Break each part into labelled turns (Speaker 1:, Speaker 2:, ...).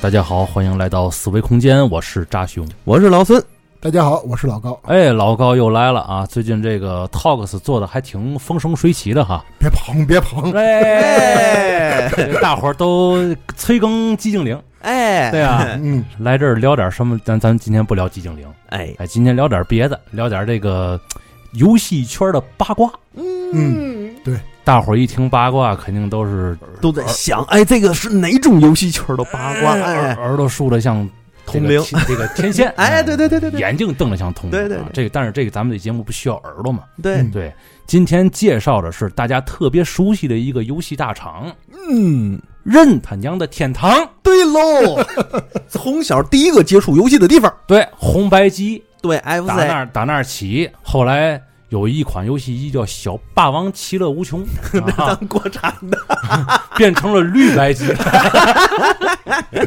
Speaker 1: 大家好，欢迎来到思维空间，我是扎兄。
Speaker 2: 我是老孙，
Speaker 3: 大家好，我是老高，
Speaker 1: 哎，老高又来了啊！最近这个 Talks 做的还挺风生水起的哈。
Speaker 3: 别捧，别捧，
Speaker 1: 哎， 大伙儿都催更寂静岭，
Speaker 2: 哎，
Speaker 1: 对啊，
Speaker 3: 嗯，
Speaker 1: 来这儿聊点什么？咱咱今天不聊寂静岭，
Speaker 2: 哎，
Speaker 1: 哎，今天聊点别的，聊点这个游戏圈的八卦。
Speaker 3: 嗯，对，
Speaker 1: 大伙儿一听八卦，肯定都是
Speaker 2: 都在想，哎，这个是哪种游戏圈的八卦？
Speaker 1: 耳
Speaker 2: 哎，
Speaker 1: 耳朵竖的像这
Speaker 2: 铜
Speaker 1: 个
Speaker 2: 铃，
Speaker 1: 天这个天线
Speaker 2: 哎，对对对对对
Speaker 1: 眼睛瞪得像铜铃。
Speaker 2: 对对
Speaker 1: 啊
Speaker 2: 对
Speaker 1: 这个但是这个咱们这节目不需要耳朵嘛？
Speaker 2: 对
Speaker 3: 嗯，
Speaker 1: 对，今天介绍的是大家特别熟悉的一个游戏大厂
Speaker 2: 嗯，
Speaker 1: ——任他娘的天堂。
Speaker 2: 对喽，从小第一个接触游戏的地方，
Speaker 1: 对，红白机
Speaker 2: 对哎
Speaker 1: 打
Speaker 2: FC，
Speaker 1: 那儿打那儿起，后来。有一款游戏机叫《小霸王其乐无穷》啊，
Speaker 2: 咱国产的，
Speaker 1: 变成了绿白机。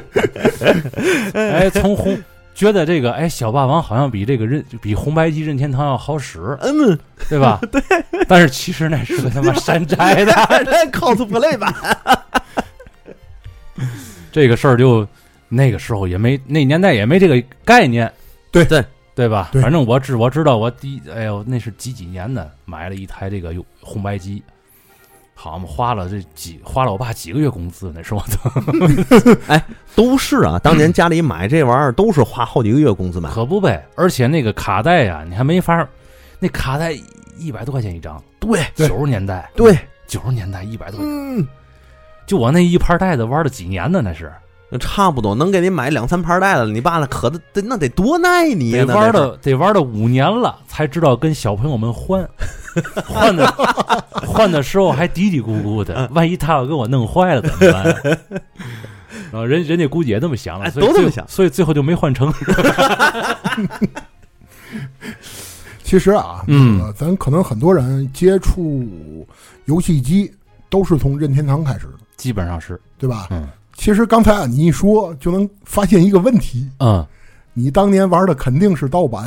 Speaker 1: 哎，从红觉得这个哎，小霸王好像比这个任比红白机任天堂要好使，
Speaker 2: 嗯，
Speaker 1: 对吧？对。但是其实那是个他妈山寨的，
Speaker 2: 哎 cosplay 吧，
Speaker 1: 这个事儿就那个时候也没那年代也没这个概念，
Speaker 3: 对
Speaker 2: 对
Speaker 1: 对吧？
Speaker 3: 对
Speaker 1: 反正我知我知道我第一哎呦那是几几年的买了一台这个有红白机，好嘛花了这几花了我爸几个月工资那是我操，
Speaker 2: 都是啊，当年家里买这玩意儿都是花好几个月工资买，
Speaker 1: 可不呗！而且那个卡带呀、你还没法儿，那卡带一百多块钱一张，
Speaker 2: 对
Speaker 3: 对
Speaker 1: 九十年代
Speaker 2: 对，
Speaker 1: 九十年代一百多块钱，
Speaker 2: 嗯，
Speaker 1: 就我那一盘带子玩了几年呢那是。
Speaker 2: 差不多能给你买两三盘带了，你爸那可得那得多耐你
Speaker 1: 得
Speaker 2: 呀，
Speaker 1: 玩
Speaker 2: 的
Speaker 1: 了得玩了五年了，才知道跟小朋友们换，换的 换的时候还嘀嘀咕咕
Speaker 2: 嗯
Speaker 1: 的，万一他要给我弄坏了怎么办？ 然后人人家估计也这么想了，
Speaker 2: 哎
Speaker 1: 所以
Speaker 2: 都这么
Speaker 1: 最后
Speaker 2: 想
Speaker 1: 所以最后就没换成。
Speaker 3: 其实啊，
Speaker 1: 嗯
Speaker 3: 那个咱可能很多人接触游戏机都是从任天堂开始的，
Speaker 1: 基本上是，
Speaker 3: 对吧？
Speaker 1: 嗯
Speaker 3: 其实刚才啊，你一说就能发现一个问题，
Speaker 1: 嗯，
Speaker 3: 你当年玩的肯定是盗版，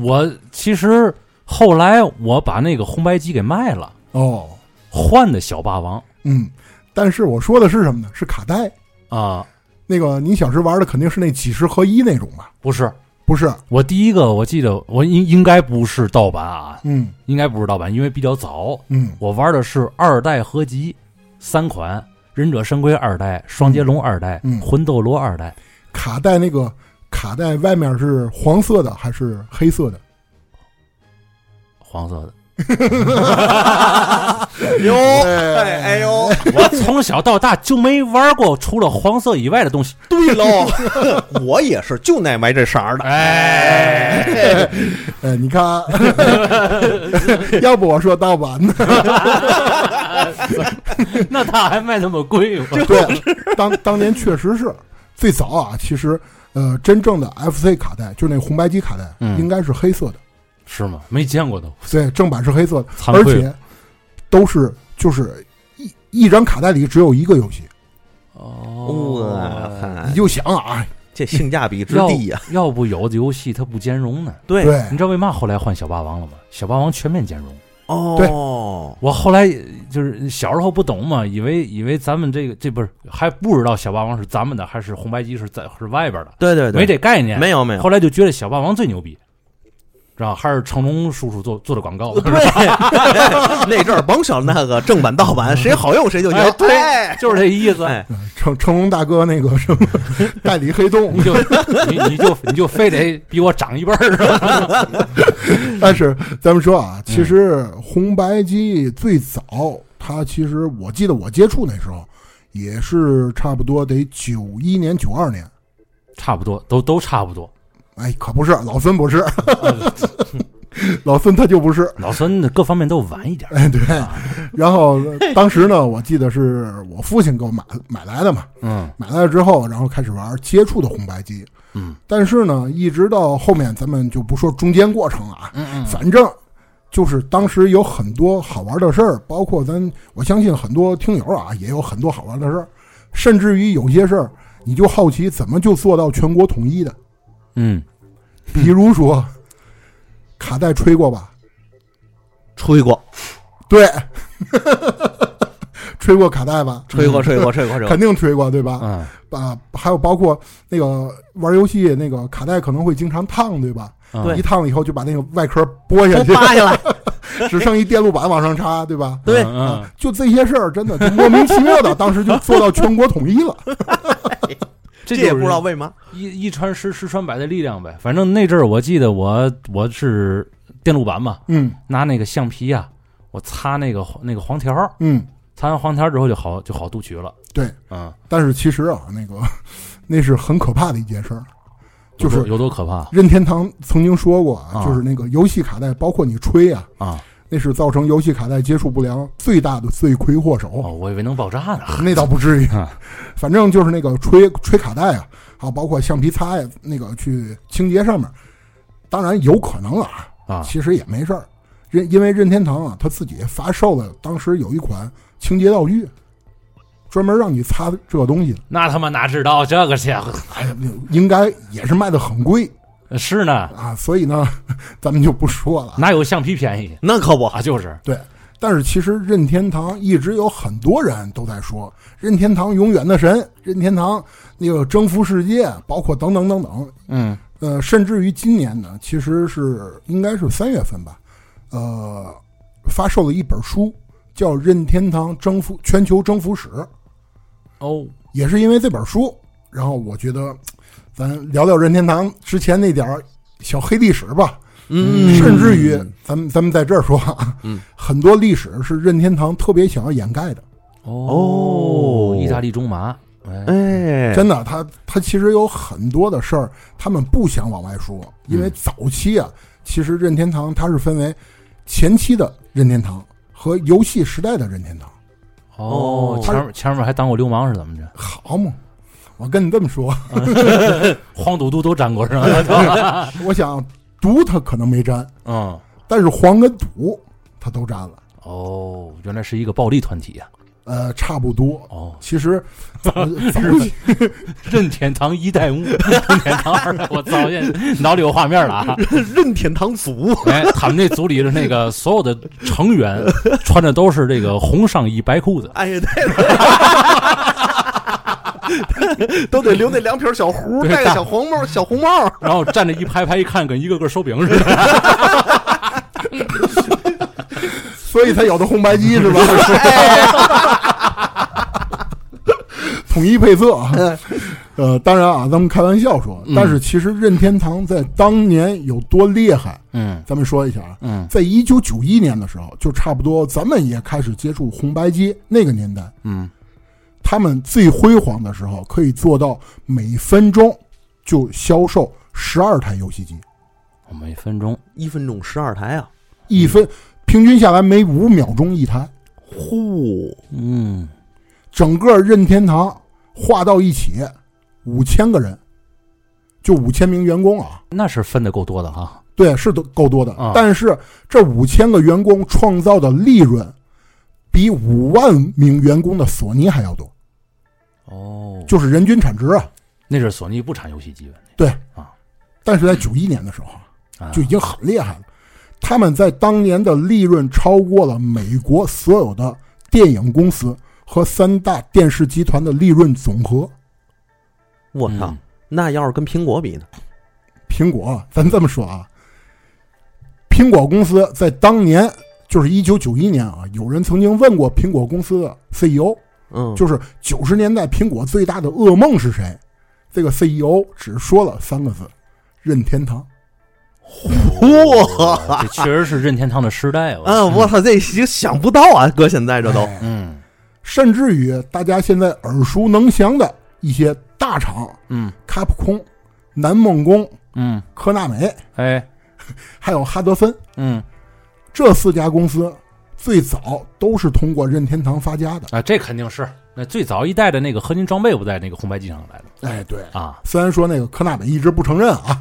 Speaker 1: 我其实后来我把那个红白机给卖了，
Speaker 3: 哦，
Speaker 1: 换的小霸王
Speaker 3: 嗯，但是我说的是什么呢？是卡带，
Speaker 1: 啊，
Speaker 3: 那个你小时候玩的肯定是那几十合一那种吧？
Speaker 1: 不是。
Speaker 3: 不是，
Speaker 1: 我第一个我记得我应应该不是盗版啊，
Speaker 3: 嗯
Speaker 1: 应该不是盗版，因为比较早，
Speaker 3: 嗯，
Speaker 1: 我玩的是二代合集，三款忍者神龟二代、双截龙二代、
Speaker 3: 嗯
Speaker 1: 魂斗罗二代，
Speaker 3: 卡带那个卡带外面是黄色的还是黑色的？
Speaker 1: 黄色的。
Speaker 2: 哟，哎哎呦，
Speaker 1: 我从小到大就没玩过除了黄色以外的东西。
Speaker 2: 对 喽， 我也是就爱买这色儿的，
Speaker 1: 哎，
Speaker 3: 哎，你看啊， 要不我说盗版呢？
Speaker 1: 那它还卖那么贵吗？
Speaker 3: 对，当当年确实是最早啊，其实呃，真正的 FC 卡带就是那红白机卡带，
Speaker 1: 嗯
Speaker 3: 应该是黑色的，
Speaker 1: 是吗？没见过都，
Speaker 3: 对，正版是黑色的，
Speaker 1: 惭
Speaker 3: 而
Speaker 1: 愧。
Speaker 3: 且都是就是一一张卡带里只有一个游戏，
Speaker 2: 哇
Speaker 1: 哦，
Speaker 2: 塞
Speaker 3: 你，就想啊，
Speaker 2: 这性价比之
Speaker 1: 要
Speaker 2: 低呀！
Speaker 1: 要不有的游戏它不兼容呢。
Speaker 2: 对
Speaker 3: 对
Speaker 1: 你知道为嘛后来换小霸王了吗？小霸王全面兼容。
Speaker 2: 哦，
Speaker 1: 我后来就是小时候不懂嘛，以为以为咱们这个这不是还不知道小霸王是咱们的，还是红白机是在是外边的，
Speaker 2: 对对对，
Speaker 1: 没这概念。
Speaker 2: 没有没有，
Speaker 1: 后来就觉得小霸王最牛逼，知道还是成龙叔叔做做的广告，
Speaker 2: 对， 那阵儿甭想那个正版盗版，谁好用谁就
Speaker 1: 哎
Speaker 2: 牛，
Speaker 1: 对就是这意思。
Speaker 2: 哎，
Speaker 3: 嗯成成龙大哥那个什么 代理黑洞
Speaker 1: 你，就你你就你就非得比我长一辈儿是 吧？
Speaker 3: 但是咱们说啊，其实红白机最早，它其实我记得我接触那时候也是差不多得九一年、九二年。
Speaker 1: 差不多，都都差不多。
Speaker 3: 哎，可不是，老孙不是，老孙他就不是。
Speaker 1: 老孙的各方面都晚一点儿。
Speaker 3: 哎，对。然后当时呢，我记得是我父亲给我买买来的嘛，
Speaker 1: 嗯
Speaker 3: 买来了之后，然后开始玩接触的红白机。
Speaker 1: 嗯
Speaker 3: 但是呢，一直到后面咱们就不说中间过程啊，
Speaker 1: 嗯
Speaker 3: 反正就是当时有很多好玩的事儿，包括咱我相信很多听友啊也有很多好玩的事儿，甚至于有些事儿你就好奇怎么就做到全国统一的，
Speaker 1: 嗯
Speaker 3: 比如说卡带
Speaker 2: 嗯
Speaker 3: 吹过吧，
Speaker 2: 吹过，
Speaker 3: 对， 吹过卡带吧？
Speaker 2: 吹过，吹过，吹过，吹过
Speaker 3: 肯。定吹过，对吧？
Speaker 1: 嗯，
Speaker 3: 啊，还有包括那个玩游戏那个卡带可能会经常烫，对吧？
Speaker 1: 嗯
Speaker 2: 对
Speaker 3: 一烫了以后就把那个外壳剥下
Speaker 2: 都
Speaker 3: 去，
Speaker 2: 扒下来，
Speaker 3: 只剩一电路板往上插，对吧？
Speaker 2: 对，
Speaker 1: 嗯，
Speaker 3: 就这些事儿，真的就莫名其妙的，当时就做到全国统一了。
Speaker 1: 这
Speaker 2: 这
Speaker 1: 就是
Speaker 2: 也不知道为嘛。
Speaker 1: 一一传十，十传百的力量呗。反正那阵儿，我记得我我是电路板嘛，
Speaker 3: 嗯
Speaker 1: 拿那个橡皮呀、我擦那个那个黄条儿，
Speaker 3: 嗯，
Speaker 1: 擦完黄条之后就好就好读取了。
Speaker 3: 对，
Speaker 1: 嗯，
Speaker 3: 但是其实啊，那个那是很可怕的一件事儿，就
Speaker 1: 有
Speaker 3: 是
Speaker 1: 多有多可怕
Speaker 3: 任天堂曾经说过
Speaker 1: 啊
Speaker 3: 啊，就是那个游戏卡带，包括你吹啊，
Speaker 1: 啊！
Speaker 3: 那是造成游戏卡带接触不良最大的罪魁祸首。
Speaker 1: 哦，我以为能爆炸呢。
Speaker 3: 那倒不至于
Speaker 1: 啊，
Speaker 3: 反正就是那个吹吹卡带啊，还有包括橡皮擦呀，那个去清洁上面，当然有可能啊，
Speaker 1: 啊
Speaker 3: 其实也没事儿。任因为任天堂啊，他自己发售了，当时有一款清洁道具，专门让你擦这个东西的，哎
Speaker 1: 那他妈哪知道这个去？
Speaker 3: 应该也是卖的很贵
Speaker 1: 是呢，
Speaker 3: 啊，所以呢， 咱们就不说了啊。
Speaker 1: 哪有橡皮便宜
Speaker 2: 那可不，
Speaker 1: 啊？就是
Speaker 3: 但是其实任天堂一直有很多人都在说任天堂永远的神，任天堂那个征服世界，包括等等等等。
Speaker 1: 嗯
Speaker 3: 呃，甚至于今年呢，其实是应该是三月份吧，呃，发售了一本书，叫《任天堂征服全球征服史》，
Speaker 1: 哦，
Speaker 3: 也是因为这本书，然后我觉得咱聊聊任天堂之前那点儿小黑历史吧。
Speaker 2: 嗯，
Speaker 3: 甚至于，咱们咱们在这儿说啊，
Speaker 2: 嗯
Speaker 3: 很多历史是任天堂特别想要掩盖的，
Speaker 1: 哦
Speaker 2: 哦，
Speaker 1: 意大利中麻，哎，
Speaker 2: 哎，
Speaker 3: 真的，他他其实有很多的事儿，他们不想往外说，因为早期啊，其实任天堂它是分为前期的任天堂和游戏时代的任天堂，
Speaker 1: 哦
Speaker 2: 哦，
Speaker 1: 前面前面还当过流氓是怎么着？
Speaker 3: 好嘛。我跟你这么说，
Speaker 1: 黄赌毒都沾过是吧？
Speaker 3: 我想毒他可能没沾，
Speaker 1: 嗯，
Speaker 3: 但是黄跟赌他都沾了，
Speaker 1: 哦，原来是一个暴力团体呀、
Speaker 3: 呃，差不多。
Speaker 1: 哦，
Speaker 3: 其实早早期
Speaker 1: 任天堂一代目， 任天堂二代， 我操，现在脑里有画面了 啊！
Speaker 2: 任天堂组，
Speaker 1: 哎，他们那组里的那个所有的成员穿的都是这个红上衣白裤子，
Speaker 2: 哎呀，对了， 都得留那两撇小胡，
Speaker 1: 对
Speaker 2: 戴个
Speaker 1: 大
Speaker 2: 小黄帽，小红帽。
Speaker 1: 然后站着一排排，一看跟一个个手柄似的。
Speaker 3: 所以才有的红白机是吧？ 统一配色啊，呃，当然啊，咱们开玩笑说，但是其实任天堂在当年有多厉害，
Speaker 1: 嗯
Speaker 3: 咱们说一下啊，
Speaker 1: 嗯
Speaker 3: 在一九九一年的时候，就差不多咱们也开始接触红白机那个年代，
Speaker 1: 嗯，
Speaker 3: 他们最辉煌的时候，可以做到每分钟就销售十二台游戏机，
Speaker 1: 我每分钟
Speaker 2: 一分钟十二台啊！
Speaker 3: 一分平均下来每五秒钟一台，
Speaker 2: 呼，
Speaker 1: 嗯
Speaker 3: 整个任天堂划到一起五千个人，就五千名员工啊，
Speaker 1: 那是分的够多的哈。
Speaker 3: 对，是都够多的。
Speaker 1: 啊
Speaker 3: 但是这五千个员工创造的利润，比五万名员工的索尼还要多，
Speaker 1: 哦，
Speaker 3: 就是人均产值啊。
Speaker 1: 那是索尼不产游戏机吧？
Speaker 3: 但是在九一年的时候啊
Speaker 1: 啊
Speaker 3: 就已经很厉害了，他们在当年的利润超过了美国所有的电影公司和三大电视集团的利润总和。
Speaker 2: 我操！
Speaker 1: 嗯
Speaker 2: 那要是跟苹果比呢？
Speaker 3: 苹果，咱这么说啊，苹果公司在当年就是一九九一年啊，有人曾经问过苹果公司的 CEO，
Speaker 2: 嗯，
Speaker 3: 就是九十年代苹果最大的噩梦是谁？这个 CEO 只说了三个字：任天堂。
Speaker 2: 嚯！
Speaker 1: 啊这确实是任天堂的时代啊。
Speaker 2: 啊，我操，这已经想不到啊，哥，现在这都，
Speaker 1: 嗯
Speaker 3: 甚至于大家现在耳熟能详的一些大厂，
Speaker 1: 嗯
Speaker 3: 卡普空、南梦宫、
Speaker 1: 嗯，
Speaker 3: 科纳美，
Speaker 1: 哎
Speaker 3: 还有哈德森
Speaker 1: 嗯
Speaker 3: 这四家公司，最早都是通过任天堂发家的。
Speaker 1: 啊，这肯定是。那最早一代的那个合金装备不在那个红白机上来的
Speaker 3: 哎，对。
Speaker 1: 啊，
Speaker 3: 虽然说那个科纳美一直不承认啊，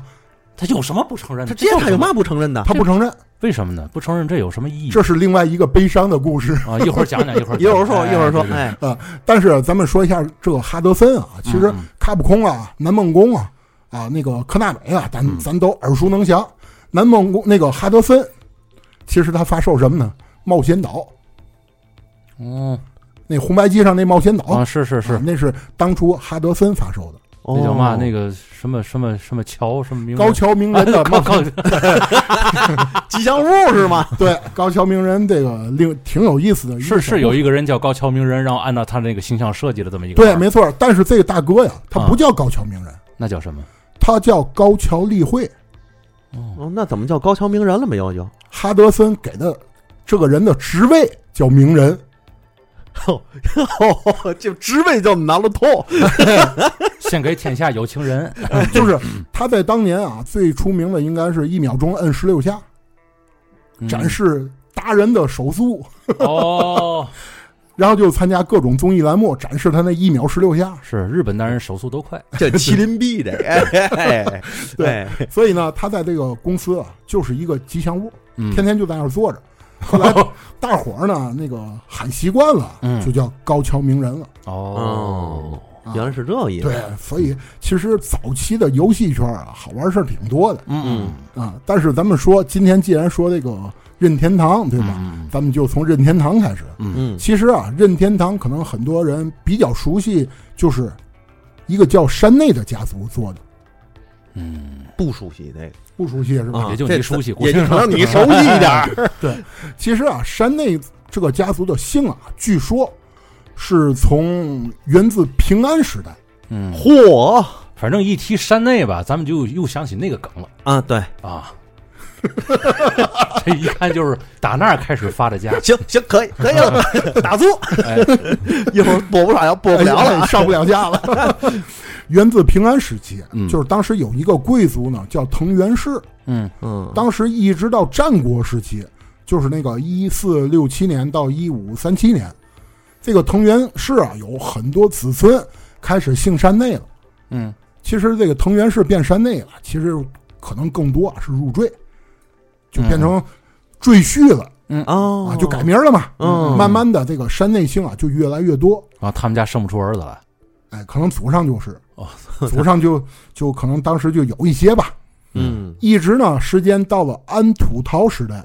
Speaker 1: 他有什么不承认
Speaker 2: 他
Speaker 1: 的？
Speaker 2: 这
Speaker 1: 这
Speaker 2: 他有
Speaker 1: 什么
Speaker 2: 嘛不承认的？
Speaker 3: 他不承认，
Speaker 1: 为什么呢？不承认这有什么意义？
Speaker 3: 这是另外一个悲伤的故事。
Speaker 1: 啊，一会儿讲讲，一会儿
Speaker 2: 一会儿说，
Speaker 1: 讲
Speaker 2: 一会儿说，
Speaker 1: 对对嗯对
Speaker 2: 哎，
Speaker 3: 但是咱们说一下这个哈德森啊，其实
Speaker 1: 嗯
Speaker 3: 卡普空啊、南梦宫啊、啊那个科纳美啊，咱、
Speaker 1: 嗯
Speaker 3: 咱都耳熟能详。南梦宫那个哈德森，其实他发售什么呢？冒险岛
Speaker 1: 嗯，哦
Speaker 3: 那红白机上那冒险岛，
Speaker 1: 啊，是是是
Speaker 3: 啊，那是当初哈德森发售的
Speaker 2: 哦
Speaker 1: 那叫嘛？那
Speaker 2: 个
Speaker 1: 个什么什么什么桥什么名
Speaker 3: 高桥名人的冒
Speaker 1: 啊高高
Speaker 2: 哦吉祥物是吗？
Speaker 3: 对高桥名人这个令挺有意思的，
Speaker 1: 是是有
Speaker 3: 一
Speaker 1: 一个人叫高桥名人，然后按照他那个形象设计了这么一
Speaker 3: 个
Speaker 1: 个
Speaker 3: 对，
Speaker 1: 玩儿
Speaker 3: 没错儿。但是这个大哥呀，他
Speaker 1: 啊
Speaker 3: 不叫高桥名人，
Speaker 1: 那叫什么？
Speaker 3: 他叫高桥立惠，
Speaker 1: 哦，
Speaker 2: 哦，那怎么叫高桥名人了没有？就
Speaker 3: 哈德森给的这个人的职位叫名人，
Speaker 2: 就职位叫拿了透
Speaker 1: 献给天下有情人。
Speaker 3: 就是他在当年啊最出名的应该是一秒钟摁十六下，
Speaker 1: 嗯
Speaker 3: 展示达人的手速，
Speaker 1: 哦，
Speaker 3: 然后就参加各种综艺栏目展示他那一秒十六下。
Speaker 1: 是日本男人手速都快，
Speaker 2: 这麒麟臂这，哎，
Speaker 3: 对
Speaker 2: 哎，
Speaker 3: 所以呢，他在这个公司啊就是一个吉祥物，
Speaker 1: 嗯，
Speaker 3: 天天就在那儿坐着。后来大伙儿呢，那个喊习惯了，
Speaker 1: 嗯
Speaker 3: 就叫高桥名人了。
Speaker 1: 哦
Speaker 2: 哦，
Speaker 3: 啊
Speaker 2: 原来是这意思，
Speaker 3: 对，所以其实早期的游戏圈啊，好玩事儿挺多的
Speaker 1: 嗯
Speaker 3: 啊。但是咱们说，今天既然说这个任天堂，对吧？
Speaker 1: 嗯
Speaker 3: 咱们就从任天堂开始。
Speaker 1: 嗯
Speaker 2: 嗯，
Speaker 3: 其实啊，任天堂可能很多人比较熟悉，就是一个叫山内的家族做的，
Speaker 1: 嗯
Speaker 2: 不熟悉这个
Speaker 3: 不熟悉是吧？
Speaker 2: 啊，
Speaker 1: 也就
Speaker 2: 这
Speaker 1: 你熟悉
Speaker 2: 也就可能你熟悉一点儿，
Speaker 3: 其实啊，山内这个家族的姓啊，据说是从源自平安时代。
Speaker 1: 嗯，
Speaker 2: 嚯
Speaker 1: 反正一提山内吧，咱们就又想起那个梗了
Speaker 2: 啊，对，
Speaker 1: 啊。这一看就是打那儿开始发的家，
Speaker 2: 行行，可以可以了，打住，
Speaker 1: 哎，
Speaker 2: 一会儿躲不上要播不了了
Speaker 3: 哎
Speaker 2: 啊，
Speaker 3: 上不了架了。 源自平安时期，
Speaker 1: 嗯
Speaker 3: 就是当时有一个贵族呢叫藤原氏，
Speaker 1: 嗯
Speaker 2: 嗯，
Speaker 3: 当时一直到战国时期，就是那个一四六七年到一五三七年，这个藤原氏啊有很多子孙开始姓山内了。
Speaker 1: 嗯，
Speaker 3: 其实这个藤原氏变山内了，其实可能更多啊是入赘，就
Speaker 2: 嗯
Speaker 3: 变成赘婿了、
Speaker 2: 哦
Speaker 3: 啊，就改名了嘛。
Speaker 2: 嗯
Speaker 3: 慢慢的这个山内姓啊就越来越多，
Speaker 1: 然后啊他们家生不出儿子来，
Speaker 3: 哎，可能祖上就是
Speaker 1: 哦，
Speaker 3: 祖上就就可能当时就有一些吧。
Speaker 2: 嗯
Speaker 3: 一直呢，时间到了安土桃时代，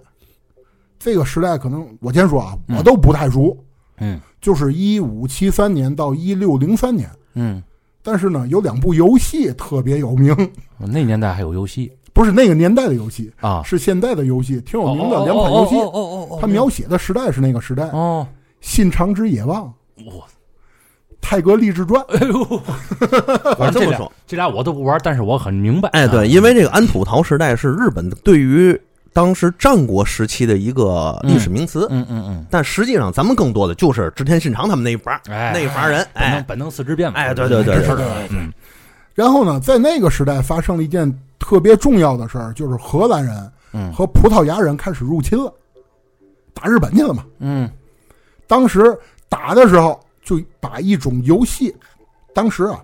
Speaker 3: 这个时代可能我先说啊，
Speaker 1: 嗯
Speaker 3: 我都不太熟，
Speaker 1: 嗯
Speaker 3: 就是一五七三年到一六零三年。
Speaker 1: 嗯，
Speaker 3: 但是呢，有两部游戏特别有名，
Speaker 1: 那年代还有游戏
Speaker 3: 不是那个年代的游戏，
Speaker 1: 啊，
Speaker 3: 是现在的游戏，挺有名的
Speaker 1: 哦
Speaker 3: 两款游戏
Speaker 1: 哦。哦哦哦哦，
Speaker 3: 它描写的时代是那个时代，《
Speaker 1: 哦，
Speaker 3: 信长之野望》
Speaker 1: 我
Speaker 3: 《泰格励志传》。
Speaker 1: 哎呦，
Speaker 2: 我
Speaker 1: 反正这
Speaker 2: 这么
Speaker 1: 俩
Speaker 2: 说，
Speaker 1: 这俩我都不玩，但是我很明白，
Speaker 2: 哎，对，
Speaker 1: 啊
Speaker 2: 因为这个安土桃时代是日本对于当时战国时期的一个历史名词，
Speaker 1: 嗯嗯嗯，
Speaker 2: 但实际上咱们更多的就是织田信长他们那一帮
Speaker 1: 哎，
Speaker 2: 那一帮人，
Speaker 1: 本能
Speaker 2: 哎，
Speaker 1: 本能四肢变嘛，
Speaker 2: 哎对对对
Speaker 1: 这事儿
Speaker 3: 对
Speaker 1: 嗯
Speaker 3: 然后呢，在那个时代发生了一件特别重要的事儿，就是荷兰人
Speaker 1: 嗯
Speaker 3: 和葡萄牙人开始入侵了，打日本去了嘛。
Speaker 1: 嗯
Speaker 3: 当时打的时候就把一种游戏，当时啊，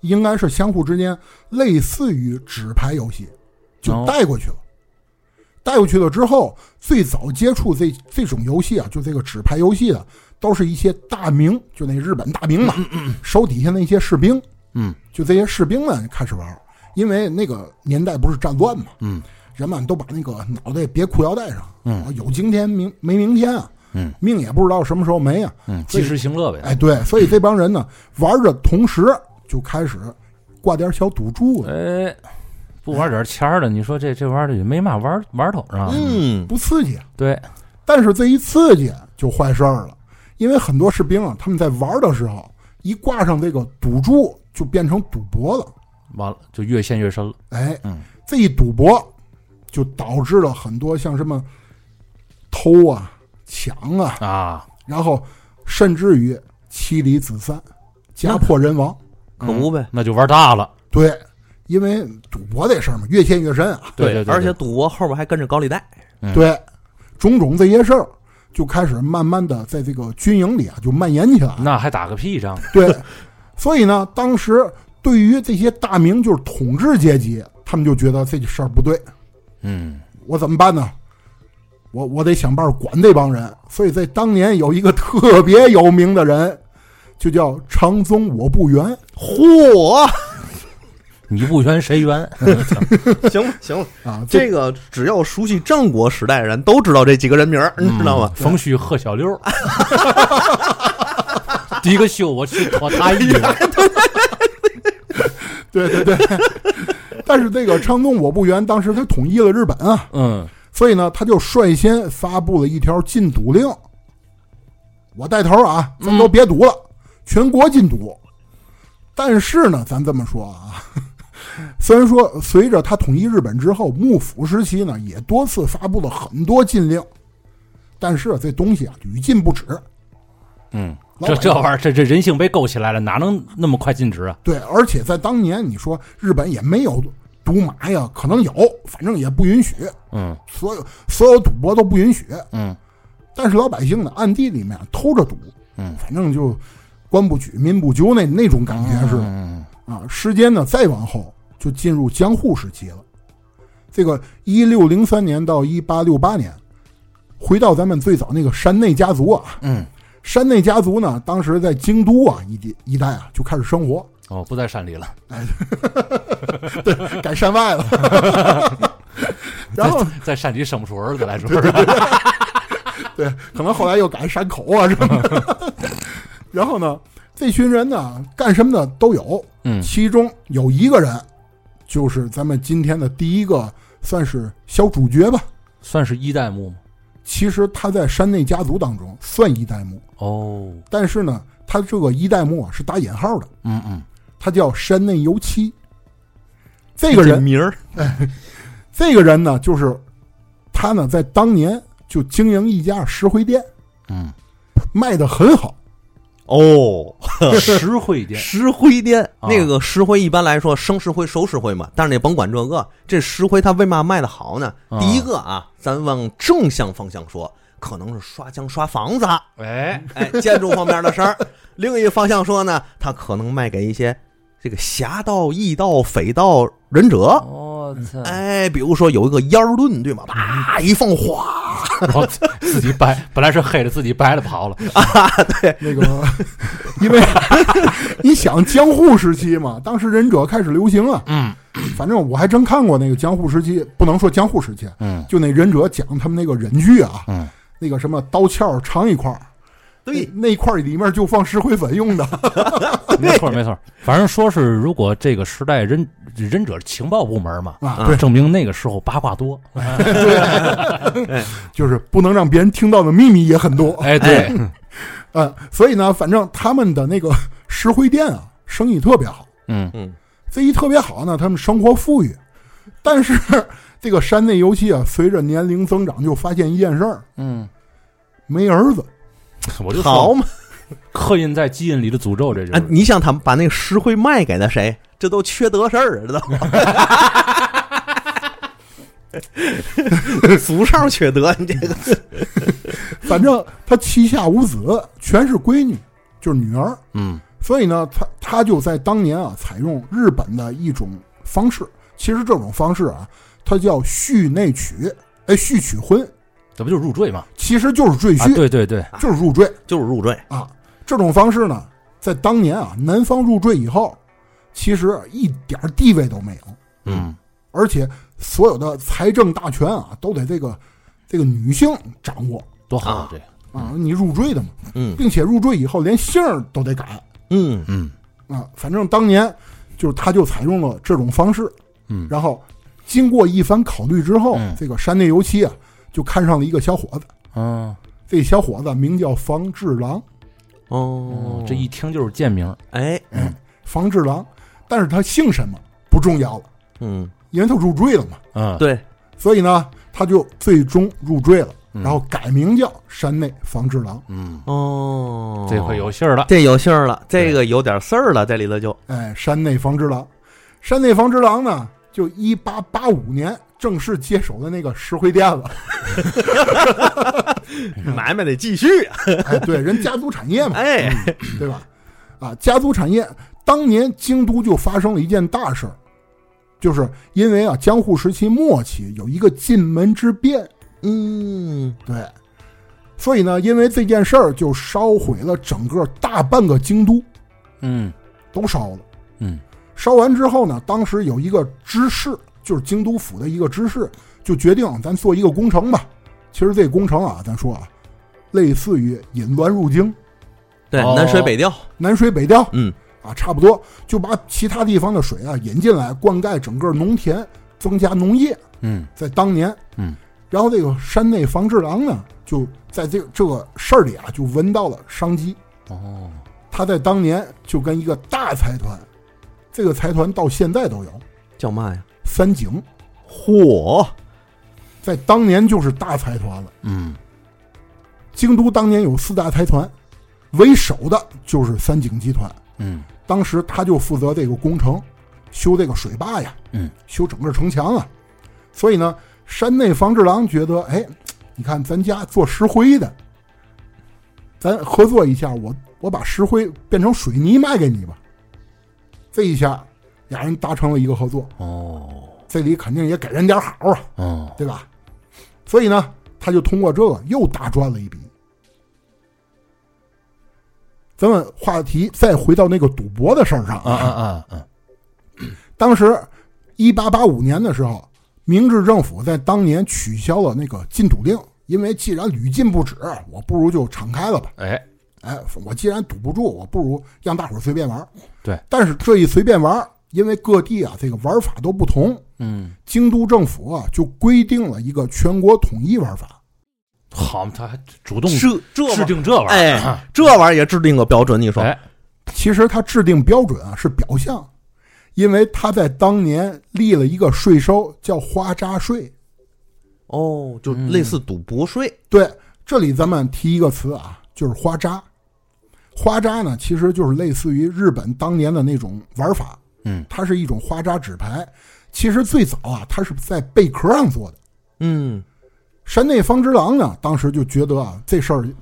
Speaker 3: 应该是相互之间类似于纸牌游戏，就
Speaker 1: 哦
Speaker 3: 带过去了。带过去了之后，最早接触这这种游戏啊，就这个纸牌游戏的，都是一些大名，就那日本大名嘛，手底下那些士兵，
Speaker 1: 嗯
Speaker 3: 就这些士兵们开始玩儿，因为那个年代不是战乱嘛，
Speaker 1: 嗯
Speaker 3: 人们都把那个脑袋别裤腰带上，
Speaker 1: 嗯
Speaker 3: 啊，有今天明没明天啊，
Speaker 1: 嗯，
Speaker 3: 命也不知道什么时候没啊，
Speaker 1: 嗯，及时行乐呗，
Speaker 3: 哎，对，所以这帮人呢玩着同时就开始挂点小赌注了，
Speaker 1: 哎，不玩点钱儿的，你说这这玩意儿也没嘛玩玩头是吧？
Speaker 2: 嗯，
Speaker 3: 不刺激啊，
Speaker 1: 对，
Speaker 3: 但是这一刺激就坏事儿了，因为很多士兵啊，他们在玩的时候一挂上这个赌注，就变成赌博了，
Speaker 1: 完了就越陷越深了，
Speaker 3: 哎，
Speaker 1: 嗯
Speaker 3: 这一赌博就导致了很多像什么偷啊、抢啊，
Speaker 1: 啊，
Speaker 3: 然后甚至于妻离子散、家破人亡。
Speaker 2: 可不呗。
Speaker 1: 那就玩大了，
Speaker 3: 对，因为赌博这事儿嘛，越陷越深啊。
Speaker 1: 对对，
Speaker 2: 而且赌博后边还跟着高利贷，
Speaker 1: 嗯
Speaker 3: 对，种种这些事儿就开始慢慢的在这个军营里啊就蔓延 起来。
Speaker 1: 那还打个屁仗，
Speaker 3: 对，所以呢，当时对于这些大明就是统治阶级，他们就觉得这事儿不对，
Speaker 1: 嗯
Speaker 3: 我怎么办呢？我我得想办法管这帮人。所以在当年有一个特别有名的人，就叫长宗我不元。
Speaker 2: 嚯，
Speaker 1: 你不冤谁 冤？
Speaker 2: 行了行了，
Speaker 3: 啊，这
Speaker 2: 这个只要熟悉战
Speaker 1: 嗯
Speaker 2: 国时代的人都知道这几个人名儿，你知道吗？
Speaker 1: 冯虚贺小六， 第一个秀我去脱他衣了，
Speaker 3: 对对对。 但是那个昌宗我不元当时他统一了日本啊，
Speaker 1: 嗯
Speaker 3: 所以呢，他就率先发布了一条禁赌令。我带头啊，咱都别赌了，全国禁赌。但是呢，咱这么说啊， 虽然说随着他统一日本之后，幕府时期呢也多次发布了很多禁令，但是这东西啊屡禁不止。
Speaker 1: 嗯，这
Speaker 3: 老百
Speaker 1: 这
Speaker 3: 姓
Speaker 1: 玩意儿，这这人性被勾起来了，哪能那么快禁止啊？
Speaker 3: 对，而且在当年，你说日本也没有赌马呀，可能有，反正也不允许，
Speaker 1: 嗯
Speaker 3: 所有所有赌博都不允许。
Speaker 1: 嗯
Speaker 3: 但是老百姓呢，暗地里面偷着赌，
Speaker 1: 嗯，
Speaker 3: 反正就官不举，民不究那那种感觉是、
Speaker 1: 嗯
Speaker 3: 啊。时间呢，再往后就进入江户时期了。这个一六零三年到一八六八年，回到咱们最早那个山内家族啊，
Speaker 1: 嗯，
Speaker 3: 山内家族呢，当时在京都啊一地一带啊就开始生活，
Speaker 1: 哦，不在山里了，
Speaker 3: 改山外了。然后
Speaker 1: 在山里生不出儿子来，是不是？
Speaker 3: 对，可能后来又改山口啊什么的。然后呢，这群人呢，干什么的都有，
Speaker 1: 嗯
Speaker 3: 其中有一个人，就是咱们今天的第一个，算是小主角吧。
Speaker 1: 算是一代目吗？
Speaker 3: 其实他在山内家族当中算一代目，
Speaker 1: 哦，
Speaker 3: 但是呢，他这个一代目啊是打引号的，
Speaker 1: 嗯嗯，
Speaker 3: 他叫山内由七。这个人，
Speaker 2: 名儿，
Speaker 3: 这个人呢，就是他呢，在当年就经营一家石灰店，
Speaker 1: 嗯，
Speaker 3: 卖的很好。
Speaker 2: 哦，
Speaker 1: 实惠店，
Speaker 2: 石灰店
Speaker 1: 啊
Speaker 2: 那个石灰一般来说生石灰熟石灰嘛，但是你甭管这个，这石灰它为嘛卖的好呢？
Speaker 1: 啊
Speaker 2: 第一个啊，咱往正向方向说，可能是刷墙刷 房子，
Speaker 1: 哎，
Speaker 2: 哎，建筑方面的事儿；另一方向说呢，它可能卖给一些这个侠盗、义盗、匪盗、忍者。
Speaker 1: 我操，
Speaker 2: 哎，比如说有一个烟儿盾，对吗？
Speaker 1: 嗯
Speaker 2: 啪一放，哗，
Speaker 1: 然后哦自己掰，本来是黑的，自己掰了跑了，哎
Speaker 3: 那个，因为你想江户时期嘛，当时忍者开始流行啊。
Speaker 1: 嗯
Speaker 3: 反正我还真看过那个江户时期，不能说江户时期，啊
Speaker 1: 嗯
Speaker 3: 就那忍者讲他们那个忍具啊，
Speaker 1: 嗯，
Speaker 3: 那个什么刀鞘长一块儿，
Speaker 2: 对，
Speaker 3: 那那块儿里面就放石灰粉用的。
Speaker 1: 没错没错，反正说是如果这个时代忍忍者情报部门嘛，
Speaker 3: 啊，
Speaker 1: 证明那个时候八卦多，
Speaker 3: 就是不能让别人听到的秘密也很多。
Speaker 1: 哎对，
Speaker 3: 嗯，所以呢，反正他们的那个 石灰店啊，生意特别好。
Speaker 1: 嗯
Speaker 2: 嗯，
Speaker 3: 这一特别好呢，他们生活富裕，但是 这个山内游戏啊，随着年龄增长，就发现一件事儿，
Speaker 1: 嗯，
Speaker 3: 没儿子。
Speaker 1: 我就
Speaker 2: 好
Speaker 1: 说
Speaker 2: 嘛，
Speaker 1: 刻印在基因里的诅咒，这就
Speaker 2: 啊，
Speaker 1: 是
Speaker 2: 你想他们把那个石灰卖给了谁？这都缺德事儿， 知道吗？祖上缺德，你这个
Speaker 3: 反正他膝下无子，全是闺女，就是女儿。
Speaker 1: 嗯
Speaker 3: 所以呢，他他就在当年啊，采用日本的一种方式，其实这种方式啊，它叫续内娶，哎，续娶婚，
Speaker 1: 这不就是入赘嘛？
Speaker 3: 其实就是赘
Speaker 1: 啊，
Speaker 3: 婿，
Speaker 1: 对对对，
Speaker 3: 就是入赘
Speaker 2: 就是入赘。
Speaker 3: 啊。这种方式呢，在当年啊，男方入赘以后，其实一点儿地位都没有，
Speaker 1: 嗯
Speaker 3: 而且所有的财政大权啊，都得这个这个女性掌握
Speaker 1: 多好
Speaker 2: 啊
Speaker 1: 啊这个，
Speaker 3: 啊，你入赘的嘛，
Speaker 2: 嗯
Speaker 3: 并且入赘以后连姓儿都得改
Speaker 2: 嗯
Speaker 1: 嗯
Speaker 3: 啊。反正当年就是他就采用了这种方式，
Speaker 1: 嗯
Speaker 3: 然后经过一番考虑之后，
Speaker 1: 嗯
Speaker 3: 这个山内由七啊就看上了一个小伙子，
Speaker 1: 嗯，
Speaker 3: 这小伙子名叫房志郎，
Speaker 2: 哦
Speaker 1: 这一听就是贱名，
Speaker 2: 哎
Speaker 3: 房志郎，但是他姓什么不重要了，
Speaker 2: 嗯
Speaker 3: 因为他入赘了嘛，
Speaker 1: 嗯，
Speaker 2: 对
Speaker 3: 所以呢，他就最终入赘了，
Speaker 1: 嗯
Speaker 3: 然后改名叫山内房志郎。
Speaker 1: 嗯，
Speaker 2: 哦，
Speaker 1: 这回有信儿了，
Speaker 2: 这有信儿了，这个有点事儿了，这里头就
Speaker 3: 哎，山内房之郎，山内房之郎呢，就一八八五年正式接手的那个石灰 店了。
Speaker 1: 嗯
Speaker 2: 买卖得继续。啊
Speaker 3: 哎，对，人家族产业嘛，
Speaker 2: 哎，
Speaker 3: 对吧？啊，家族产业，当年京都就发生了一件大事儿，就是因为啊，江户时期末期有一个进门之变，
Speaker 2: 嗯，
Speaker 3: 对，所以呢，因为这件事儿就烧毁了整个大半个京都，
Speaker 1: 嗯
Speaker 3: 都烧了。
Speaker 1: 嗯
Speaker 3: 烧完之后呢，当时有一个知事，就是京都府的一个知事，就决定咱做一个工程吧。其实这工程啊，咱说啊，类似于引栾入京，
Speaker 2: 对，
Speaker 1: 哦
Speaker 2: 南水北调，
Speaker 3: 南水北调，
Speaker 2: 嗯，
Speaker 3: 啊，差不多就把其他地方的水啊引进来，灌溉整个农田，增加农业，
Speaker 1: 嗯
Speaker 3: 在当年，
Speaker 1: 嗯，
Speaker 3: 然后这个山内房治郎呢，就在这这个事儿里啊，就闻到了商机。
Speaker 1: 哦，
Speaker 3: 他在当年就跟一个大财团，这个财团到现在都有
Speaker 2: 叫啊嘛呀？
Speaker 3: 三井，
Speaker 2: 嚯，
Speaker 3: 在当年就是大财团了。
Speaker 1: 嗯
Speaker 3: 京都当年有四大财团，为首的就是三井集团。
Speaker 1: 嗯
Speaker 3: 当时他就负责这个工程，修这个水坝呀，
Speaker 1: 嗯，
Speaker 3: 修整个城墙啊。所以呢，山内房治郎觉得，哎，你看咱家做石灰的，咱合作一下，我我把石灰变成水泥卖给你吧。这一下，俩人达成了一个合作，
Speaker 1: 哦
Speaker 3: 这里肯定也给人点好啊，
Speaker 1: 哦
Speaker 3: 对吧？所以呢，他就通过这个又大赚了一笔。咱们话题再回到那个赌博的事儿上
Speaker 1: 啊啊啊啊
Speaker 3: 当时，一八八五年的时候，明治政府在当年取消了那个禁赌令，因为既然屡禁不止，我不如就敞开了吧。
Speaker 1: 哎
Speaker 3: 哎，我既然堵不住，我不如让大伙儿随便玩儿。
Speaker 1: 对，
Speaker 3: 但是这一随便玩儿，因为各地啊这个玩法都不同，
Speaker 1: 嗯，
Speaker 3: 京都政府啊就规定了一个全国统一玩法。
Speaker 1: 好，他还主动
Speaker 2: 这这玩
Speaker 1: 制
Speaker 2: 意儿
Speaker 1: 定这玩意儿，
Speaker 2: 嗯哎，这玩意儿也制定个标准，你说
Speaker 1: 哎
Speaker 3: 其实它制定标准啊是表象，因为它在当年立了一个税收叫花札税。
Speaker 2: 哦，就类似赌博税，
Speaker 3: 对，这里咱们提一个词啊，就是花札。花札呢，其实就是类似于日本当年的那种玩法，
Speaker 1: 嗯，
Speaker 3: 它是一种花札纸牌。其实最早啊，它是在贝壳上做的。
Speaker 2: 嗯，
Speaker 3: 山内方之郎呢，当时就觉得啊，这事儿嘖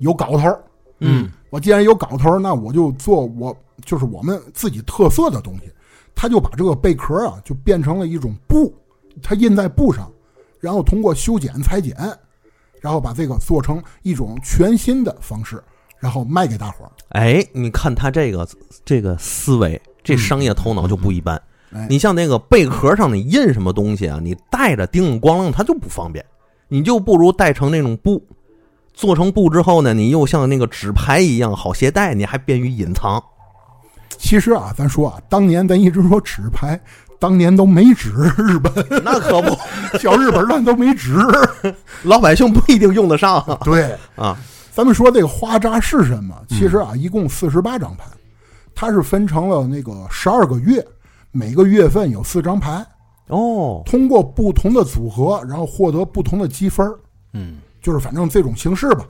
Speaker 3: 有搞头。
Speaker 1: 嗯，
Speaker 3: 我既然有搞头，那我就做我就是我们自己特色的东西。他就把这个贝壳啊，就变成了一种布，它印在布上，然后通过修剪、裁剪，然后把这个做成一种全新的方式，然后卖给大伙儿。
Speaker 2: 哎，你看他这个这个思维，这商业头脑就不一般。
Speaker 3: 哎
Speaker 2: 你像那个贝壳上，你印什么东西啊？你带着叮铃咣啷，它就不方便。你就不如带成那种布，做成布之后呢，你又像那个纸牌一样好携带，你还便于隐藏。
Speaker 3: 其实啊，咱说啊，当年咱一直说纸牌，当年都没纸，日本
Speaker 2: 那可不，
Speaker 3: 小日本乱都没纸。
Speaker 2: 老百姓不一定用得 上
Speaker 3: 对，
Speaker 2: 啊。
Speaker 3: 咱们说这个花札是什么？其实啊，一共四十八张牌，它是分成了那个十二个月，每个月份有四张牌，
Speaker 2: 哦，
Speaker 3: 通过不同的组合，然后获得不同的积分儿
Speaker 1: 嗯
Speaker 3: 就是反正这种形式吧。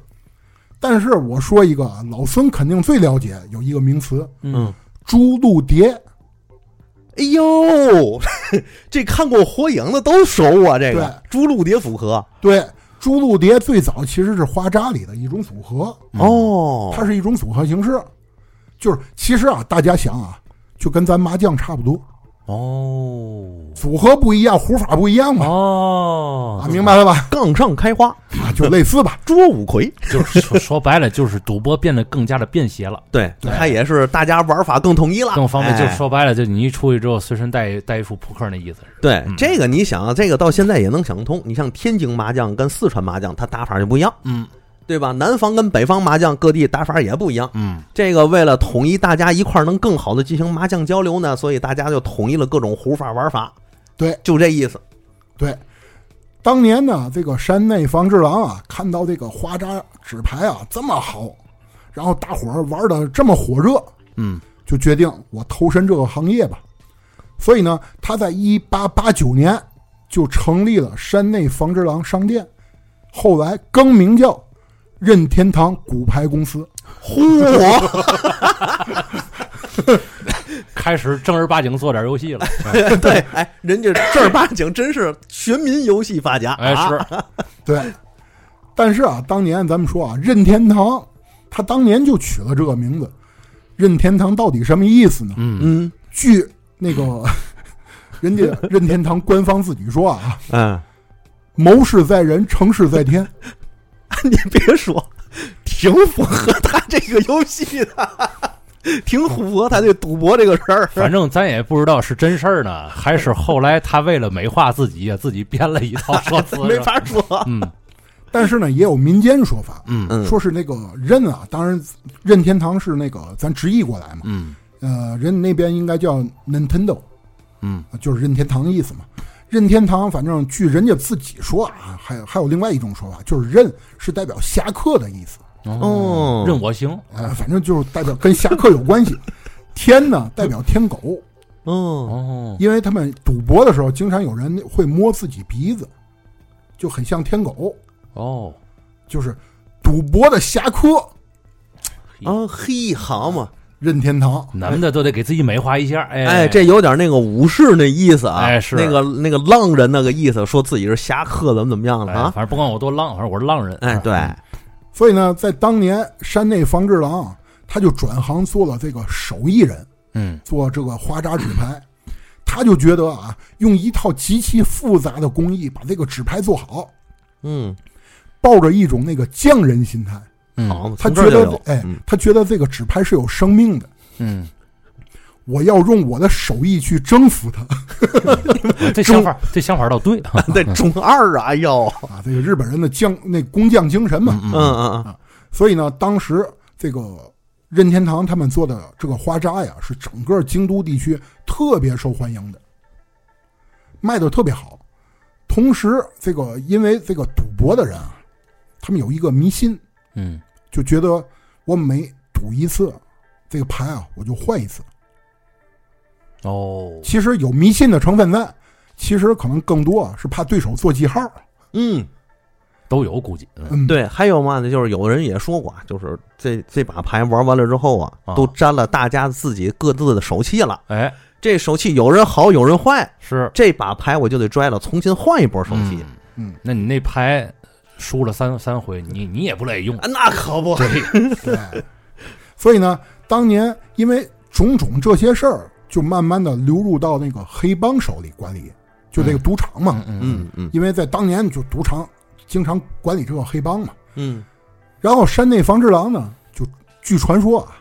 Speaker 3: 但是我说一个啊，老孙肯定最了解，有一个名词
Speaker 1: 嗯，
Speaker 3: 朱鹭蝶，
Speaker 2: 哎呦， 这看过《火影》的都熟啊，这个朱鹭蝶符合
Speaker 3: 对。朱鹭蝶最早其实是花札里的一种组合，
Speaker 2: 哦
Speaker 3: 它是一种组合形式，就是其实啊，大家想啊，就跟咱麻将差不多，
Speaker 1: 哦
Speaker 3: 组合不一样，胡法不一样嘛，
Speaker 1: 哦
Speaker 3: 啊，，明白了吧？
Speaker 2: 杠上开花
Speaker 3: 啊，就类似吧。
Speaker 2: 捉五魁，
Speaker 1: 就是说说白了，就是赌博变得更加的便携了。
Speaker 2: 对，它也是大家玩法更统一了，
Speaker 1: 更方便，
Speaker 2: 哎
Speaker 1: 就是说白了，就你一出去之后，随身带带一副扑克那意思是。
Speaker 2: 对这个，你想啊，这个到现在也能想通。你像天津麻将跟四川麻将，它打法就不一样，
Speaker 1: 嗯
Speaker 2: 对吧？南方跟北方麻将各地打法也不一样。
Speaker 1: 嗯
Speaker 2: 这个为了统一大家一块儿能更好的进行麻将交流呢，所以大家就统一了各种胡法玩法。
Speaker 3: 对，
Speaker 2: 就这意思。
Speaker 3: 对，当年呢，这个山内房之郎啊，看到这个花札纸牌啊这么好，然后大伙儿玩的这么火热，
Speaker 1: 嗯
Speaker 3: 就决定我投身这个行业吧。所以呢，他在一八八九年就成立了山内房之郎商店，后来更名叫任天堂骨牌公司。
Speaker 2: 嚯，
Speaker 1: 开始正儿八经做点游戏 了。
Speaker 2: 对，哎，人家正儿八经真是全民游戏发家，
Speaker 1: 哎，
Speaker 2: 啊
Speaker 1: 是，
Speaker 3: 对，但是啊，当年咱们说啊，任天堂，他当年就取了这个名字。任天堂到底什么意思呢？
Speaker 1: 嗯
Speaker 2: 嗯
Speaker 3: 据那个 人家任天堂官方自己说啊，
Speaker 2: 嗯，
Speaker 3: 谋事在人，成事在天。
Speaker 2: 你 别说，挺符合他这个游戏的，挺符合他这赌博这个事儿。
Speaker 1: 反正咱也不知道是真事儿呢，还啊 是后来他为了美化自己，自己编了一套说辞。
Speaker 2: 没法说。
Speaker 1: 嗯
Speaker 3: 但是呢，也有民间说法，
Speaker 1: 嗯
Speaker 2: 嗯，
Speaker 3: 说是那个任啊，当然任天堂是那个咱直译过来嘛，
Speaker 1: 嗯
Speaker 3: 呃，人那边应该叫 Nintendo，啊
Speaker 1: 嗯
Speaker 3: 就是任天堂的意思嘛。任天堂，反正据人家自己说啊，还有还有另外一种说法，就是任是代表侠客的意思，
Speaker 2: 哦
Speaker 1: 任我行，
Speaker 3: 呃，反正就是代表跟侠客有关系。 天呢，代表天狗，
Speaker 2: 哦，
Speaker 1: 哦，
Speaker 3: 因为他们赌博的时候，经常有人会摸自己鼻子，就很像天狗，
Speaker 1: 哦，
Speaker 3: 就是赌博的侠客
Speaker 2: 啊嘿，好嘛，
Speaker 3: 任天堂。
Speaker 1: 男的都得给自己美化一下，哎
Speaker 2: 哎，这有点那个武士那意思啊，
Speaker 1: 哎是
Speaker 2: 那个那个浪人那个意思，说自己是侠客怎么怎么样的
Speaker 1: 哎
Speaker 2: 啊
Speaker 1: 反，正不管我多浪，反正我是浪人，
Speaker 2: 哎，对，
Speaker 1: 嗯
Speaker 3: 所以呢，在当年山内房之郎啊他就转行做了这个手艺人，
Speaker 1: 嗯
Speaker 3: 做这个花札纸牌。他就觉得啊，用一套极其复杂的工艺把这个纸牌做好，
Speaker 2: 嗯，
Speaker 3: 抱着一种那个匠人心态，
Speaker 1: 嗯
Speaker 2: 好嘛，
Speaker 3: 他
Speaker 2: 从这
Speaker 3: 觉
Speaker 2: 儿就
Speaker 3: 得
Speaker 2: 有，
Speaker 3: 哎
Speaker 2: 嗯，
Speaker 3: 他觉得这个纸牌是有生命的，
Speaker 1: 嗯，
Speaker 3: 我要用我的手艺去征服它。
Speaker 1: 这想法这想法倒对，
Speaker 2: 那嗯中二啊，哎呦，
Speaker 3: 啊，这个日本人的匠那工匠精神嘛。
Speaker 2: 嗯嗯嗯，
Speaker 3: 所以呢，当时这个任天堂他们做的这个花札呀，是整个京都地区特别受欢迎的，卖的特别好。同时，这个因为这个赌博的人啊，他们有一个迷信，
Speaker 1: 嗯
Speaker 3: 就觉得我每赌一次，这个牌啊我就换一次。
Speaker 1: 哦，
Speaker 3: 其实有迷信的成分在，其实可能更多啊是怕对手做记号。
Speaker 2: 嗯。
Speaker 1: 都有估计，嗯
Speaker 3: 嗯，
Speaker 2: 对，还有嘛呢，就是有人也说过啊，就是这这把牌玩完了之后啊，
Speaker 1: 啊
Speaker 2: 都沾了大家自己各自的手气了。
Speaker 1: 哎
Speaker 2: 这手气有人好，有人坏，
Speaker 1: 是
Speaker 2: 这把牌我就得拽了，重新换一波手气。，
Speaker 3: 嗯，
Speaker 1: 那你那牌输了三三回，你你也不乐意用，
Speaker 2: 啊，那可不，
Speaker 1: 对，
Speaker 3: 对， 所以呢，当年因为种种这些事儿，就慢慢的流入到那个黑帮手里管理，就这个赌场嘛。
Speaker 1: 嗯
Speaker 2: 嗯嗯
Speaker 3: 因为在当年就赌场经常管理这个黑帮嘛。
Speaker 2: 嗯，
Speaker 3: 然后山内房之郎呢，就据传说啊，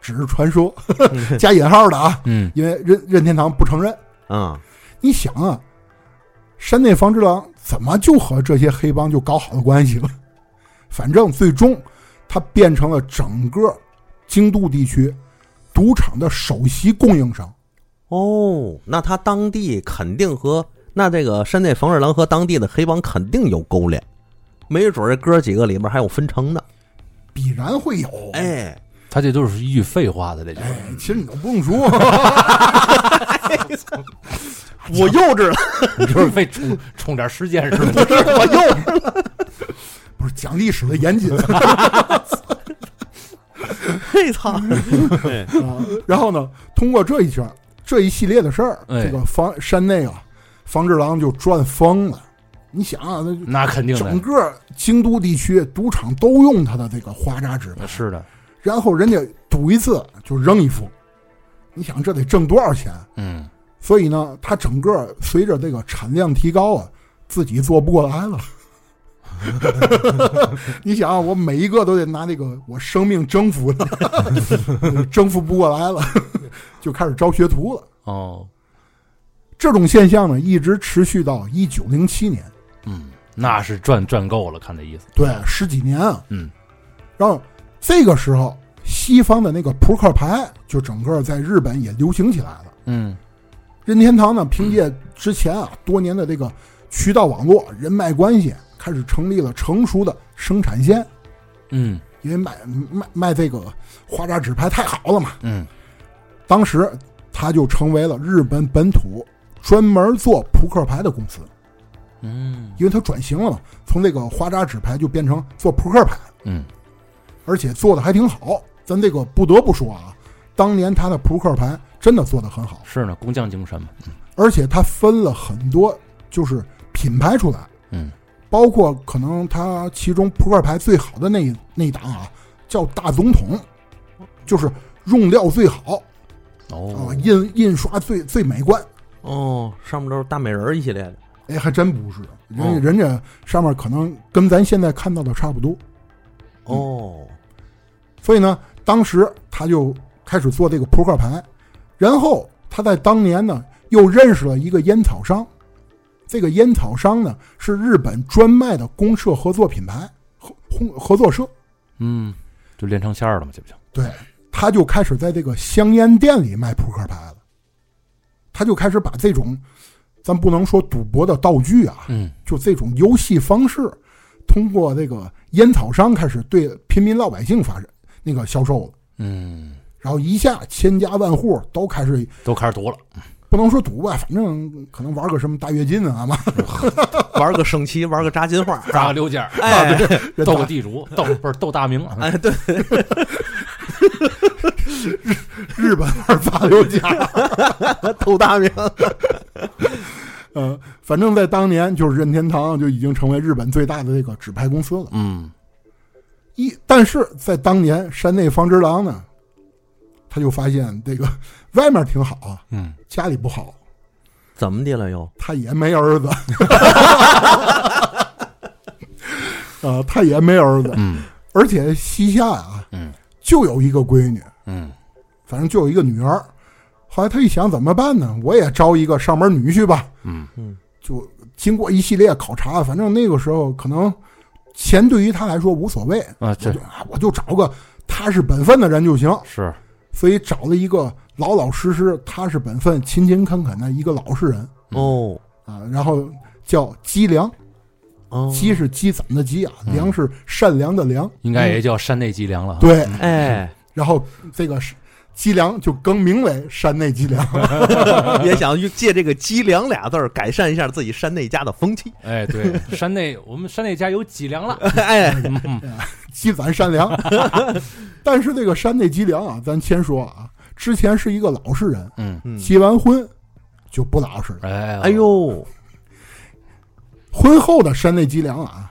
Speaker 3: 只是 传说 加引号的啊，
Speaker 1: 嗯
Speaker 3: 因为任任天堂不承认。
Speaker 2: 啊，
Speaker 3: 你想啊，山内房之郎怎么就和这些黑帮就搞好了关系了？反正最终他变成了整个京都地区赌场的首席供应商。
Speaker 2: 哦，那他当地肯定和那这个山内冯二郎和当地的黑帮肯定有勾连，没准儿这哥几个里边还有分成呢。
Speaker 3: 必然会有，
Speaker 2: 哎，
Speaker 1: 他这都是一句废话的，这就是
Speaker 3: 哎，其实你都不用说，
Speaker 2: 我幼稚了，
Speaker 1: 你就是为充充点时间是吗？
Speaker 2: 我幼稚了。
Speaker 3: 不是讲历史的严谨。
Speaker 2: 嘿操！
Speaker 3: 然后呢，通过这一圈这一系列的事儿，
Speaker 1: 哎
Speaker 3: 这个房山内啊，房之郎就赚疯了。你想啊，那就
Speaker 1: 那肯定
Speaker 3: 整
Speaker 1: 的，
Speaker 3: 个京都地区赌场都用他的这个花札纸牌，
Speaker 1: 是的，
Speaker 3: 然后人家赌一次就扔一副，你想这得挣多少钱？
Speaker 1: 嗯，
Speaker 3: 所以呢，他整个随着这个产量提高啊，自己做不过来了。 你想啊，我每一个都得拿那个我生命征服了， 征服不过来了，就开始招学徒了。
Speaker 1: 哦，
Speaker 3: 这种现象呢，一直持续到一九零七年，
Speaker 1: 嗯，那是赚赚够了，看这意思，
Speaker 3: 对，十几年啊。
Speaker 1: 嗯，
Speaker 3: 然后这个时候，西方的那个扑克牌就整个在日本也流行起来了。
Speaker 1: 嗯，
Speaker 3: 任天堂呢，凭借之前啊多年的这个渠道网络、人脉关系，开始成立了成熟的生产线。
Speaker 1: 嗯
Speaker 3: 因为卖卖卖这个花札纸牌太好了嘛，
Speaker 1: 嗯，
Speaker 3: 当时他就成为了日本本土专门做扑克牌的公司，
Speaker 1: 嗯
Speaker 3: 因为他转型了嘛，从这个花札纸牌就变成做扑克牌，
Speaker 1: 嗯，
Speaker 3: 而且做的还挺好。咱这个不得不说啊，当年他的扑克牌真的做的很好，
Speaker 1: 是呢，工匠精神嘛，
Speaker 3: 而且他分了很多就是品牌出来。
Speaker 1: 嗯，
Speaker 3: 包括可能他其中扑克牌最好的那一那一档啊，叫大总统，就是用料最好啊、
Speaker 1: 哦，
Speaker 3: 印印刷最最美观。
Speaker 2: 哦，上面都是大美人儿一系列的。
Speaker 3: 哎，还真不是，人、
Speaker 1: 哦
Speaker 3: 人家上面可能跟咱现在看到的差不多。
Speaker 2: 哦，
Speaker 3: 所以呢，当时他就开始做这个扑克牌，然后他在当年呢又认识了一个烟草商，这个烟草商呢是日本专卖的公社合作品牌合合合作社，
Speaker 1: 嗯，就连成线儿了嘛，这不就？
Speaker 3: 对，他就开始在这个香烟店里卖扑克牌了，他就开始把这种，咱不能说赌博的道具啊，
Speaker 1: 嗯，
Speaker 3: 就这种游戏方式，通过这个烟草商开始对平民老百姓发展那个销售了，
Speaker 1: 嗯，
Speaker 3: 然后一下千家万户都开始
Speaker 1: 都开始读了，
Speaker 3: 不能说赌吧，反正可能玩个什么大跃进啊嘛，
Speaker 2: 玩个圣棋，玩个扎金 花，
Speaker 1: 扎个溜尖儿，啊
Speaker 2: 哎，
Speaker 3: 人
Speaker 1: 斗
Speaker 3: 大
Speaker 1: 个地主，斗不是斗大名，啊
Speaker 2: 哎，对，
Speaker 3: 日本玩八六家，
Speaker 2: 头大名，
Speaker 3: 呃，反正在当年就是任天堂就已经成为日本最大的这个纸牌公司了。
Speaker 1: 嗯，
Speaker 3: 一，但是在当年山内芳之郎呢，他就发现这个外面挺好啊，
Speaker 1: 嗯，
Speaker 3: 家里不好，
Speaker 2: 怎么的了又？
Speaker 3: 他也没儿子， 呃，他也没儿子，
Speaker 1: 嗯，
Speaker 3: 而且膝下啊，
Speaker 1: 嗯，
Speaker 3: 就有一个闺女，
Speaker 1: 嗯，
Speaker 3: 反正就有一个女儿。后来他一想怎么办呢？我也招一个上门女婿吧。
Speaker 1: 嗯
Speaker 2: 嗯，
Speaker 3: 就经过一系列考察，反正那个时候可能钱对于他来说无所谓，
Speaker 1: 啊，
Speaker 3: 我
Speaker 1: 这
Speaker 3: 就啊我就找个踏实本分的人就行。
Speaker 1: 是，
Speaker 3: 所以找了一个老老实实、踏实本分、勤勤恳恳的一个老实人
Speaker 1: 嗯
Speaker 2: 哦
Speaker 3: 啊，然后叫鸡粮，
Speaker 2: 哦，
Speaker 3: 鸡是积攒的积啊，粮是善良的良，
Speaker 1: 应该也叫山内计量了啊，
Speaker 3: 对，
Speaker 2: 哎，
Speaker 3: 然后这个是鸡粮就更名为山内鸡粮。
Speaker 2: 也想借这个“鸡粮”俩字儿改善一下自己山内家的风气。
Speaker 1: 哎，对，山内我们山内家有脊梁了，
Speaker 2: 哎，
Speaker 1: 嗯
Speaker 3: 积攒善良。但是这个山内积良啊，咱先说啊，之前是一个老实人，
Speaker 1: 嗯，
Speaker 2: 嗯
Speaker 3: 结完婚就不老实了。
Speaker 1: 哎，
Speaker 2: 哎，呦，
Speaker 3: 婚后的山内积良啊，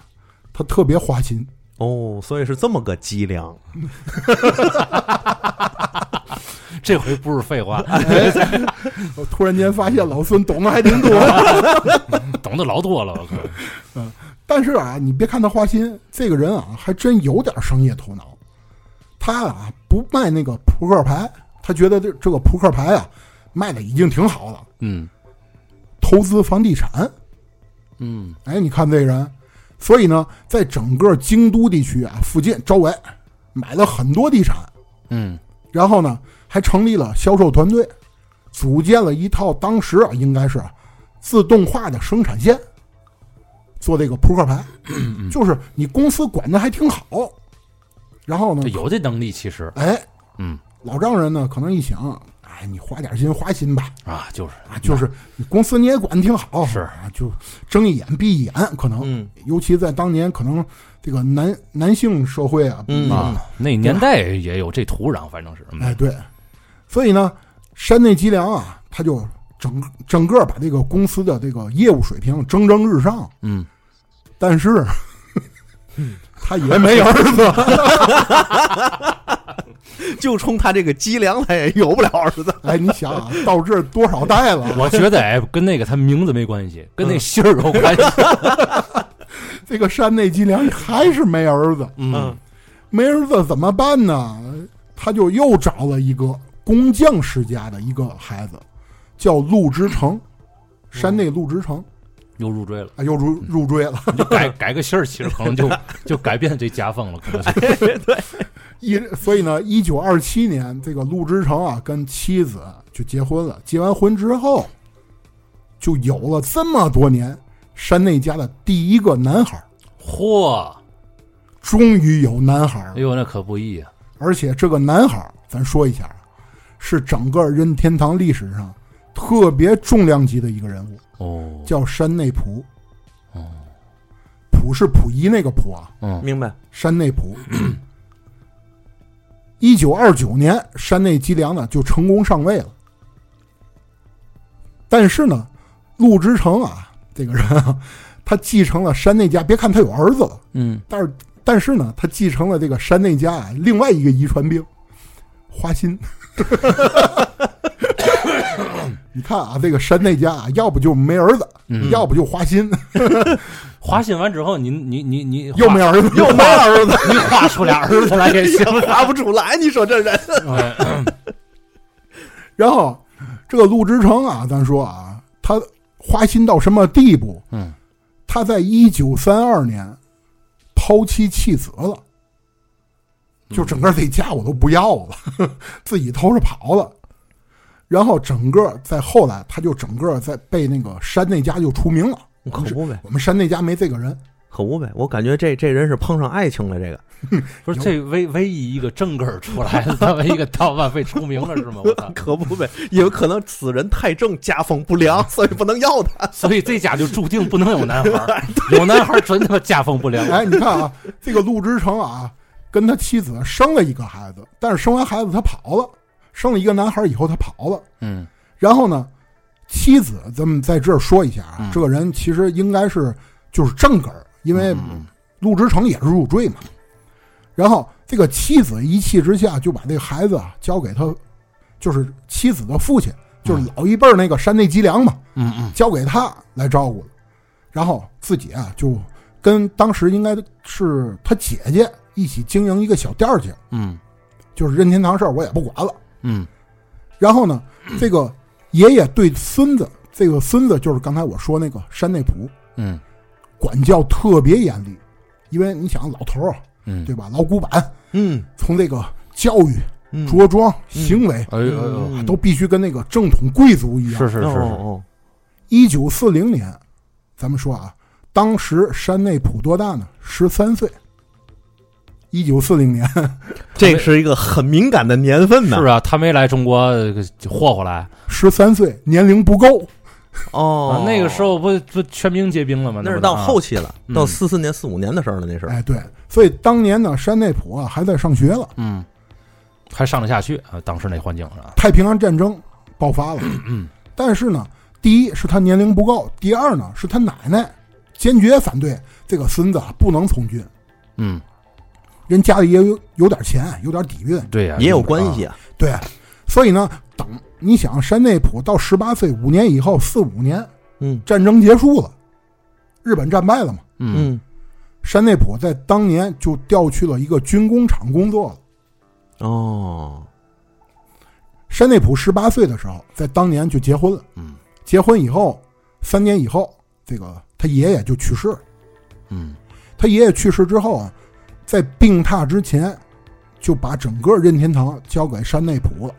Speaker 3: 他特别花心，
Speaker 2: 哦，所以是这么个鸡粮，
Speaker 1: 这回不是废话，
Speaker 3: 哎我突然间发现老孙懂得还挺多。
Speaker 1: 懂得老多了，我靠，
Speaker 3: 但是啊，你别看他花心，这个人啊，还真有点商业头脑。他啊，不卖那个扑克牌，他觉得这这个扑克牌啊，卖的已经挺好了。
Speaker 1: 嗯
Speaker 3: 投资房地产，
Speaker 1: 嗯
Speaker 3: 哎，你看这人，所以呢，在整个京都地区啊附近周围买了很多地产，
Speaker 1: 嗯
Speaker 3: 然后呢，还成立了销售团队，组建了一套当时啊应该是自动化的生产线，做这个扑克牌，就是你公司管的还挺好。然后呢
Speaker 1: 这，有这能力其实，
Speaker 3: 哎，
Speaker 1: 哎嗯
Speaker 3: 老丈人呢可能一想，哎，你花点心花心吧，
Speaker 1: 啊，就是
Speaker 3: 啊，就是你公司你也管得挺好，
Speaker 1: 是
Speaker 3: 啊，就睁一眼闭一眼，可能，
Speaker 2: 嗯
Speaker 3: 尤其在当年，可能这个男男性社会啊，
Speaker 2: 嗯
Speaker 1: 啊，那年代也有这土壤，反正是，嗯
Speaker 3: 哎，对，所以呢，山内吉良啊，他就整整个把这个公司的这个业务水平蒸蒸日上，
Speaker 1: 嗯，
Speaker 3: 但是。 他也嗯没儿子，
Speaker 2: 就冲他这个鸡粮，他也有不了儿子。
Speaker 3: 哎，你想啊，到这儿多少代了？
Speaker 1: 我觉得哎，跟那个他名字没关系，跟那姓儿有关系，
Speaker 3: 这个山内吉良还是没儿子，
Speaker 1: 嗯，
Speaker 3: 没儿子怎么办呢？他就又找了一个工匠世家的一个孩子，叫陆之成，山内陆之成
Speaker 1: 又入赘了，
Speaker 3: 啊，又入入赘了，
Speaker 1: 就改改个姓儿，其实可能就就改变这家风了，可能是，
Speaker 3: 一所以呢，一九二七年，这个陆之成啊跟妻子就结婚了。结完婚之后，就有了这么多年山内家的第一个男孩，
Speaker 1: 嚯，
Speaker 3: 终于有男孩了
Speaker 1: 哎。呦，那可不易啊，
Speaker 3: 而且这个男孩儿，咱说一下啊，是整个任天堂历史上特别重量级的一个人物，
Speaker 1: 哦，
Speaker 3: 叫山内溥。
Speaker 1: 哦，
Speaker 3: 溥是溥仪那个溥啊，
Speaker 1: 嗯
Speaker 2: 明白？
Speaker 3: 山内溥。 一九二九年，山内吉良呢就成功上位了。但是呢，陆之成啊，这个人啊， 他继承了山内家。别看他有儿子了，
Speaker 1: 嗯，
Speaker 3: 但是但是呢，他继承了这个山内家啊另外一个遗传病——花心。 你看啊，这个山内家啊，要不就没儿子，
Speaker 1: 嗯
Speaker 3: 要不就花心，
Speaker 1: 花信完之后，你你你你
Speaker 3: 又没儿子，
Speaker 2: 又没儿子，
Speaker 1: 你画出俩儿子来也行，啊
Speaker 2: 答不出来。你说这 人，
Speaker 1: 呃
Speaker 3: 然后这个陆之成啊，咱说啊，他花心到什么地步？
Speaker 1: 嗯，
Speaker 3: 他在一九三二年抛妻弃子了，就整个自己家我都不要了， 自己偷着跑了。然后整个在后来，他就整个在被那个山内家就除名了。
Speaker 2: 可不呗，
Speaker 3: 我们山内家没这个人，
Speaker 2: 可不呗，我感觉这这人是碰上爱情了，这个！
Speaker 1: 不是这唯唯一一个正根儿出来的，他唯一一个盗版被出名了是吗？我操
Speaker 2: 可不呗，有可能此人太正，家风不良，所以不能要他。
Speaker 1: 所以这家就注定不能有男孩儿，有男孩儿纯他妈家风不良。
Speaker 3: 哎，你看啊， 这个陆之成啊，跟他妻子生了一个孩子，但是生完孩子他跑了，生了一个男孩以后他跑了。
Speaker 1: 嗯
Speaker 3: 然后呢，妻子咱们在这儿说一下啊，
Speaker 1: 嗯
Speaker 3: 这个人其实应该是就是正根儿，因为
Speaker 1: 嗯
Speaker 3: 陆之成也是入赘嘛。然后这个妻子一气之下就把这个孩子啊交给他，就是妻子的父亲，就是老一辈儿那个山内吉良嘛。
Speaker 1: 嗯嗯，
Speaker 3: 交给他来照顾了，然后自己啊就跟当时应该是他姐姐一起经营一个小店儿去，
Speaker 1: 嗯
Speaker 3: 就是任天堂事儿我也不管了。
Speaker 1: 嗯
Speaker 3: 然后呢，这个爷爷对孙子，这个孙子就是刚才我说那个山内溥，
Speaker 1: 嗯
Speaker 3: 管教特别严厉，因为你想老头儿啊
Speaker 1: 嗯，
Speaker 3: 对吧，老古板，
Speaker 2: 嗯，
Speaker 3: 从这个教育、
Speaker 2: 嗯
Speaker 3: 着装、行为
Speaker 1: 哎呦哎呦，
Speaker 2: 嗯
Speaker 3: 都必须跟那个正统贵族一样。
Speaker 1: 是是是是，
Speaker 2: 哦
Speaker 3: 一九四零年，咱们说啊，当时山内溥多大呢？十三岁。一九四零年，
Speaker 2: 这是一个很敏感的年份呢。
Speaker 1: 是啊，他没来中国呃霍霍来，
Speaker 3: 十三岁，年龄不够。
Speaker 1: 啊，
Speaker 2: 哦
Speaker 1: 那个时候不不全民皆兵了吗？
Speaker 2: 那是
Speaker 1: 不
Speaker 2: 到后
Speaker 1: 啊
Speaker 2: 期了，
Speaker 1: 嗯
Speaker 2: 到四四年、四五年的事儿了，那是。
Speaker 3: 哎，对，所以当年呢，山内溥啊还在上学了。
Speaker 1: 嗯，还上得下去啊，当时那环境是吧？
Speaker 3: 太平洋战争爆发了，但是呢，第一是他年龄不够，第二呢是他奶奶坚决反对这个孙子啊不能从军。
Speaker 1: 嗯，
Speaker 3: 人家里也有有点钱，有点底蕴，
Speaker 1: 对呀、
Speaker 2: 也有关系
Speaker 1: 啊。
Speaker 2: 啊，
Speaker 3: 对，所以呢，等你想山内溥到十八岁五年以后，四五年
Speaker 2: 嗯
Speaker 3: 战争结束了，日本战败了嘛，
Speaker 1: 嗯
Speaker 2: 嗯，
Speaker 3: 山内溥在当年就调去了一个军工厂工作了。
Speaker 1: 嗯
Speaker 2: 哦，
Speaker 3: 山内溥十八岁的时候，在当年就结婚了。
Speaker 1: 嗯
Speaker 3: 结婚以后，三年以后，这个他爷爷就去世了。
Speaker 1: 嗯
Speaker 3: 他爷爷去世之后啊，在病榻之前，就把整个任天堂交给山内溥了。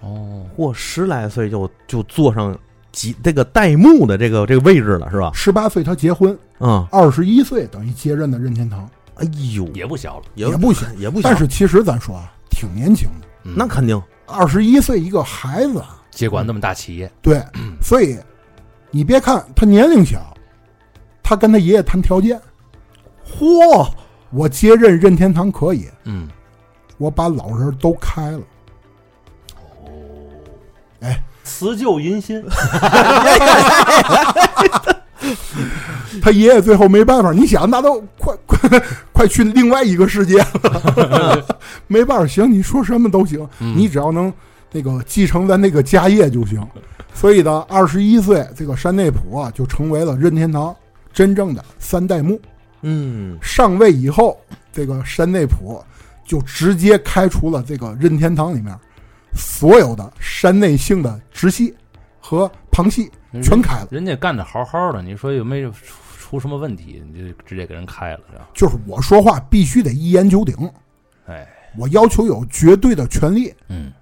Speaker 1: 哦，
Speaker 2: 我十来岁就就坐上几这个代幕的这个这个位置了，是吧？
Speaker 3: 十八岁他结婚，
Speaker 2: 嗯，
Speaker 3: 二十一岁等于接任的任天堂。
Speaker 2: 哎呦，
Speaker 1: 也不小了，
Speaker 2: 也
Speaker 3: 也不行
Speaker 2: 也不行，
Speaker 3: 但是其实咱说啊，挺年轻的，
Speaker 1: 嗯
Speaker 2: 那肯定，
Speaker 3: 二十一岁一个孩子啊，
Speaker 1: 接管那么大企业，
Speaker 3: 对，所以你别看他年龄小，他跟他爷爷谈条件，
Speaker 2: 嚯，
Speaker 3: 我接任任天堂可以，
Speaker 1: 嗯，
Speaker 3: 我把老人都开了。
Speaker 1: 辞旧迎新，
Speaker 3: 他爷爷最后没办法，你想，那都快快快去另外一个世界了，没办法，行，你说什么都行，你只要能那个继承咱那个家业就行。所以呢，二十一岁这个山内溥啊，就成为了任天堂真正的三代目。
Speaker 2: 嗯，
Speaker 3: 上位以后，这个山内溥就直接开除了这个任天堂里面所有的山内姓的直系和旁系
Speaker 1: 嗯
Speaker 3: 全开了。
Speaker 1: 人家干的好好的，你说有没有出出什么问题？你就直接给人开了，是吧？
Speaker 3: 就是我说话必须得一言九鼎，
Speaker 1: 哎，
Speaker 3: 我要求有绝对的权利。
Speaker 1: 嗯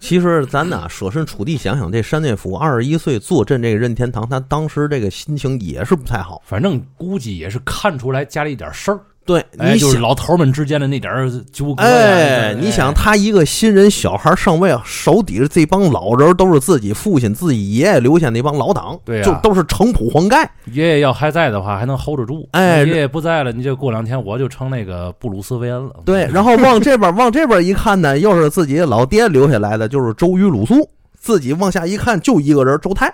Speaker 2: 其实咱呐，设身处地想想，这山内溥二十一岁坐镇这个任天堂，他当时这个心情也是不太好。
Speaker 1: 反正估计也是看出来家里一点事儿，
Speaker 2: 对，
Speaker 1: 哎，
Speaker 2: 你
Speaker 1: 就是
Speaker 2: 想，
Speaker 1: 老头们之间的那点儿纠葛呀。
Speaker 2: 哎，
Speaker 1: 对
Speaker 2: 你想，，他一个新人小孩上位，手底下这帮老人都是自己父亲、自己爷爷留下那帮老党，
Speaker 1: 对呀
Speaker 2: 就都是城浦黄盖。
Speaker 1: 爷爷要还在的话，还能 hold 得住。
Speaker 2: 哎
Speaker 1: 爷爷不在了，你就过两天我就成那个布鲁斯韦恩了。
Speaker 2: 对，然后往这边往这边一看呢，又是自己老爹留下来的，就是周瑜、鲁肃。自己往下一看，就一个人，周泰，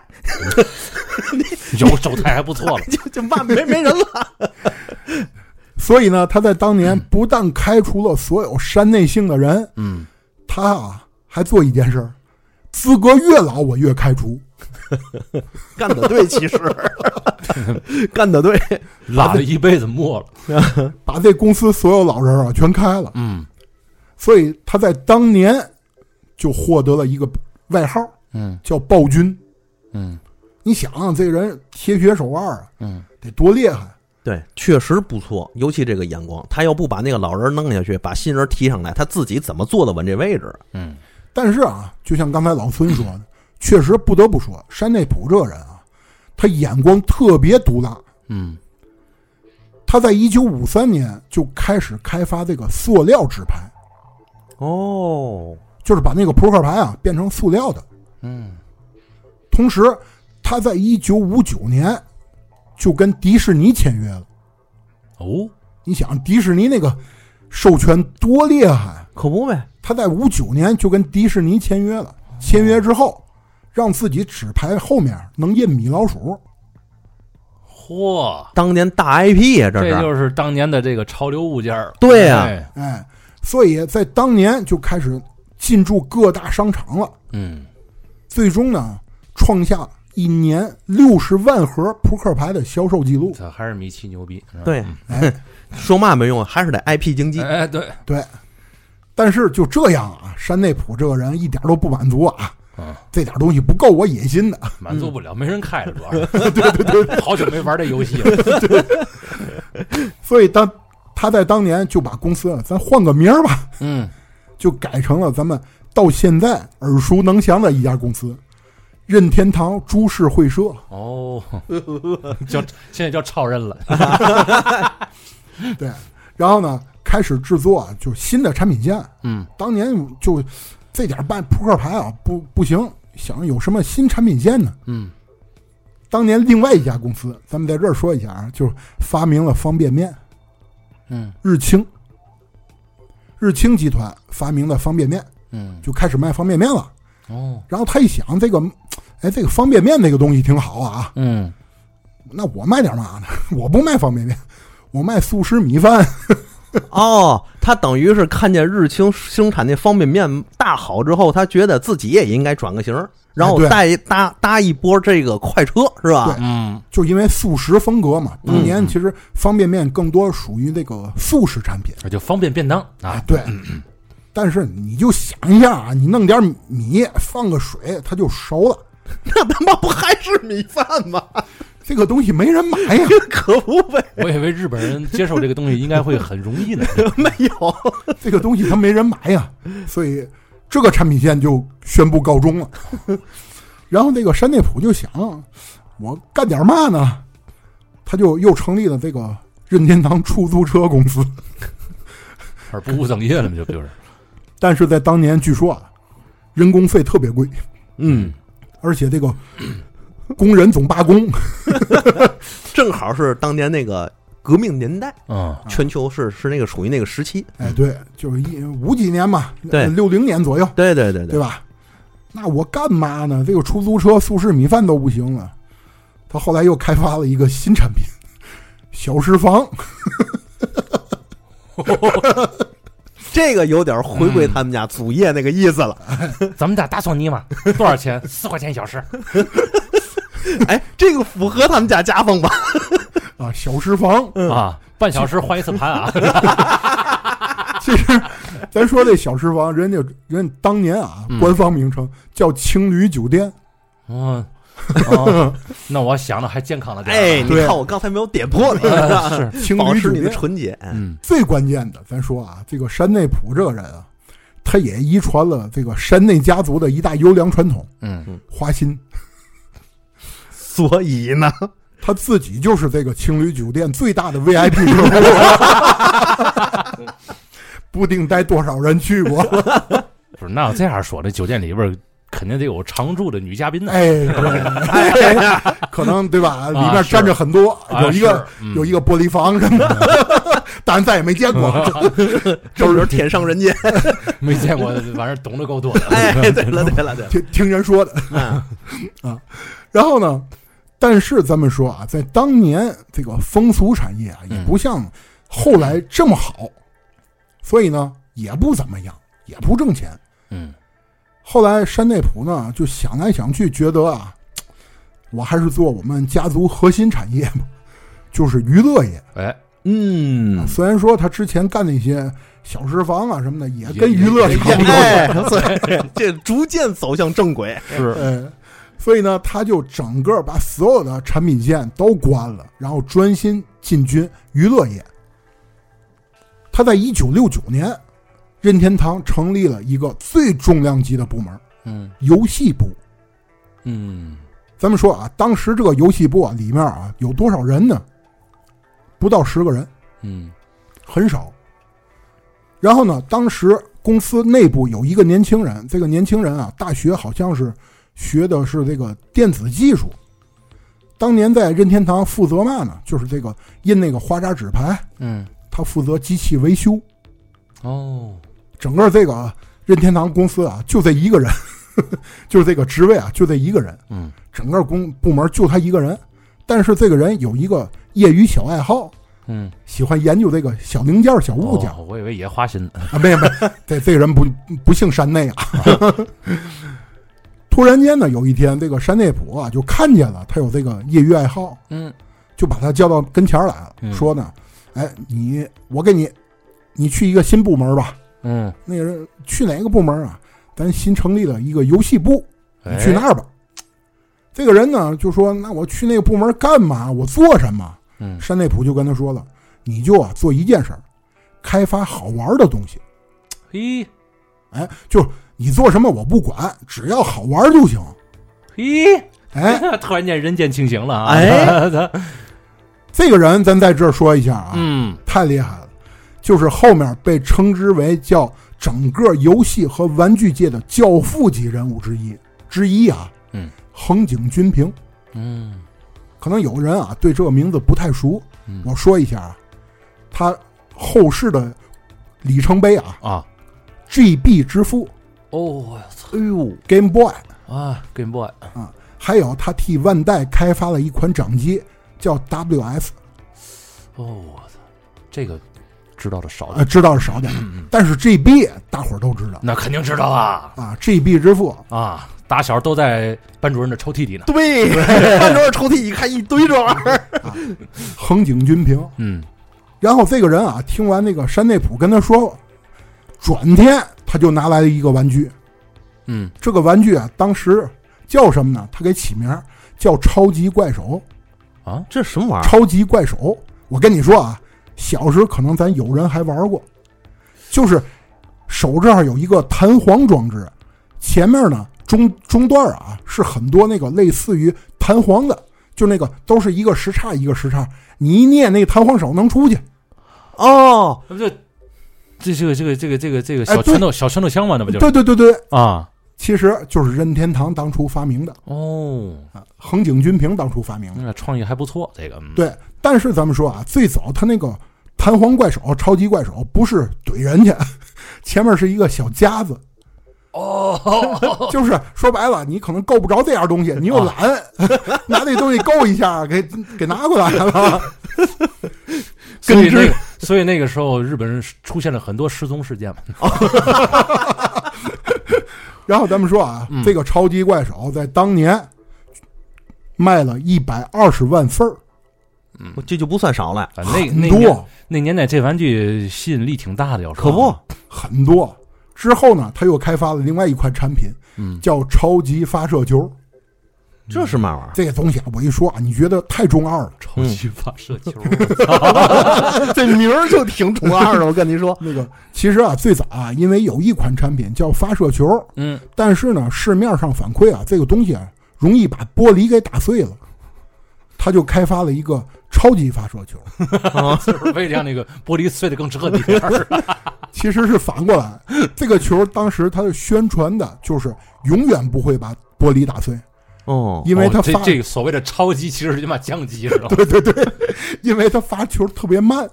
Speaker 1: 有手态还不错 了。
Speaker 2: 就就万没没人了。
Speaker 3: 所以呢，他在当年不但开除了所有山内姓的人，
Speaker 1: 嗯，
Speaker 3: 他啊还做一件事儿，资格越老我越开除。
Speaker 2: 干得 对，其实干得对。
Speaker 1: 拉了一辈子磨了。
Speaker 3: 把这公司所有老人啊全开了，
Speaker 1: 嗯
Speaker 3: 所以他在当年就获得了一个外号
Speaker 1: 嗯
Speaker 3: 叫暴君。
Speaker 1: 嗯
Speaker 3: 你想啊，这人铁血手腕啊，
Speaker 4: 嗯，
Speaker 3: 得多厉害！
Speaker 2: 对，确实不错，尤其这个眼光，他要不把那个老人弄下去，把新人提上来，他自己怎么坐得稳这位置？
Speaker 4: 嗯，
Speaker 3: 但是啊，就像刚才老孙 说的，确实不得不说，山内溥这人啊，他眼光特别毒辣。
Speaker 4: 嗯，
Speaker 3: 他在一九五三年就开始开发这个塑料纸牌，
Speaker 2: 哦，
Speaker 3: 就是把那个扑克牌啊变成塑料的。
Speaker 4: 嗯，
Speaker 3: 同时，他在一九五九年就跟迪士尼签约了。
Speaker 1: 哦，
Speaker 3: 你想，迪士尼那个授权多厉害！
Speaker 2: 可不呗，
Speaker 3: 他在五九年就跟迪士尼签约了。签约之后，让自己纸牌后面能印米老鼠。
Speaker 1: 嚯，
Speaker 2: 当年大 IP 呀、这是啊
Speaker 1: 这就是当年的这个潮流物件儿了。
Speaker 2: 对呀、
Speaker 1: 哎
Speaker 3: 哎，所以在当年就开始进驻各大商场了。
Speaker 4: 嗯，
Speaker 3: 最终呢，创下一年六十万盒扑克牌的销售记录。
Speaker 1: 他还是米奇牛逼。是吧，
Speaker 2: 对，
Speaker 3: 哎，
Speaker 2: 说嘛没用，啊还是得 IP 经济。
Speaker 1: 哎，对，
Speaker 3: 对。但是就这样啊，山内溥这个人一点都不满足啊，
Speaker 1: 嗯
Speaker 3: 这点东西不够我野心的。
Speaker 1: 满足不了，没人开了，主要是。对对对， 好久没玩这游戏了。
Speaker 3: 所以当他在当年就把公司啊咱换个名儿吧，
Speaker 4: 嗯，
Speaker 3: 就改成了咱们到现在耳熟能详的一家公司——任天堂株式会社。
Speaker 1: 哦， 叫现在叫超人了。
Speaker 3: 对，然后呢，开始制作啊就新的产品线。
Speaker 4: 嗯，
Speaker 3: 当年就这点办扑克牌啊，不不行，想有什么新产品线呢？
Speaker 4: 嗯，
Speaker 3: 当年另外一家公司，咱们在这儿说一下啊，就是发明了方便面，
Speaker 4: 嗯，
Speaker 3: 日清，日清集团发明的方便面，
Speaker 4: 嗯，
Speaker 3: 就开始卖方便面了。
Speaker 4: 哦，
Speaker 3: 然后他一想，这个，哎，这个方便面这个东西挺好啊，
Speaker 4: 嗯，
Speaker 3: 那我卖点嘛呢？ 我不卖方便面，我卖速食米饭。
Speaker 2: 哦，他等于是看见日清生产那方便面大好之后，他觉得自己也应该转个型儿，然后
Speaker 3: 哎对
Speaker 2: 带一搭搭一波这个快车是吧？
Speaker 4: 嗯，
Speaker 3: 就因为速食风格嘛，当年其实方便面更多属于那个速食产品
Speaker 1: 就方便便当啊
Speaker 3: 啊，， 对。但是你就想一下啊，你弄点米，放个水，它就熟了。
Speaker 2: 那他妈不还是米饭吗？
Speaker 3: 这个东西没人买呀，
Speaker 2: 可不呗，
Speaker 1: 我以为日本人接受这个东西应该会很容易呢。
Speaker 2: 没有。
Speaker 3: 这个东西它没人买呀，所以这个产品线就宣布告终了。 然后那个山内溥就想，我干点嘛呢？他就又成立了这个任天堂出租车公司。
Speaker 1: 而不务正业了嘛，就就是。
Speaker 3: 但是在当年，据说啊，人工费特别贵，
Speaker 2: 嗯，
Speaker 3: 而且这个 工人总罢工，
Speaker 2: 正好是当年那个革命年代，
Speaker 3: 啊
Speaker 1: 嗯，
Speaker 2: 全球是是那个属于那个时期。
Speaker 3: 哎，对，就是一五几年嘛，
Speaker 2: 嗯对
Speaker 3: 六零年左右，
Speaker 2: 对对对
Speaker 3: 对，吧？那我干嘛呢？这个出租车、速食米饭都不行了。他后来又开发了一个新产品， 小食房。
Speaker 2: 这个有点回
Speaker 3: 嗯
Speaker 2: 归他们家祖业那个意思了。
Speaker 1: 嗯咱们家打索尼嘛，多少钱？四块钱一小时。
Speaker 2: 哎，这个符合他们家家风吧？
Speaker 3: 啊，小 食房，
Speaker 1: 啊，半小时换一次盘啊。
Speaker 3: 其实咱说这小食房，人家人家当年啊，
Speaker 2: 嗯
Speaker 3: 官方名称叫情侣酒店，
Speaker 1: 嗯，哦那我想的还健康了点儿啊。
Speaker 2: 哎，你看我刚才没有点破你，
Speaker 1: 是
Speaker 3: 情
Speaker 2: 保
Speaker 3: 侣
Speaker 2: 持
Speaker 3: 酒
Speaker 2: 你的
Speaker 3: 店。
Speaker 2: 纯洁。
Speaker 4: 嗯，
Speaker 3: 最关键的，咱说啊，这个山内溥这个人啊，他也遗传了这个山内家族的一大优良传统
Speaker 4: 嗯，
Speaker 3: ——花心。
Speaker 2: 所以呢，
Speaker 3: 他自己就是这个情侣酒店最大的 VIP 客户，不定带多少人去 过。
Speaker 1: 不是，那要这样说，那酒店里边儿肯定得有常住的女嘉宾呢。
Speaker 3: 哎，对可能对吧？里面站着很多，
Speaker 1: 啊
Speaker 3: 有一个
Speaker 1: 是嗯
Speaker 3: 有一个玻璃房什么的， 但再也没见过。
Speaker 2: 都是天上人间。
Speaker 1: 没见过，反正懂得够多的。
Speaker 2: 哎，对了对了对了，
Speaker 3: 听听人说的 啊。然后呢，但是咱们说啊，在当年这个风俗产业啊，也不像后来这么好，所以呢，也不怎么样，也不挣钱。
Speaker 4: 嗯，
Speaker 3: 后来山内溥呢，就想来想去，觉得啊，我还是做我们家族核心产业吧，就是娱乐业。
Speaker 1: 哎，
Speaker 2: 嗯，
Speaker 3: 虽然说他之前干那些小食房啊什么的，也
Speaker 1: 也
Speaker 2: 哎
Speaker 3: 跟娱乐
Speaker 1: 也
Speaker 3: 差不多。
Speaker 2: 哎，所以这逐渐走向正轨。
Speaker 1: 是
Speaker 3: 呃，所以呢，他就整个把所有的产品线都关了，然后专心进军娱乐业。他在一九六九年，任天堂成立了一个最重量级的部门
Speaker 1: 嗯
Speaker 3: ——游戏部。
Speaker 1: 嗯
Speaker 3: 咱们说啊，当时这个游戏部啊，里面啊有多少人呢？不到十个人，
Speaker 1: 嗯
Speaker 3: 很少。然后呢，当时公司内部有一个年轻人，这个年轻人啊，大学好像是学的是这个电子技术。当年在任天堂负责嘛呢？就是这个印那个花札纸牌，
Speaker 1: 嗯，
Speaker 3: 他负责机器维修。
Speaker 1: 哦，
Speaker 3: 整个这个任天堂公司啊，就这一个人， 就是这个职位啊，就这一个人。
Speaker 1: 嗯，
Speaker 3: 整个公部门就他一个人，但是这个人有一个业余小爱好，
Speaker 1: 嗯，
Speaker 3: 喜欢研究这个小零件、小物件。
Speaker 1: 哦我以为也花心呢。
Speaker 3: 啊，没有没有，这这个人不不姓山内啊。 突然间呢，有一天，这个山内普啊就看见了他有这个业余爱好，
Speaker 1: 嗯
Speaker 3: 就把他叫到跟前儿来了，
Speaker 1: 嗯
Speaker 3: 说呢，哎，你我给你，你去一个新部门吧。
Speaker 1: 嗯，
Speaker 3: 那个人去哪个部门啊？咱新成立了一个游戏部，你去
Speaker 1: 哎
Speaker 3: 那？儿吧。这个人呢就说，那我去那个部门干嘛？我做什么？
Speaker 1: 嗯
Speaker 3: 山内普就跟他说了，你就啊做一件事儿，开发好玩儿的东西。
Speaker 1: 嘿
Speaker 3: 哎，就是你做什么我不管，只要好玩就行。
Speaker 1: 嘿，
Speaker 3: 哎，
Speaker 1: 突然间人间清醒了啊！
Speaker 2: 哎
Speaker 1: 他，
Speaker 3: 这个人咱在这儿说一下啊，
Speaker 1: 嗯
Speaker 3: 太厉害了，就是后面被称之为叫整个游戏和玩具界的教父级人物之一之一啊。
Speaker 1: 嗯，
Speaker 3: 横井军平，
Speaker 1: 嗯
Speaker 3: 可能有人啊对这个名字不太熟，
Speaker 1: 嗯
Speaker 3: 我说一下啊，他后世的里程碑啊
Speaker 1: 啊，
Speaker 3: ，GB 之父
Speaker 1: 哦，我操
Speaker 2: 哎呦，
Speaker 3: Game Boy，
Speaker 1: 啊，Game Boy，
Speaker 3: 还有他替万代开发了一款掌机叫 WS。
Speaker 1: 哦，我操，这个知道的少
Speaker 3: 呃，
Speaker 1: 点，
Speaker 3: 知道是少点儿，但是 GB 大伙儿都知道
Speaker 1: 那肯定知道啊
Speaker 3: 啊，GB 之父，
Speaker 1: 啊，打小都在班主任的抽屉里呢。
Speaker 2: 对，翻着抽屉一看，一堆这玩意儿，
Speaker 3: 横井军平。
Speaker 1: 嗯
Speaker 3: 然后这个人啊，听完那个山内普跟他说，转天他就拿来了一个玩具，
Speaker 1: 嗯，
Speaker 3: 这个玩具啊，当时叫什么呢？他给起名儿叫超级怪手，
Speaker 2: 这什
Speaker 1: 啊
Speaker 2: 么玩意儿？
Speaker 3: 超级怪手。我跟你说啊，小时候可能咱有人还玩过，就是手这儿有一个弹簧装置，前面呢中中段啊是很多那个类似于弹簧的，就那个都是一个时差一个时差，你一捏那弹簧手能出去。
Speaker 2: 哦，
Speaker 1: 那不就这这个这个这个这个这个
Speaker 3: 哎
Speaker 1: 小
Speaker 3: 对
Speaker 1: 拳头小拳头箱嘛，那不就是
Speaker 3: 对对对对，
Speaker 1: 啊？
Speaker 3: 其实就是任天堂当初发明的
Speaker 1: 哦，
Speaker 3: 啊，横井军平当初发明的。
Speaker 1: 那创意还不错，这个嗯
Speaker 3: 对，但是咱们说啊，最早他那个弹簧怪手、超级怪手不是怼人去， 前面是一个小夹子。哦，就是说白了，你可能够不着这样东西，你
Speaker 1: 哦
Speaker 3: 又懒， 拿那东西够一下，给给拿过来了。
Speaker 1: 所以
Speaker 2: 根
Speaker 1: 那
Speaker 2: 植
Speaker 1: 个，所以那个时候日本人出现了很多失踪事件嘛。
Speaker 3: 然后咱们说啊，
Speaker 1: 嗯
Speaker 3: 这个超级怪手在当年卖了一百二十万份儿，
Speaker 2: 这就不算少了，
Speaker 1: 啊，那
Speaker 3: 很
Speaker 1: 那年
Speaker 3: 多
Speaker 1: 那年代这玩具吸引力挺大的，要说
Speaker 2: 可不，
Speaker 3: 很多。之后呢，他又开发了另外一款产品，
Speaker 1: 嗯
Speaker 3: 叫超级发射球。
Speaker 2: 这是嘛玩意
Speaker 3: 这个东西啊，我一说啊，你觉得太中二了。
Speaker 1: 超级发射球，
Speaker 2: 儿？ 这名儿就挺中二的，我跟你说，
Speaker 3: 那个其实啊，最早啊，因为有一款产品叫发射球，
Speaker 1: 嗯，
Speaker 3: 但是呢，市面上反馈啊，这个东西啊，容易把玻璃给打碎了，他就开发了一个超级 发射球，
Speaker 1: 就是为了让那个玻璃碎的更彻底点儿。
Speaker 3: 其实是反过来，这个球当时它的宣传的就是永远不会把玻璃打碎，
Speaker 2: 哦，
Speaker 3: 因为它
Speaker 1: 哦这
Speaker 3: 发、
Speaker 1: 这个所谓的超级，其实是他妈降级，知道吗？
Speaker 3: 因为它发球特别慢，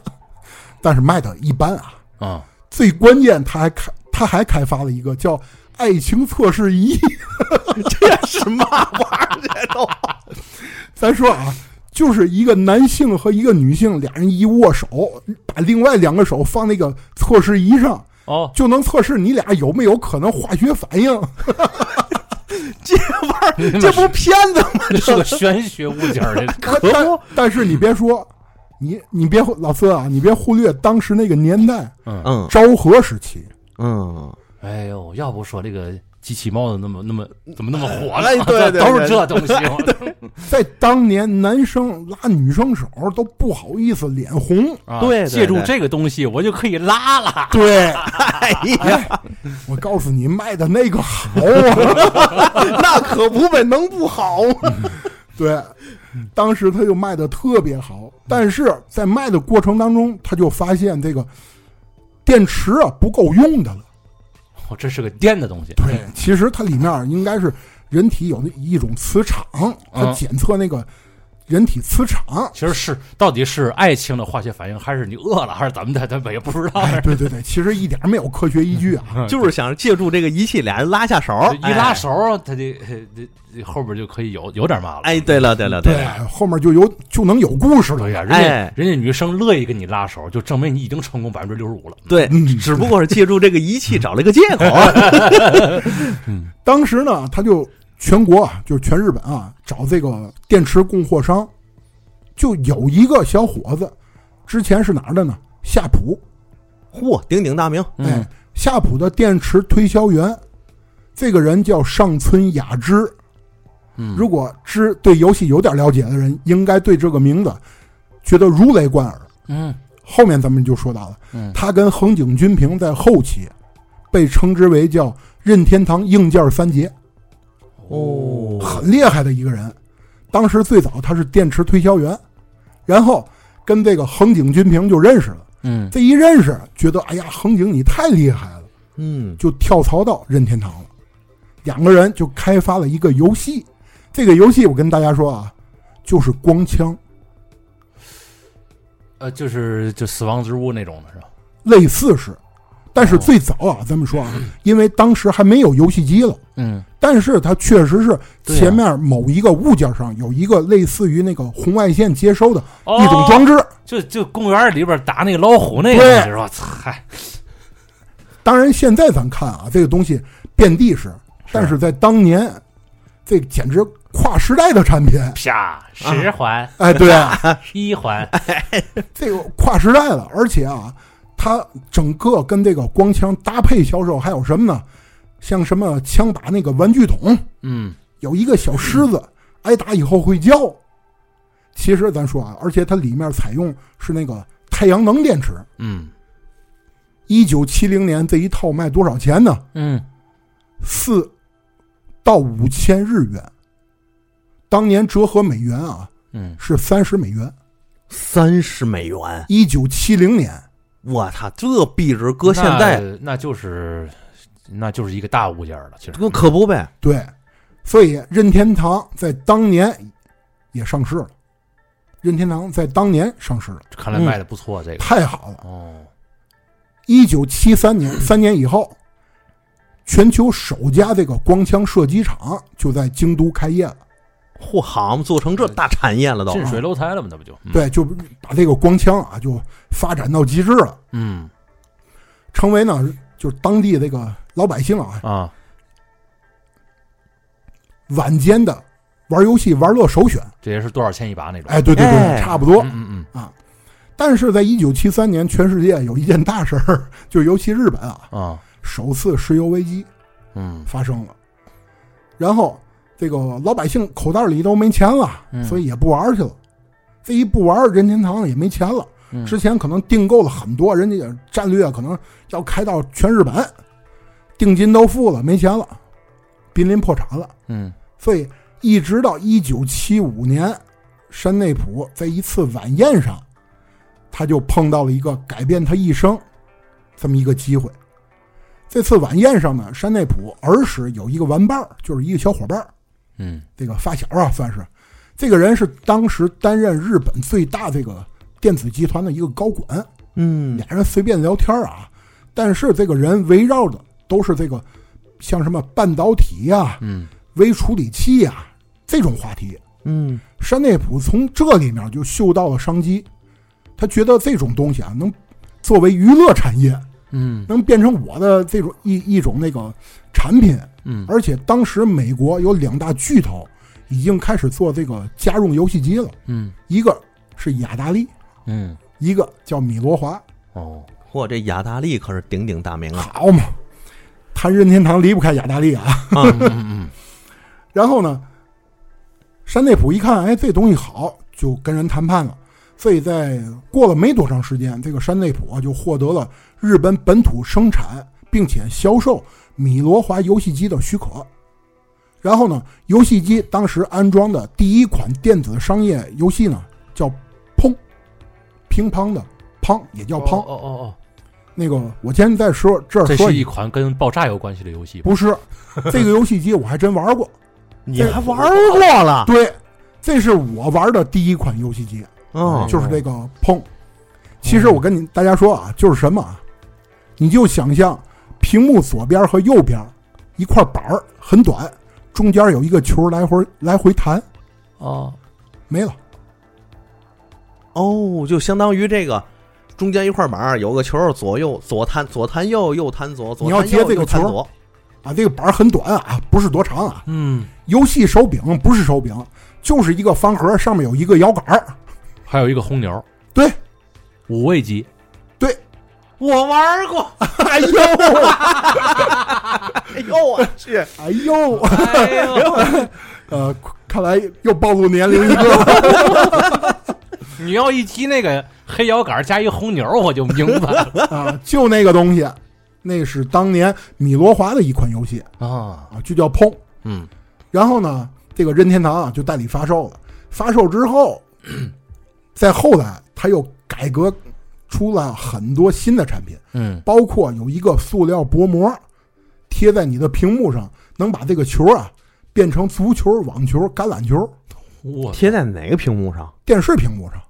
Speaker 3: 但是卖的一般啊。
Speaker 1: 啊，
Speaker 3: 最关键，他还开他还开发了一个叫“爱情测试仪”，
Speaker 2: 这什么玩意儿？ 这都
Speaker 3: 咱说啊，就是一个男性和一个女性俩人一握手，把另外两个手放那个测试仪上，
Speaker 1: 哦，
Speaker 3: 就能测试你俩有没有可能化学反应。
Speaker 2: 这不骗子吗？
Speaker 1: 那是个玄学物件儿，这
Speaker 3: 可 但但是你别说，你你别老孙啊，你别忽略当时那个年代
Speaker 2: 嗯
Speaker 3: 昭和时期，
Speaker 2: 嗯，
Speaker 1: 哎呦，要不说这个机器猫的那么那么怎么那么火呢？
Speaker 2: 哎对对
Speaker 1: 都是
Speaker 2: 对
Speaker 1: 这东西。
Speaker 3: 在当年，男生拉女生手都不好意思脸红。
Speaker 1: 啊
Speaker 2: 对对
Speaker 1: 借助
Speaker 2: 对
Speaker 1: 这个东西，我就可以拉了。
Speaker 3: 对，
Speaker 2: 哎呀，
Speaker 3: 我告诉你，卖的那个好啊！
Speaker 2: 那可不呗，能不好吗？
Speaker 3: 对，当时他就卖的特别好，但是在卖的过程当中，他就发现这个电池啊不够用的了。
Speaker 1: 哦，这是个颠的东西。
Speaker 3: 对，其实它里面应该是人体有那一种磁场，它
Speaker 1: 嗯
Speaker 3: 检测那个人体磁场。
Speaker 1: 其实是到底是爱情的化学反应，还是你饿了，还是怎么的？咱们也不知道。
Speaker 3: 哎，对对对，其实一点没有科学依据啊。
Speaker 2: 就是想借助这个仪器，俩人拉下手
Speaker 1: 就，一拉
Speaker 2: 哎。
Speaker 1: 手儿，他这这这后边就可以有有点嘛了。
Speaker 2: 哎，对了，对了，
Speaker 3: 对
Speaker 2: 了，，
Speaker 3: 后面就有就能有故事了
Speaker 1: 对
Speaker 3: 呀。
Speaker 1: 呀，人家、
Speaker 2: 哎
Speaker 1: 人家女生乐意跟你拉手，就证明你已经成功百分之六十五了。
Speaker 2: 对，
Speaker 3: 嗯
Speaker 2: 只不过是借助这个仪器找了一个借口。
Speaker 3: 当时呢，他就全国啊，就是全日本啊，找这个电池供货商，就有一个小伙子，之前是哪儿的呢？夏普，
Speaker 2: 嚯，鼎鼎大名，
Speaker 3: 哎，夏普的电池推销员，这个人叫上村雅之。
Speaker 1: 嗯
Speaker 3: 如果知对游戏有点了解的人，应该对这个名字觉得如雷贯耳。
Speaker 1: 嗯
Speaker 3: 后面咱们就说到了，
Speaker 1: 嗯
Speaker 3: 他跟横井军平在后期被称之为叫任天堂硬件三杰，
Speaker 2: 哦
Speaker 3: 很厉害的一个人。当时最早他是电池推销员，然后跟这个横井军平就认识了。
Speaker 1: 嗯
Speaker 3: 这一认识，觉得哎呀，横井你太厉害了，
Speaker 2: 嗯，
Speaker 3: 就跳槽到任天堂了。两个人就开发了一个游戏，这个游戏我跟大家说啊，就是光枪，
Speaker 1: 呃，就是就死亡之屋那种的是吧？
Speaker 3: 类似是。但
Speaker 1: 哦
Speaker 3: 是最早啊，咱们说啊，因为当时还没有游戏机了，
Speaker 1: 嗯
Speaker 3: 但是它确实是
Speaker 1: 对啊
Speaker 3: 前面某一个物件上有一个类似于那个红外线接收的一种
Speaker 1: 哦，
Speaker 3: 装置。
Speaker 1: 就就公园里边打那个老虎那个
Speaker 3: 对
Speaker 1: 东西是吧？嗨，
Speaker 3: 当然，现在咱看啊，这个东西遍地是，但是在当年，这简直跨时代的产品。
Speaker 1: 啪十环
Speaker 3: 哎，对啊，
Speaker 1: 一环，
Speaker 3: 这个跨时代了，而且啊，它整个跟这个光枪搭配销售，还有什么呢？像什么枪把那个玩具桶，
Speaker 1: 嗯
Speaker 3: 有一个小狮子，挨打以后会叫。其实咱说啊，而且它里面采用是那个太阳能电池。
Speaker 1: 嗯
Speaker 3: 一九七零年这一套卖多少钱呢？
Speaker 1: 嗯，
Speaker 3: 四到五千日元，当年折合美元啊
Speaker 1: 嗯，
Speaker 3: 是三十美元。
Speaker 2: 三十美元，
Speaker 3: 一九七零年，
Speaker 2: 我操，这币值搁现在
Speaker 1: 那那就是那就是一个大物件了，其实
Speaker 2: 可可不呗？
Speaker 3: 对，所以任天堂在当年也上市了。任天堂在当年上市了，
Speaker 1: 看来卖的不错，这个
Speaker 3: 太好了！
Speaker 1: 哦，
Speaker 3: 一九七三年，三年以后，全球首家这个光枪射击场就在京都开业了。
Speaker 2: 嚯，好嘛，做成这大产业了都。
Speaker 1: 近水楼台了嘛，那不就
Speaker 3: 对，就把这个光枪啊，就发展到极致了，
Speaker 1: 嗯
Speaker 3: 成为呢就是当地这个老百姓啊
Speaker 1: 啊
Speaker 3: 晚间的玩游戏玩乐首选。
Speaker 1: 这也是多少钱一把那种？
Speaker 3: 哎，对对对，
Speaker 2: 哎
Speaker 3: 差不多。
Speaker 1: 嗯嗯
Speaker 3: 但是在一九七三年，全世界有一件大事儿， 就尤其日本啊，
Speaker 1: 嗯啊
Speaker 3: 首次石油危机
Speaker 1: 嗯
Speaker 3: 发生了。然后这个老百姓口袋里都没钱了，
Speaker 1: 嗯
Speaker 3: 所以也不玩去了。这一不玩，任天堂也没钱了。
Speaker 1: 嗯
Speaker 3: 之前可能订购了很多，人家也战略可能要开到全日本，定金都付了，没钱了，濒临破产了。
Speaker 1: 嗯
Speaker 3: 所以一直到一九七五年，山内溥在一次晚宴上，他就碰到了一个改变他一生这么一个机会。这次晚宴上呢，山内溥儿时有一个玩伴儿，就是一个小伙伴儿，
Speaker 1: 嗯
Speaker 3: 这个发小啊，算是。这个人是当时担任日本最大这个电子集团的一个高管，
Speaker 2: 嗯
Speaker 3: 俩人随便聊天啊，但是这个人围绕的都是这个像什么半导体呀、
Speaker 1: 嗯
Speaker 3: 微处理器呀、这种话题。
Speaker 2: 嗯，
Speaker 3: 山内溥从这里面就嗅到了商机，他觉得这种东西啊，能作为娱乐产业，
Speaker 1: 嗯
Speaker 3: 能变成我的这种一一种那个产品。
Speaker 1: 嗯
Speaker 3: 而且当时美国有两大巨头已经开始做这个家用游戏机了，
Speaker 1: 嗯
Speaker 3: 一个是雅达利，
Speaker 1: 嗯
Speaker 3: 一个叫米罗华，
Speaker 1: 哦
Speaker 2: 嚯，这雅达利可是鼎鼎大名啊！
Speaker 3: 好嘛。谈任天堂离不开雅达利啊。
Speaker 1: 嗯
Speaker 3: 然后呢，山内溥一看，哎，这东西好，就跟人谈判了。所以在过了没多长时间，这个山内溥啊就获得了日本本土生产并且销售米罗华游戏机的许可。然后呢，游戏机当时安装的第一款电子商业游戏呢，叫“砰”，乒乓的“乓”也叫“
Speaker 1: 哦
Speaker 3: 乓”
Speaker 1: 哦哦
Speaker 3: 那个，我今天在说这儿
Speaker 1: 哦，这
Speaker 3: 说
Speaker 1: 是一款跟爆炸有关系的游戏吧。
Speaker 3: 不是这个游戏机，我还真玩过。
Speaker 2: 你还玩过了？
Speaker 3: 对，这是我玩的第一款游戏机，
Speaker 2: 嗯，
Speaker 3: 就是这个砰。其实我跟你大家说啊，就是什么啊，你就想象屏幕左边和右边一块板儿很短，中间有一个球来回来回弹，
Speaker 1: 哦，
Speaker 3: 没了。
Speaker 2: 哦，就相当于这个中间一块板儿有个球，左右左弹左弹右，右弹左，左
Speaker 3: 你要
Speaker 2: 弹右
Speaker 3: 接这个
Speaker 2: 右弹
Speaker 3: 球
Speaker 2: 左。
Speaker 3: 啊，这个板儿很短啊，不是多长啊。
Speaker 1: 嗯，
Speaker 3: 游戏手柄不是手柄，就是一个方盒，上面有一个摇杆儿。
Speaker 1: 还有一个红牛，
Speaker 3: 对，
Speaker 1: 五味机，
Speaker 3: 对，
Speaker 2: 我玩过，
Speaker 3: 哎呦，
Speaker 2: 哎呦我去！
Speaker 3: 哎呦，
Speaker 1: 哎 呦，
Speaker 3: 呃，看来又暴露年龄一个。
Speaker 1: 你要一提那个黑摇杆加一红牛，我就明白了
Speaker 3: 啊，就那个东西，那是当年米罗华的一款游戏
Speaker 1: 啊。
Speaker 3: 啊，就叫砰。
Speaker 2: 嗯，
Speaker 3: 然后呢，这个任天堂啊就代理发售了。发售之后，在后来他又改革出了很多新的产品，
Speaker 1: 嗯，
Speaker 3: 包括有一个塑料薄膜贴在你的屏幕上，能把这个球啊变成足球、网球、橄榄球，
Speaker 1: 我
Speaker 2: 贴在哪个屏幕上？
Speaker 3: 电视屏幕上。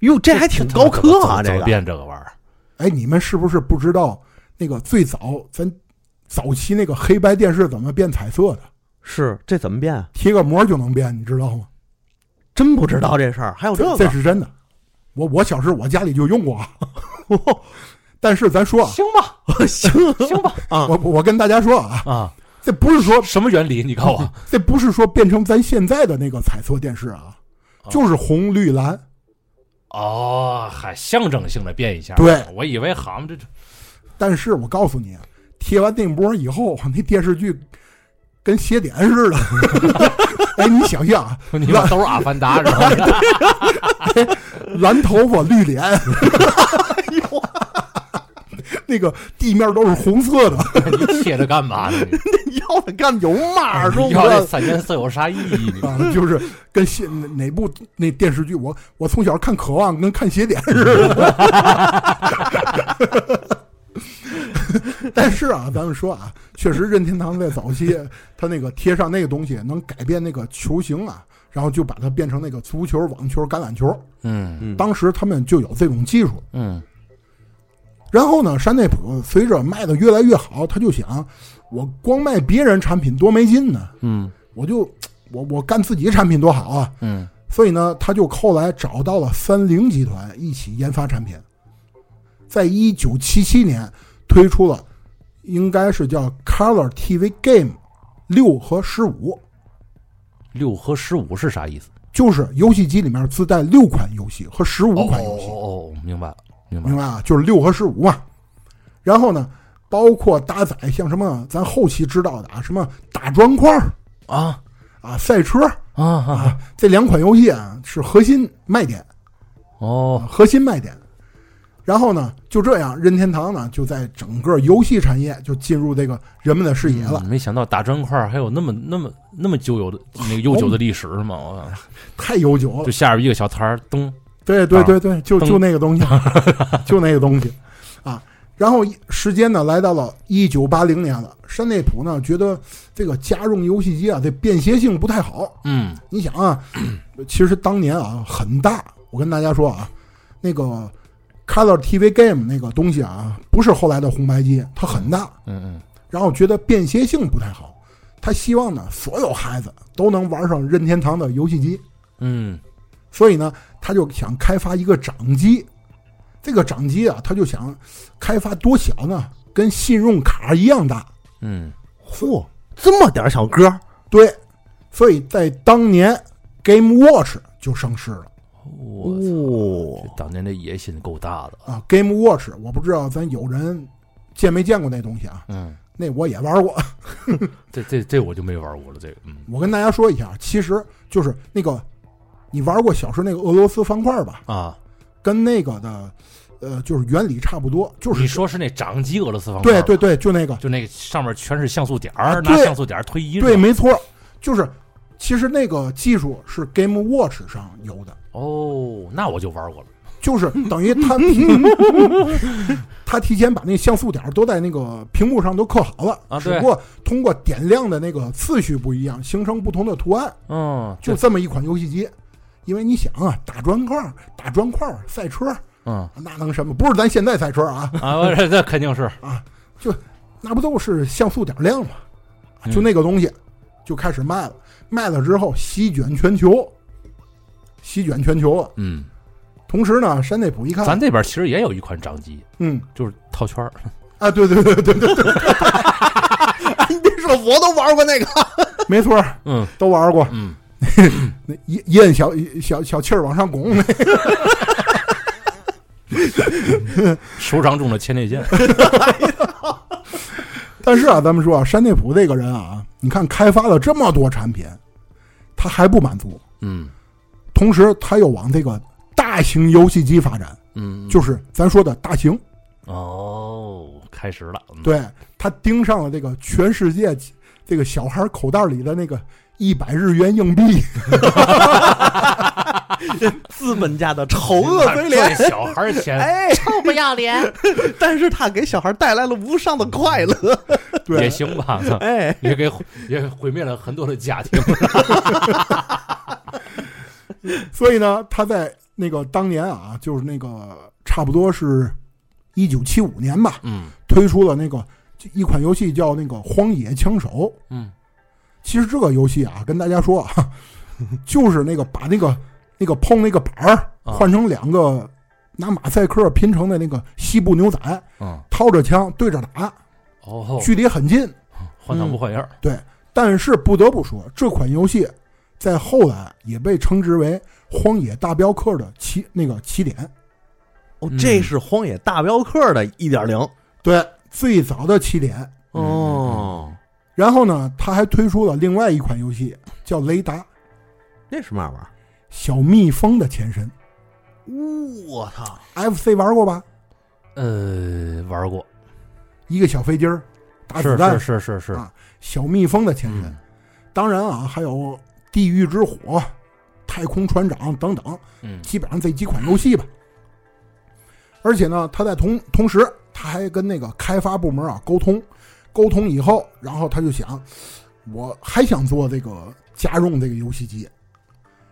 Speaker 2: 哟，这还挺高科啊！
Speaker 1: 怎
Speaker 2: 这
Speaker 1: 么
Speaker 2: 个
Speaker 1: 变这个玩意儿？
Speaker 3: 哎，你们是不是不知道那个最早咱早期那个黑白电视怎么变彩色的？
Speaker 2: 是这怎么变啊？
Speaker 3: 贴个膜就能变，你知道吗？
Speaker 2: 真不知道这事儿，还有这
Speaker 3: 这
Speaker 2: 个
Speaker 3: 是真的。我我小时候我家里就用过， 但是咱说啊，
Speaker 1: 行 吧，
Speaker 2: 行
Speaker 1: 行吧，
Speaker 3: 我我跟大家说啊，
Speaker 1: 啊，
Speaker 3: 这不是说
Speaker 1: 什么原理？你告 诉我。
Speaker 3: 这不是说变成咱现在的那个彩色电视啊，就是红绿蓝。
Speaker 1: 哦，还象征性的变一下。
Speaker 3: 对
Speaker 1: 我以为好像这
Speaker 3: 但是我告诉你，啊贴完那膜以后， 那电视剧跟邪典似的。 哎，你想象啊，
Speaker 1: 你们都是阿凡达是吧？
Speaker 3: 蓝头发绿脸， 哎那个地面都是红色的，
Speaker 1: 你贴着干嘛呢？你
Speaker 2: 要的干有嘛儿？
Speaker 1: 你要这三年色有啥意义？你
Speaker 3: 哎啊，就是跟邪哪哪部那电视剧，我我从小看《渴望》跟看《邪典》似的。 但是啊，咱们说啊，确实任天堂在早期，它那个贴上那个东西能改变那个球形啊，然后就把它变成那个足球、网球、橄榄球。
Speaker 1: 嗯
Speaker 3: 当时他们就有这种技术，
Speaker 1: 嗯，
Speaker 3: 然后呢，山内溥随着卖的越来越好，他就想，我光卖别人产品多没劲呢。
Speaker 1: 嗯，
Speaker 3: 我就我我干自己产品多好啊。
Speaker 1: 嗯，
Speaker 3: 所以呢，他就后来找到了三菱集团一起研发产品，在一九七七年推出了，应该是叫 Color TV Game 六和十五，
Speaker 1: 六和十五是啥意思？
Speaker 3: 就是游戏机里面自带六款游戏和十五款游戏。
Speaker 1: 哦哦，明白了，明白
Speaker 3: 明
Speaker 1: 了。
Speaker 3: 白啊？就是六和十五嘛。然后呢，包括搭载像什么咱后期知道的啊，什么打砖块儿
Speaker 1: 啊
Speaker 3: 啊、赛车
Speaker 1: 啊啊！
Speaker 3: 啊，这两款游戏啊是核心卖点，
Speaker 1: 哦，
Speaker 3: 核心卖点。然后呢，就这样，任天堂呢就在整个游戏产业就进入这个人们的视野了，
Speaker 1: 嗯没想到打砖块还有那么那么那么久有的那个悠久的历史是吗？我
Speaker 3: 太悠久了
Speaker 1: 就。下边一个小摊儿，噔，
Speaker 3: 对对对对，就
Speaker 1: 灯
Speaker 3: 就那个东西， 就那个东西啊。然后一时间呢，来到了一九八零年了。山内溥呢，觉得这个家用游戏机啊，这便携性不太好。
Speaker 1: 嗯
Speaker 3: 你想啊，其实当年啊，很大。我跟大家说啊，那个 Color TV Game 那个东西啊，不是后来的红白机，它很大。
Speaker 1: 嗯嗯，
Speaker 3: 然后觉得便携性不太好，他希望呢，所有孩子都能玩上任天堂的游戏机。
Speaker 1: 嗯，
Speaker 3: 所以呢，他就想开发一个掌机。这个掌机啊，他就想开发多小呢？跟信用卡一样大。
Speaker 1: 嗯，
Speaker 2: 嚯，这么点儿小歌儿，
Speaker 3: 对，所以在当年 Game Watch 就上市了
Speaker 1: 我操
Speaker 2: 哦
Speaker 1: 这，当年这野心够大的，
Speaker 3: 啊。Game Watch，我不知道咱有人见没见过那东西啊？
Speaker 1: 嗯
Speaker 3: 那我也玩过。
Speaker 1: 这这这我就没玩过了，这个嗯
Speaker 3: 我跟大家说一下，其实就是那个你玩过小时候那个俄罗斯方块吧，
Speaker 1: 啊，
Speaker 3: 跟那个的呃就是原理差不多，就
Speaker 1: 你
Speaker 3: 是
Speaker 1: 说是那掌机俄罗斯方块
Speaker 3: 对
Speaker 1: 吗
Speaker 3: 对，对，就那个
Speaker 1: 就那个上面全是像素点
Speaker 3: 啊
Speaker 1: 儿，拿
Speaker 3: 对
Speaker 1: 像素点儿推衣
Speaker 3: 对，
Speaker 1: 裳，
Speaker 3: 没错，就是其实那个技术是 Game Watch 上有的，
Speaker 1: 哦，那我就玩过了，
Speaker 3: 就是等于 他提他提前把那像素点儿都在那个屏幕上都刻好了
Speaker 1: 啊
Speaker 3: 只
Speaker 1: 对
Speaker 3: 不过通过点亮的那个次序不一样，形成不同的图案，
Speaker 1: 嗯，
Speaker 3: 就这么一款游戏机。因为你想啊，打砖块儿、打砖块儿、赛车，
Speaker 1: 嗯
Speaker 3: 那能什么？不是咱现在赛车啊，
Speaker 1: 啊，我这这肯定是
Speaker 3: 那不都是像素点儿亮吗？啊
Speaker 1: 嗯
Speaker 3: 就那个东西就开始卖了，卖了之后席卷全球，席卷全球了。
Speaker 1: 嗯，
Speaker 3: 同时呢，山内溥一看，
Speaker 1: 咱这边其实也有一款掌机，
Speaker 3: 嗯
Speaker 1: 就是套圈儿，
Speaker 3: 啊，对对对对对，
Speaker 2: 你 别说，我都玩过那个。
Speaker 3: 没错儿，
Speaker 1: 嗯
Speaker 3: 都玩过。
Speaker 1: 嗯，
Speaker 3: 那一一摁小小小气儿往上拱，那
Speaker 1: 手掌中的前列腺，
Speaker 3: 但是啊，咱们说啊，山内溥这个人啊，你看开发了这么多产品，他还不满足，
Speaker 1: 嗯
Speaker 3: 同时他又往这个大型游戏机发展，
Speaker 1: 嗯，
Speaker 3: 就是咱说的大型。
Speaker 1: 哦，开始了，嗯，
Speaker 3: 对他盯上了这个全世界这个小孩口袋里的那个一百日元硬币，
Speaker 2: 资本家的丑恶嘴
Speaker 1: 赚
Speaker 2: 脸，
Speaker 1: 小孩儿钱
Speaker 2: 哎，
Speaker 3: 哦
Speaker 4: 臭不要脸！
Speaker 2: 但是他给小孩带来了无上的快乐，
Speaker 1: 也
Speaker 3: 对，
Speaker 1: 行 吧，操
Speaker 2: 哎，
Speaker 1: 也给毁也毁灭了很多的家庭，
Speaker 3: 所以呢，他在那个当年啊，就是那个差不多是一九七五年吧，
Speaker 1: 嗯
Speaker 3: 推出了那个一款游戏叫那个《荒野枪手》。
Speaker 1: 嗯，
Speaker 3: 其实这个游戏啊，跟大家说啊， 就是那个把那个那个碰那个板儿
Speaker 1: 啊
Speaker 3: 换成两个拿马赛克拼成的那个西部牛仔，
Speaker 1: 嗯，
Speaker 3: 掏着枪对着打，
Speaker 1: 哦，
Speaker 3: 距离很近。
Speaker 1: 换汤不换药儿，
Speaker 3: 但是不得不说，这款游戏在后来也被称之为《荒野大镖客》的起那个起点。
Speaker 2: 哦，
Speaker 1: 嗯
Speaker 2: 这是《荒野大镖客》的一点零
Speaker 3: 对，最早的起点。
Speaker 1: 嗯
Speaker 2: 哦，
Speaker 3: 然后呢，他还推出了另外一款游戏，叫《雷达
Speaker 2: 那是嘛玩意儿？
Speaker 3: 小蜜蜂》的前身。
Speaker 2: 我操！
Speaker 3: FC 玩过吧？
Speaker 1: 呃，玩过，
Speaker 3: 一个小飞机儿，打子
Speaker 1: 是
Speaker 3: 弹，
Speaker 1: 是是是是
Speaker 3: 啊，小蜜蜂的前身。
Speaker 1: 嗯
Speaker 3: 当然啊，还有《地狱之火》《太空船长》等等，
Speaker 1: 嗯
Speaker 3: 基本上这几款游戏吧。而且呢，他在同同时，他还跟那个开发部门啊沟通，沟通以后，然后他就想，我还想做这个家用这个游戏机，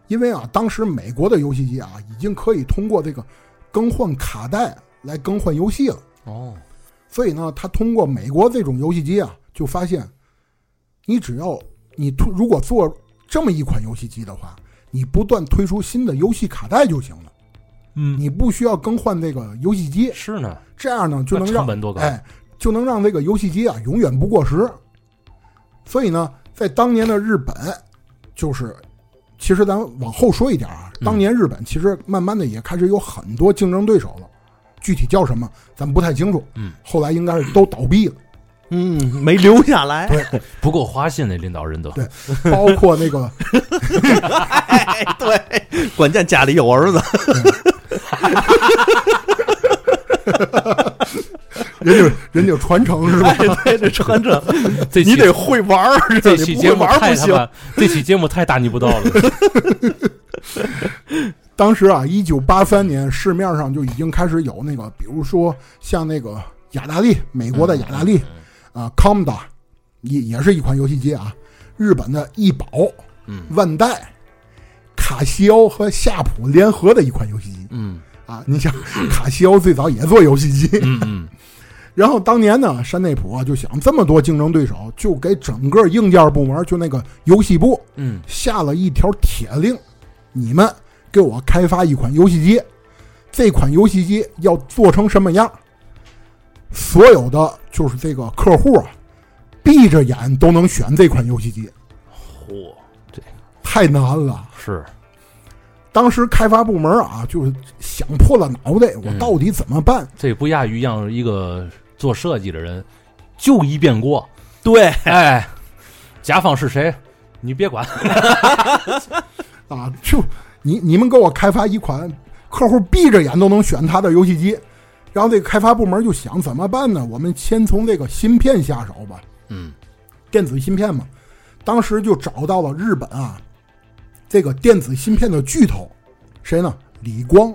Speaker 3: 因为啊，当时美国的游戏机啊已经可以通过这个更换卡带来更换游戏了，
Speaker 1: 哦，
Speaker 3: 所以呢，他通过美国这种游戏机啊，就发现，你只要你突如果做这么一款游戏机的话，你不断推出新的游戏卡带就行了。
Speaker 1: 嗯，
Speaker 3: 你不需要更换这个游戏机，
Speaker 1: 是呢，
Speaker 3: 这样呢就
Speaker 1: 那
Speaker 3: 能
Speaker 1: 成
Speaker 3: 让
Speaker 1: 本多高，
Speaker 3: 哎就能让这个游戏机啊永远不过时。所以呢，在当年的日本，就是其实咱往后说一点啊，
Speaker 1: 嗯
Speaker 3: 当年日本其实慢慢的也开始有很多竞争对手了，具体叫什么咱们不太清楚。
Speaker 1: 嗯，
Speaker 3: 后来应该是都倒闭了，
Speaker 2: 嗯，没留下来。
Speaker 1: 不够花心那领导人都，
Speaker 3: 对包括那个
Speaker 2: 哎， 对，关键家里有儿子，
Speaker 3: 人家人家传承是吧？
Speaker 2: 哎，对，这穿着
Speaker 1: 这期
Speaker 2: 你得会玩儿，
Speaker 1: 这
Speaker 2: 你
Speaker 1: 期
Speaker 2: 不
Speaker 1: 节
Speaker 2: 会
Speaker 1: 目
Speaker 2: 玩儿
Speaker 1: 太
Speaker 2: 不
Speaker 1: 他
Speaker 2: 行。
Speaker 1: 妈，这期节目太大逆不道 了，
Speaker 3: 当时啊，一九八三年市面上就已经开始有那个，比如说像那个雅达利，美国
Speaker 1: 嗯
Speaker 3: 的雅达利，啊，Comda，也也是一款游戏机啊，日本的易宝、
Speaker 1: 嗯
Speaker 3: 万代、卡西欧和夏普联合的一款游戏机
Speaker 1: 嗯
Speaker 3: 啊。你想，卡西欧最早也做游戏机，
Speaker 1: 嗯嗯，
Speaker 3: 然后当年呢，山内溥啊就想这么多竞争对手，就给整个硬件部门，就那个游戏部，
Speaker 1: 嗯
Speaker 3: 下了一条铁令，你们给我开发一款游戏机，这款游戏机要做成什么样？所有的就是这个客户啊，闭着眼都能选这款游戏机，
Speaker 1: 嚯，这
Speaker 3: 太难了。
Speaker 1: 是
Speaker 3: 当时开发部门啊，就是想破了脑袋，我
Speaker 1: 嗯
Speaker 3: 到底怎么办？
Speaker 1: 这不亚于让一个做设计的人就一遍锅，
Speaker 2: 对，
Speaker 1: 哎，甲方是谁，你别管，
Speaker 3: 啊，就你你们给我开发一款客户闭着眼都能选他的游戏机，然后这个开发部门就想怎么办呢？我们先从这个芯片下手吧，
Speaker 1: 嗯，
Speaker 3: 电子芯片嘛。当时就找到了日本啊，这个电子芯片的巨头，谁呢？李光，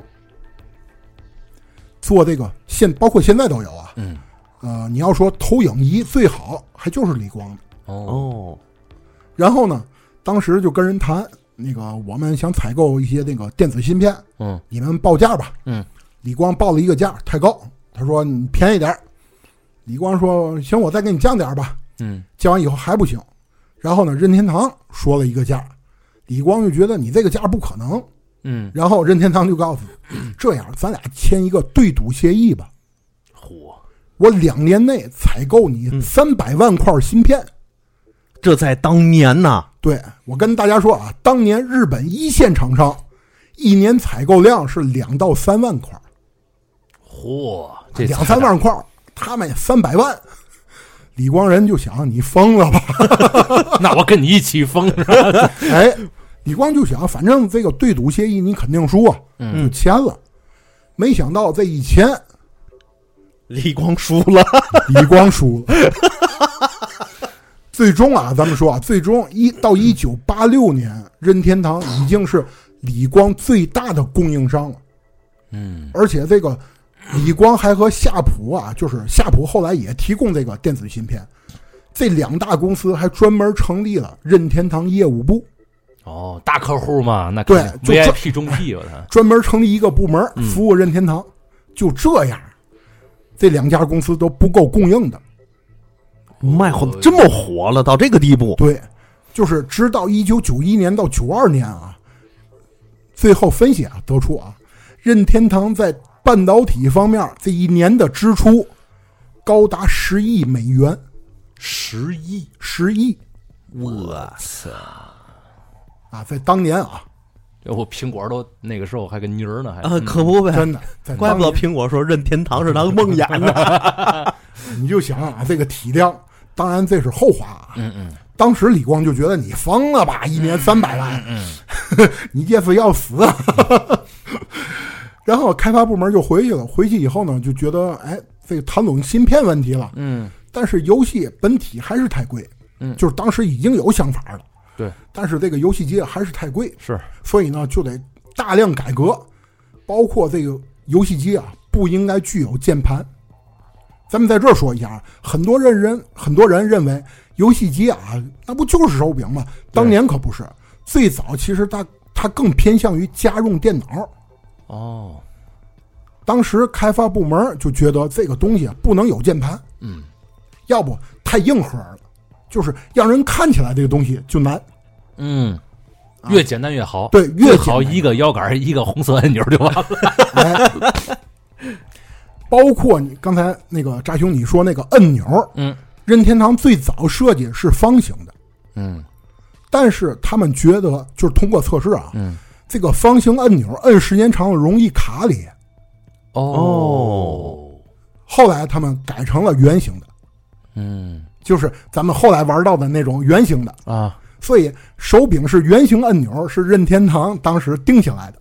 Speaker 3: 做这个现包括现在都有啊。
Speaker 1: 嗯，
Speaker 3: 呃，你要说投影仪最好，还就是李光的。
Speaker 1: 哦，
Speaker 2: 哦，
Speaker 3: 然后呢，当时就跟人谈，那个我们想采购一些那个电子芯片，
Speaker 1: 嗯，
Speaker 3: 你们报价吧。
Speaker 1: 嗯，
Speaker 3: 李光报了一个价，太高，他说你便宜点儿李光说行，我再给你降点儿吧。
Speaker 1: 嗯，
Speaker 3: 降完以后还不行，然后呢，任天堂说了一个价，李光就觉得你这个价不可能，
Speaker 1: 嗯，
Speaker 3: 然后任天堂就告诉 你，这样咱俩签一个对赌协议吧，
Speaker 1: 嚯，
Speaker 3: 我两年内采购你
Speaker 2: 嗯
Speaker 3: 三百万块芯片。
Speaker 2: 这在当年呐，
Speaker 3: 对我跟大家说啊，当年日本一线厂商一年采购量是两到三万块儿，
Speaker 1: 嚯，这
Speaker 3: 啊两三万块儿，他们三百万。李光仁就想你疯 了吧？
Speaker 1: 菜单，那我跟你一起疯，
Speaker 3: 哎，李光就想，反正这个对赌协议你肯定输啊，
Speaker 1: 嗯
Speaker 3: 就签了。没想到这一签，
Speaker 2: 李光输了，
Speaker 3: 李光输了。 最终啊，咱们说啊，最终一到一九八六年，任天堂已经是李光最大的供应商了。
Speaker 1: 嗯
Speaker 3: 而且这个李光还和夏普啊，就是夏普后来也提供这个电子芯片，这两大公司还专门成立了任天堂业务部，
Speaker 1: 哦，大客户嘛，那
Speaker 3: 对
Speaker 1: 肯定
Speaker 3: 就这
Speaker 1: VIP 中 P，我操，
Speaker 3: 专门成立一个部门
Speaker 1: 嗯
Speaker 3: 服务任天堂。就这样，这两家公司都不够供应的。
Speaker 2: 卖火这么火了，到这个地步，
Speaker 3: 对，就是直到一九九一年到九二年啊，最后分析啊得出啊，任天堂在半导体方面这一年的支出高达十亿美元，
Speaker 1: 十一，
Speaker 3: 十亿
Speaker 2: 我操，
Speaker 3: 啊，在当年啊，
Speaker 1: 我苹果都那个时候还个泥儿呢，还
Speaker 2: 啊，可不呗，
Speaker 3: 真的，在
Speaker 2: 怪
Speaker 3: 当
Speaker 2: 不得
Speaker 3: 年
Speaker 2: 苹果说任天堂是他梦魇 呢，
Speaker 3: 你就想啊，这个体量，当然这是后话啊。
Speaker 1: 嗯嗯
Speaker 3: 当时李光就觉得你疯了吧，一年三百万，
Speaker 1: 嗯
Speaker 3: 你这次要死啊！ 然后开发部门就回去了，回去以后呢，就觉得哎，这个谈拢芯片问题了，
Speaker 1: 嗯，
Speaker 3: 但是游戏本体还是太贵，
Speaker 1: 嗯
Speaker 3: 就是当时已经有想法了，
Speaker 1: 对，
Speaker 3: 但是这个游戏机还是太贵，
Speaker 1: 是，
Speaker 3: 所以呢，就得大量改革，包括这个游戏机啊，不应该具有键盘。咱们在这儿说一下啊，很多认人，很多人认为游戏机啊，那不就是手柄吗？当年可不是，最早其实它它更偏向于家用电脑。
Speaker 1: 哦，
Speaker 3: 当时开发部门就觉得这个东西啊不能有键盘，
Speaker 1: 嗯，
Speaker 3: 要不太硬核了，就是让人看起来这个东西就难。
Speaker 1: 嗯，越简单越好。
Speaker 3: 对，越
Speaker 1: 最好
Speaker 3: 简单
Speaker 1: 一个摇杆儿，一个红色按钮就完了。
Speaker 3: 哎，包括你刚才那个扎兄你说那个按钮，
Speaker 1: 嗯
Speaker 3: 任天堂最早设计是方形的，
Speaker 1: 嗯
Speaker 3: 但是他们觉得就是通过测试啊，
Speaker 1: 嗯，
Speaker 3: 这个方形按钮摁时间长了容易卡里，
Speaker 2: 哦，
Speaker 3: 后来他们改成了圆形的，
Speaker 1: 嗯
Speaker 3: 就是咱们后来玩到的那种圆形的，
Speaker 1: 啊，
Speaker 3: 所以手柄是圆形按钮，是任天堂当时定下来的。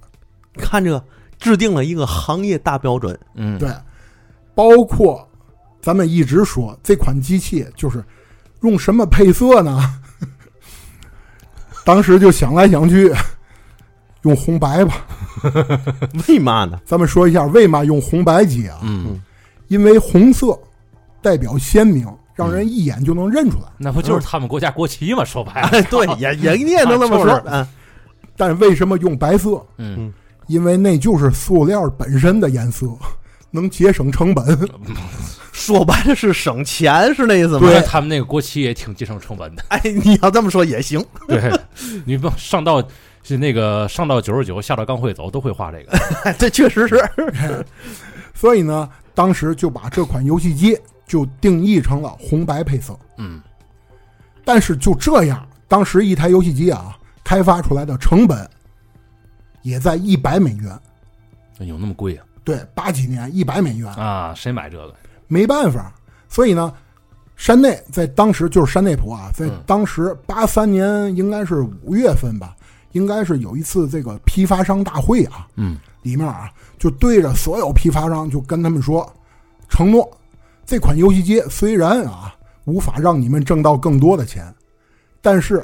Speaker 2: 看这个制定了一个行业大标 准，
Speaker 1: 嗯，
Speaker 3: 对，包括咱们一直说这款机器就是用什么配色呢？ 当时就想来想去，用红白吧。
Speaker 2: 为嘛呢？
Speaker 3: 咱们说一下为嘛用红白机啊？
Speaker 1: 嗯，
Speaker 3: 因为红色代表鲜明，让
Speaker 1: 嗯
Speaker 3: 人一眼就能认出来。
Speaker 1: 那不就是他们国家国旗吗？说白了，
Speaker 2: 哎，对， 也也你也能这么说，
Speaker 1: 啊
Speaker 2: 嗯，
Speaker 3: 但是为什么用白色？
Speaker 1: 嗯，
Speaker 3: 因为那就是塑料本身的颜色，能节省成本。
Speaker 2: 说白了是省钱，是那意思吗？
Speaker 1: 对，他们那个国旗也挺节省成本的。
Speaker 2: 哎，你要这么说也行，
Speaker 1: 对，你甭上到是那个上到九十九，下到刚会走，都会画这个。
Speaker 2: 哎这确实是，
Speaker 3: 所以呢，当时就把这款游戏机就定义成了红白配色。
Speaker 1: 嗯
Speaker 3: 但是就这样，当时一台游戏机啊，开发出来的成本也在一百美元。
Speaker 1: 有那么贵啊？
Speaker 3: 对，八几年一百美元，
Speaker 1: 啊，谁买这个？
Speaker 3: 没办法。所以呢，山内在当时就是山内普啊，在
Speaker 1: 嗯
Speaker 3: 当时八三年应该是五月份吧，应该是有一次这个批发商大会啊，
Speaker 1: 嗯，
Speaker 3: 里面啊就对着所有批发商就跟他们说，承诺这款游戏机虽然啊无法让你们挣到更多的钱，但是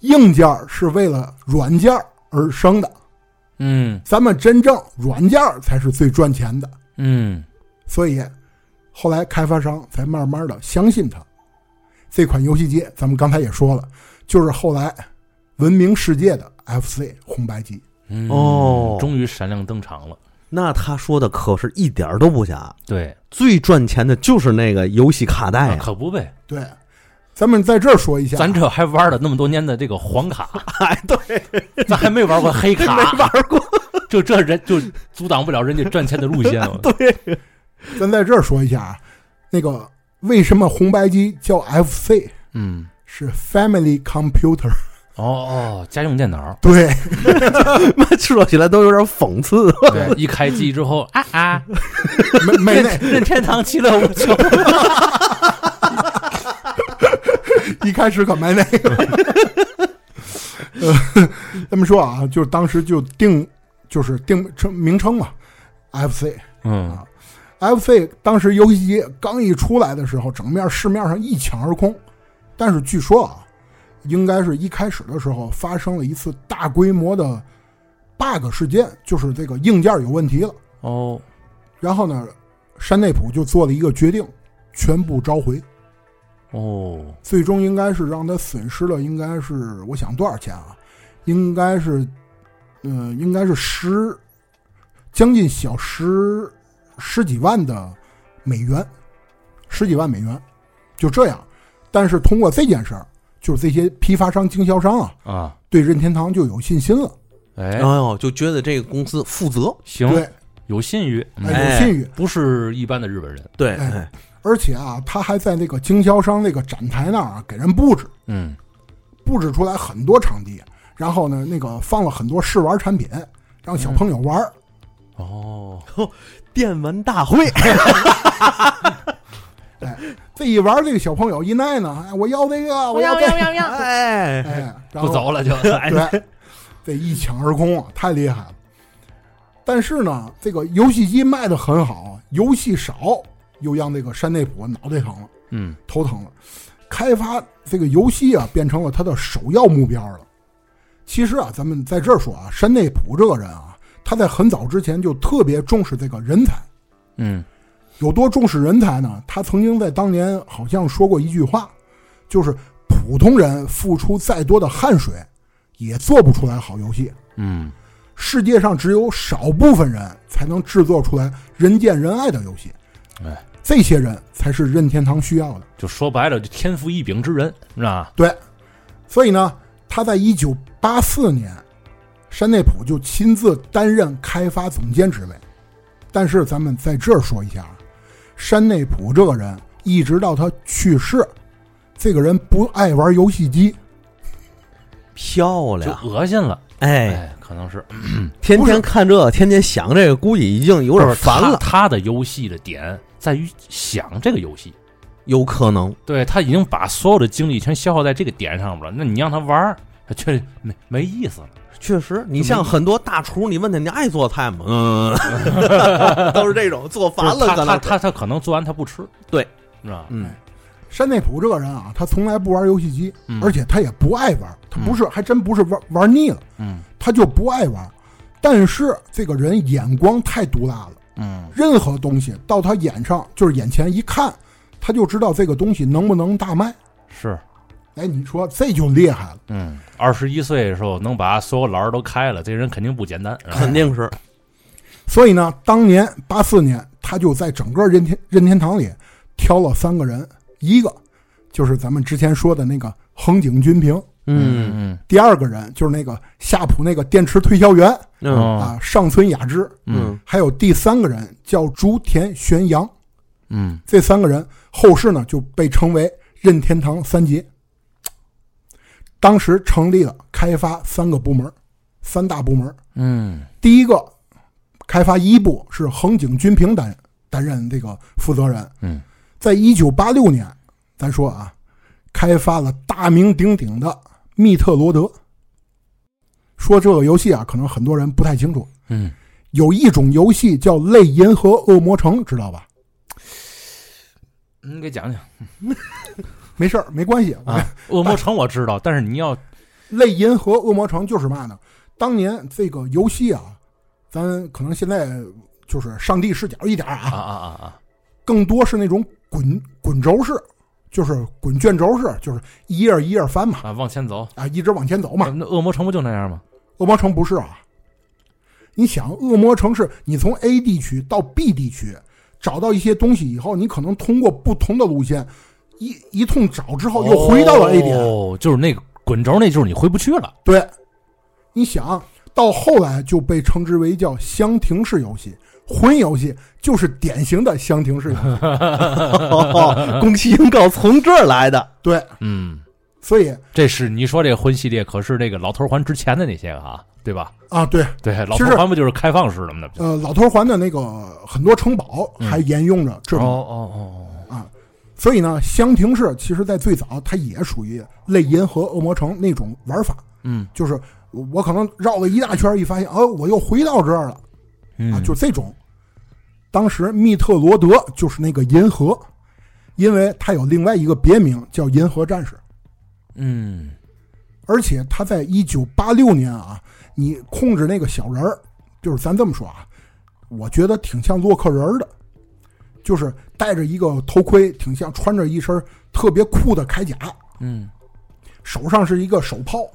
Speaker 3: 硬件儿是为了软件儿而生的，
Speaker 1: 嗯
Speaker 3: 咱们真正软件儿才是最赚钱的。
Speaker 1: 嗯
Speaker 3: 所以后来开发商才慢慢的相信它。这款游戏机，咱们刚才也说了，就是后来闻名世界的 FC 红白机。
Speaker 1: 嗯
Speaker 2: 哦
Speaker 1: 终于闪亮登场了。
Speaker 2: 那他说的可是一点儿都不假，
Speaker 1: 对，
Speaker 2: 最赚钱的就是那个游戏卡带啊
Speaker 1: 那
Speaker 2: 哎呀、
Speaker 1: 啊可不呗，
Speaker 3: 对，咱们在这儿说一下，啊
Speaker 1: 咱这还玩了那么多年的这个黄卡，
Speaker 2: 哎，对，
Speaker 1: 咱还没玩过黑卡，
Speaker 2: 没玩过，
Speaker 1: 就这人就阻挡不了人家赚钱的路线了。
Speaker 3: 咱在这儿说一下啊，那个为什么红白机叫 FC
Speaker 1: 嗯，
Speaker 3: 是 Family Computer？
Speaker 1: 哦哦，家用电脑，
Speaker 3: 对，
Speaker 2: 说起来都有点讽刺。
Speaker 1: 对，一开机之后啊啊，
Speaker 3: 没 没那
Speaker 1: 任天堂其乐无穷。
Speaker 3: 一开始可没那个。呃，咱们说啊，就是当时就定，就是定称名称嘛，FC。
Speaker 1: 嗯
Speaker 3: FC 当时游戏机刚一出来的时候，整面市面上一抢而空。但是据说啊，应该是一开始的时候发生了一次大规模的 bug 事件，就是这个硬件有问题了。
Speaker 1: 哦，
Speaker 3: 然后呢，山内普就做了一个决定，全部召回。
Speaker 1: 哦，
Speaker 3: 最终应该是让他损失了，应该是呃我想多少钱啊？应该是，呃，应该是十，将近小十十几万的美元，十几万美元，就这样。但是通过这件事儿，就是这些批发商、经销商啊，
Speaker 1: 啊，
Speaker 3: 对任天堂就有信心了，
Speaker 1: 哎
Speaker 2: 哎，呦，就觉得这个公司负责，
Speaker 1: 行，
Speaker 3: 对，
Speaker 1: 有信誉，嗯
Speaker 3: 哎有信誉。
Speaker 1: 不是一般的日本人。
Speaker 2: 对，
Speaker 3: 哎
Speaker 2: 哎
Speaker 3: 而且啊，他还在那个经销商那个展台那儿啊，给人布置
Speaker 1: 嗯，
Speaker 3: 布置出来很多场地，然后呢，那个放了很多试玩产品，让小朋友玩儿。
Speaker 1: 哦，
Speaker 2: 电玩大会，
Speaker 3: 这一玩，这个小朋友一耐呢，哎，我要这个，我要这个，
Speaker 2: 哎，
Speaker 3: 哎，然
Speaker 1: 不
Speaker 3: 后
Speaker 1: 走了就，哎
Speaker 3: 对，这一抢而空啊，太厉害了。但是呢，这个游戏机卖的很好，游戏少又让这个山内普脑袋疼了，
Speaker 1: 嗯
Speaker 3: 头疼了。开发这个游戏啊，变成了他的首要目标了。其实啊，咱们在这儿说啊，山内普这个人啊，他在很早之前就特别重视这个人才。
Speaker 1: 嗯，
Speaker 3: 有多重视人才呢？他曾经在当年好像说过一句话，就是普通人付出再多的汗水，也做不出来好游戏。
Speaker 1: 嗯，
Speaker 3: 世界上只有少部分人才能制作出来人见人爱的游戏，
Speaker 1: 哎，
Speaker 3: 这些人才是任天堂需要的。
Speaker 1: 就说白了，就天赋异禀之人，是吧？
Speaker 3: 对，所以呢，他在一九八四年，山内普就亲自担任开发总监职位。但是咱们在这儿说一下啊，山内普这个人一直到他去世，这个人不爱玩游戏机，
Speaker 1: 就
Speaker 2: 漂亮，
Speaker 1: 恶心了，
Speaker 2: 啊哎，
Speaker 1: 哎，可能是
Speaker 2: 天
Speaker 3: 不是
Speaker 2: 天看这，天天想这个，估计已经有
Speaker 1: 就
Speaker 2: 点
Speaker 1: 是
Speaker 2: 烦
Speaker 1: 他
Speaker 2: 了，
Speaker 1: 他的游戏的点在于想这个游戏，
Speaker 2: 有可能，
Speaker 1: 对他已经把所有的精力全消耗在这个点上面了。那你让他玩儿，他确实没没意思了。
Speaker 2: 确实，你
Speaker 1: 没
Speaker 2: 像很多大厨，你问他你爱做菜吗？ 嗯，都是这种做烦
Speaker 1: 不是
Speaker 2: 了，
Speaker 1: 他
Speaker 2: 可
Speaker 1: 他
Speaker 2: 能
Speaker 1: 他他可能做完他不吃，
Speaker 2: 对，
Speaker 1: 是吧？
Speaker 2: 嗯，
Speaker 3: 山内普这个人啊，他从来不玩游戏机，
Speaker 1: 嗯
Speaker 3: 而且他也不爱玩，他不是、还真不是玩玩腻了，
Speaker 1: 嗯
Speaker 3: 他就不爱玩。但是这个人眼光太毒辣了。
Speaker 1: 嗯
Speaker 3: 任何东西到他眼上，就是眼前一看，他就知道这个东西能不能大卖。
Speaker 1: 是，
Speaker 3: 哎，你说这就厉害了。
Speaker 1: 嗯，二十一岁的时候能把所有栏儿都开了，这人肯定不简单。是吧
Speaker 2: 肯定是
Speaker 3: 所以呢，当年八四年，他就在整个任天任天堂里挑了三个人，一个就是咱们之前说的那个横井军平，
Speaker 2: 嗯
Speaker 1: 嗯
Speaker 3: 第二个人就是那个夏普那个电池推销员
Speaker 1: 嗯
Speaker 2: 嗯
Speaker 3: 啊，上村雅之，
Speaker 1: 嗯
Speaker 3: 还有第三个人叫竹田玄阳。
Speaker 1: 嗯
Speaker 3: 这三个人后世呢就被称为任天堂三杰。当时成立了开发三个部门，三大部门。
Speaker 1: 嗯
Speaker 3: 第一个开发一部是横井军平担担任这个负责人。
Speaker 1: 嗯，
Speaker 3: 在一九八六年，咱说啊，开发了大名鼎鼎的密特罗德。说这个游戏啊，可能很多人不太清楚，
Speaker 1: 嗯，
Speaker 3: 有一种游戏叫《类银河恶魔城》，知道吧？
Speaker 1: 你给讲讲。
Speaker 3: 没事儿，没关系。
Speaker 1: 啊恶魔城我知道，但是你要
Speaker 3: 类银河恶魔城就是嘛呢？当年这个游戏啊，咱可能现在就是上帝视角一点儿
Speaker 1: 啊
Speaker 3: 啊，
Speaker 1: 啊啊啊，
Speaker 3: 更多是那种滚滚轴式，就是滚卷轴式，就是一页一页翻嘛，
Speaker 1: 啊，往前走。
Speaker 3: 啊，一直往前走嘛。
Speaker 1: 那恶魔城不就那样吗？
Speaker 3: 恶魔城不是啊。你想，恶魔城是你从 A 地区到 B 地区找到一些东西以后，你可能通过不同的路线一一通找之后，又回到了 A 点。
Speaker 1: 哦，就是那个滚轴，那就是你回不去了。
Speaker 3: 对，你想到后来就被称之为叫箱庭式游戏，魂游戏就是典型的箱庭式 游戏。
Speaker 2: 宫崎英高从这儿来的，
Speaker 3: 对，
Speaker 1: 嗯，
Speaker 3: 所以
Speaker 1: 这是你说这魂系列，可是这个老头环之前的那些个啊，对吧？
Speaker 3: 啊，对，
Speaker 1: 对，老
Speaker 3: 其
Speaker 1: 头
Speaker 3: 实
Speaker 1: 环不就是开放式的吗？那不就
Speaker 3: 呃，老头环的那个很多城堡还沿用着这
Speaker 1: 哦
Speaker 3: 种，
Speaker 1: 哦哦
Speaker 3: 所以呢，箱庭式其实在最早它也属于类银河恶魔城那种玩法，
Speaker 1: 哦，嗯
Speaker 3: 就是我我可能绕了一大圈儿，一发现，哦，我又回到这儿了
Speaker 1: 嗯
Speaker 3: 啊，就这种。当时密特罗德就是那个银河，因为它有另外一个别名叫银河战士，
Speaker 1: 嗯
Speaker 3: 而且他在一九八六年啊，你控制那个小人儿，就是咱这么说啊，我觉得挺像洛克人儿的，就是戴着一个头盔，挺像穿着一身特别酷的铠甲，
Speaker 1: 嗯
Speaker 3: 手上是一个手炮，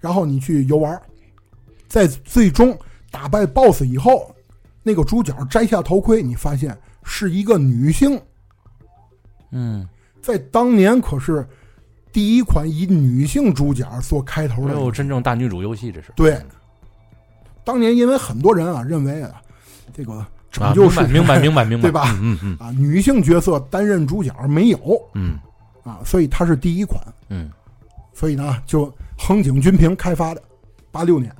Speaker 3: 然后你去游玩，在最终打败 BOSS 以后，那个主角摘下头盔，你发现是一个女性，
Speaker 1: 嗯，
Speaker 3: 在当年可是第一款以女性主角做开头
Speaker 1: 没
Speaker 3: 的游戏
Speaker 1: 有真正大女主游戏，这是
Speaker 3: 对，当年因为很多人啊认为啊，这个
Speaker 1: 啊
Speaker 3: 拯救
Speaker 1: 明
Speaker 3: 世
Speaker 1: 白
Speaker 3: 界
Speaker 1: 明白明白明白，
Speaker 3: 对吧
Speaker 1: 嗯嗯
Speaker 3: 啊，女性角色担任主角没有
Speaker 1: 嗯
Speaker 3: 啊，所以它是第一款，
Speaker 1: 嗯
Speaker 3: 所以呢就横井军平开发的，八六年，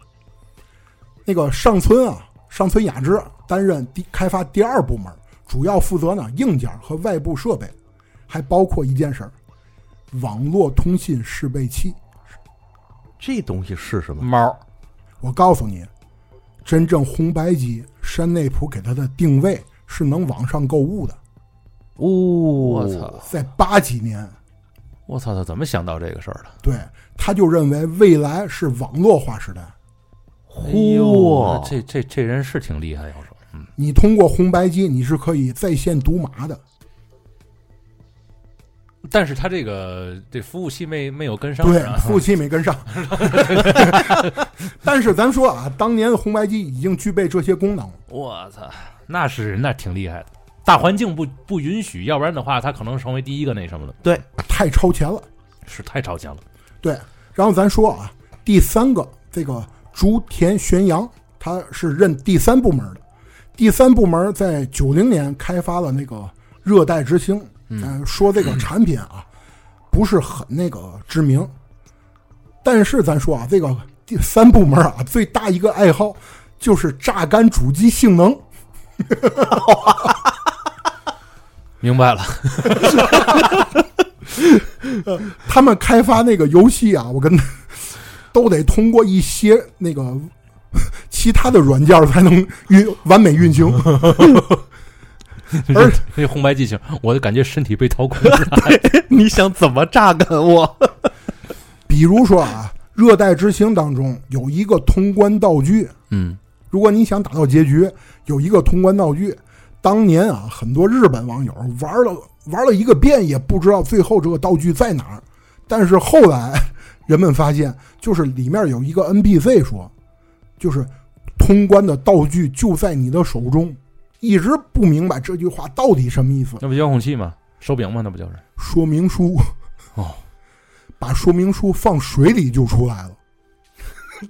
Speaker 3: 那个上村啊，上村雅之担任第开发第二部门，主要负责呢硬件和外部设备，还包括一件事儿，网络通信适配器。
Speaker 2: 这东西是什
Speaker 1: 嗯，
Speaker 2: 么？
Speaker 1: 猫儿
Speaker 3: 我告诉你，真正红白机山内普给它的定位是能网上购物的。
Speaker 1: 哦，我
Speaker 2: 哦
Speaker 1: 操，
Speaker 3: 在八几年，
Speaker 1: 我操，他怎么想到这个事儿的？
Speaker 3: 对他就认为未来是网络化时代，
Speaker 1: 哎
Speaker 2: 嚯
Speaker 1: 呦，这这这人是挺厉害，要说，嗯
Speaker 3: 你通过红白机你是可以在线读码的。
Speaker 1: 但是他这个这服务器没没有跟上，
Speaker 3: 对
Speaker 1: 啊，
Speaker 3: 服务器没跟上。但是咱说啊，当年的红白机已经具备这些功能了。
Speaker 1: 我操，那是那挺厉害的。大环境不不允许，要不然的话，他可能成为第一个那什么的，
Speaker 3: 太超前了。
Speaker 1: 是太超前了。
Speaker 3: 对，然后咱说啊，第三个这个竹田玄阳，他是任第三部门的。第三部门在九零年开发了那个热带之星，咱说这个产品啊，不是很那个知名，但是咱说啊，这个第三部门啊，最大一个爱好就是榨干主机性能。
Speaker 1: 明白了，
Speaker 3: 他们开发那个游戏啊，我跟都得通过一些那个其他的软件才能运完美运行。而
Speaker 1: 那红白机型，我就感觉身体被掏空了。
Speaker 2: 你想怎么榨干我？
Speaker 3: 比如说啊，《热带之星》当中有一个通关道具，
Speaker 1: 嗯
Speaker 3: 如果你想打到结局，有一个通关道具。当年啊，很多日本网友玩了玩了一个遍，也不知道最后这个道具在哪儿。但是后来人们发现，就是里面有一个 NPC 说，就是通关的道具就在你的手中。一直不明白这句话到底什么意思。
Speaker 1: 那不遥控器吗？手柄吗？那不就是？
Speaker 3: 说明书
Speaker 1: 哦，
Speaker 3: 把说明书放水里就出来了。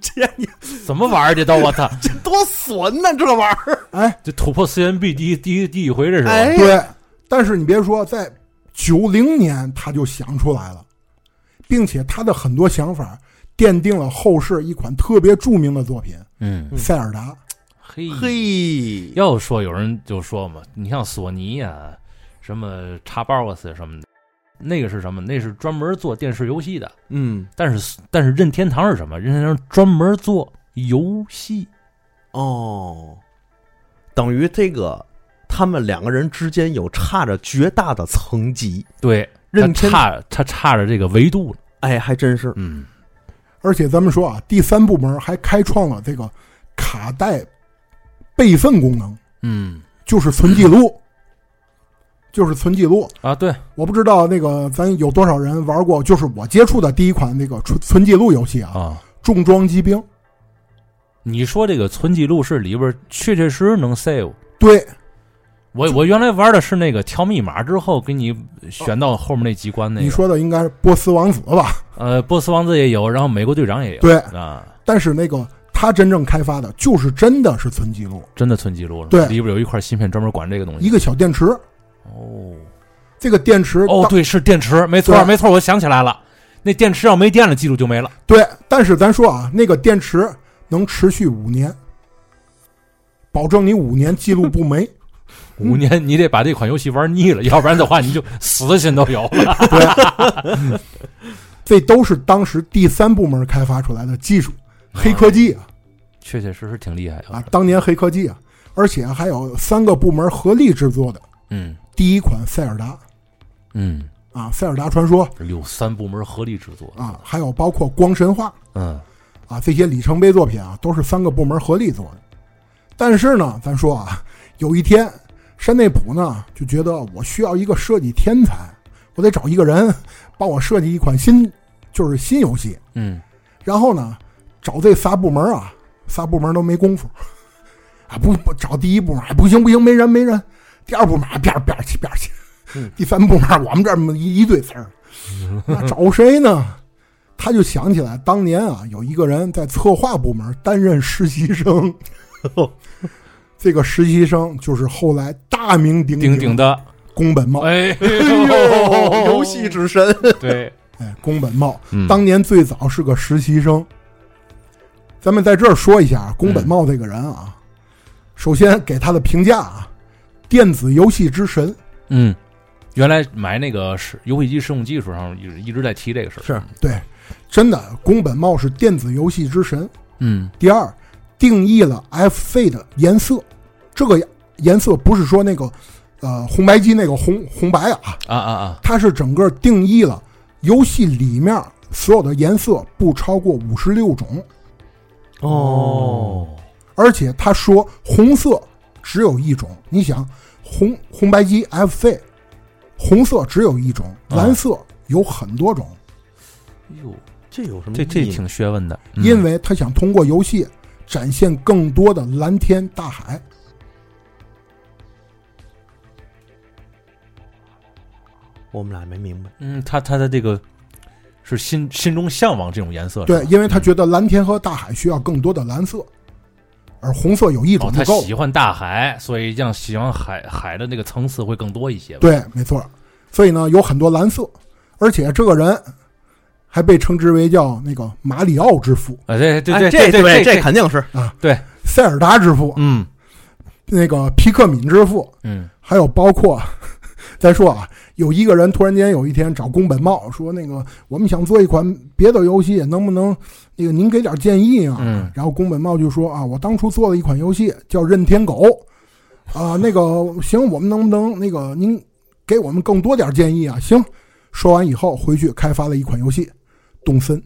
Speaker 2: 这你
Speaker 1: 怎么玩儿这都？我 操！
Speaker 2: 这 多损呐、这玩意儿！
Speaker 3: 哎，
Speaker 1: 这突破 CNB 第一第一第一回，这是吧？
Speaker 2: 哎
Speaker 3: 对，但是你别说，在九零年他就想出来了，并且他的很多想法奠定了后世一款特别著名的作品
Speaker 1: 嗯
Speaker 3: 《塞尔达》。
Speaker 1: 嘿
Speaker 2: 嘿，
Speaker 1: 要啊说有人就说嘛，你像索尼呀、什么叉 box 什么的，那个是什么？那是专门做电视游戏的。
Speaker 2: 嗯，
Speaker 1: 但是但是任天堂是什么？任天堂专门做游戏。
Speaker 2: 哦，等于这个他们两个人之间有差着绝大的层级，
Speaker 1: 对，
Speaker 2: 任
Speaker 1: 它
Speaker 2: 天
Speaker 1: 差它差着这个维度了。
Speaker 2: 哎，还真是，
Speaker 1: 嗯，
Speaker 3: 而且咱们说啊，第三部门还开创了这个卡带备份功能，
Speaker 1: 嗯
Speaker 3: 就是存记录，就是存记录。
Speaker 1: 啊，对，
Speaker 3: 我不知道那个咱有多少人玩过，就是我接触的第一款那个存存记录游戏啊，
Speaker 1: 啊，
Speaker 3: 重装机兵。
Speaker 1: 你说这个存记录是里边确确实实能 save。
Speaker 3: 对，
Speaker 1: 我我原来玩的是那个调密码之后给你选到后面那机关那
Speaker 3: 你
Speaker 1: 个，
Speaker 3: 说的应该是波斯王子吧？
Speaker 1: 呃，波斯王子也有，然后美国队长也有，
Speaker 3: 对，
Speaker 1: 啊，
Speaker 3: 但是那个他真正开发的就是真的是存记录，
Speaker 1: 真的存记录了，
Speaker 3: 对
Speaker 1: 里边有一块芯片专门管这个东
Speaker 3: 一
Speaker 1: 西。
Speaker 3: 个小电池，
Speaker 1: 哦
Speaker 3: 这个电池
Speaker 1: 哦，
Speaker 3: 当
Speaker 1: 对，是电池，没错
Speaker 3: 对
Speaker 1: 没错，我想起来了，那电池要没电了，记录就没了。
Speaker 3: 对，但是咱说啊，那个电池能持续五年，保证你五年记录不 没。
Speaker 1: 五年你得把这款游戏玩腻 了，要不然的话你就死的心都 有了。
Speaker 3: 这都是当时第三部门开发出来的技术，黑科技啊
Speaker 1: 确确实实挺厉害的
Speaker 3: 啊，当年黑科技啊，而且还有三个部门合力制作的
Speaker 1: 嗯
Speaker 3: 第一款《塞尔达》
Speaker 1: 嗯，
Speaker 3: 啊，《塞尔达传说
Speaker 1: 有三部门合力制作》，
Speaker 3: 啊，还有包括《光神话
Speaker 1: 嗯，》
Speaker 3: 啊，这些里程碑作品啊，都是三个部门合力做的。但是呢，咱说啊，有一天山内溥呢就觉得我需要一个设计天才，我得找一个人帮我设计一款新，就是新游戏。
Speaker 1: 嗯，
Speaker 3: 然后呢，找这仨部门啊，仨部门都没功夫，啊不不找第一部门，哎不行不行，没人没人，第二部门边边去边去
Speaker 2: 嗯，
Speaker 3: 第三部门我们这儿一一堆词儿，那找谁呢？他就想起来当年啊，有一个人在策划部门担任实习生，这个实习生就是后来大名鼎
Speaker 1: 顶顶
Speaker 3: 的
Speaker 1: 的，
Speaker 3: 宫本茂，
Speaker 1: 哎呦，
Speaker 2: 游戏之神，
Speaker 1: 对，
Speaker 3: 哎，宫本茂
Speaker 1: 嗯
Speaker 3: 当年最早是个实习生。咱们在这儿说一下宫本茂这个人啊，首先给他的评价啊，电子游戏之神，
Speaker 1: 嗯，原来买那个是游戏机使用技术上一直一直在提这个事儿。
Speaker 2: 是
Speaker 3: 对，真的宫本茂是电子游戏之神。
Speaker 1: 嗯
Speaker 3: 第二，定义了 FC 的颜色，这个颜色不是说那个呃红白机那个红红白啊，
Speaker 1: 啊啊啊，
Speaker 3: 它是整个定义了游戏里面所有的颜色不超过五十六种。
Speaker 2: 哦，
Speaker 3: 而且他说红色只有一种，你想红红白机 FC，红色只有一种，
Speaker 1: 啊
Speaker 3: 蓝色有很多种，
Speaker 1: 哟，
Speaker 2: 这有什么意
Speaker 1: 这
Speaker 2: 义？
Speaker 1: 这挺学问的，哎嗯
Speaker 3: 因为他想通过游戏展现更多的蓝天大海。
Speaker 2: 我们俩没明白，
Speaker 1: 嗯，他他的这个是心心中向往这种颜色，
Speaker 3: 对，
Speaker 1: 是吧
Speaker 3: 因为他觉得蓝天和大海需要更多的蓝色，而红色有一种
Speaker 1: 哦，
Speaker 3: 就
Speaker 1: 他
Speaker 3: 够了。
Speaker 1: 喜欢大海，所以这样喜欢海海的那个层次会更多一些吧。
Speaker 3: 对，没错。所以呢，有很多蓝色，而且这个人还被称之为叫那个马里奥之父、
Speaker 1: 啊，对对
Speaker 2: 哎
Speaker 1: 对
Speaker 2: 这
Speaker 1: 对
Speaker 2: 对
Speaker 1: 这，
Speaker 2: 肯定是，
Speaker 3: 塞尔达之父、
Speaker 1: 嗯
Speaker 3: 那个皮克敏之父，
Speaker 1: 嗯
Speaker 3: 还有包括， 再说啊，有一个人突然间有一天找宫本茂说：“那个，我们想做一款别的游戏，能不能那个您给点建议啊？”
Speaker 1: 嗯
Speaker 3: 然后宫本茂就说：“啊，我当初做了一款游戏叫《任天狗》，啊，那个行，我们能不能那个您给我们更多点建议啊？”行，说完以后回去开发了一款游戏《动森》，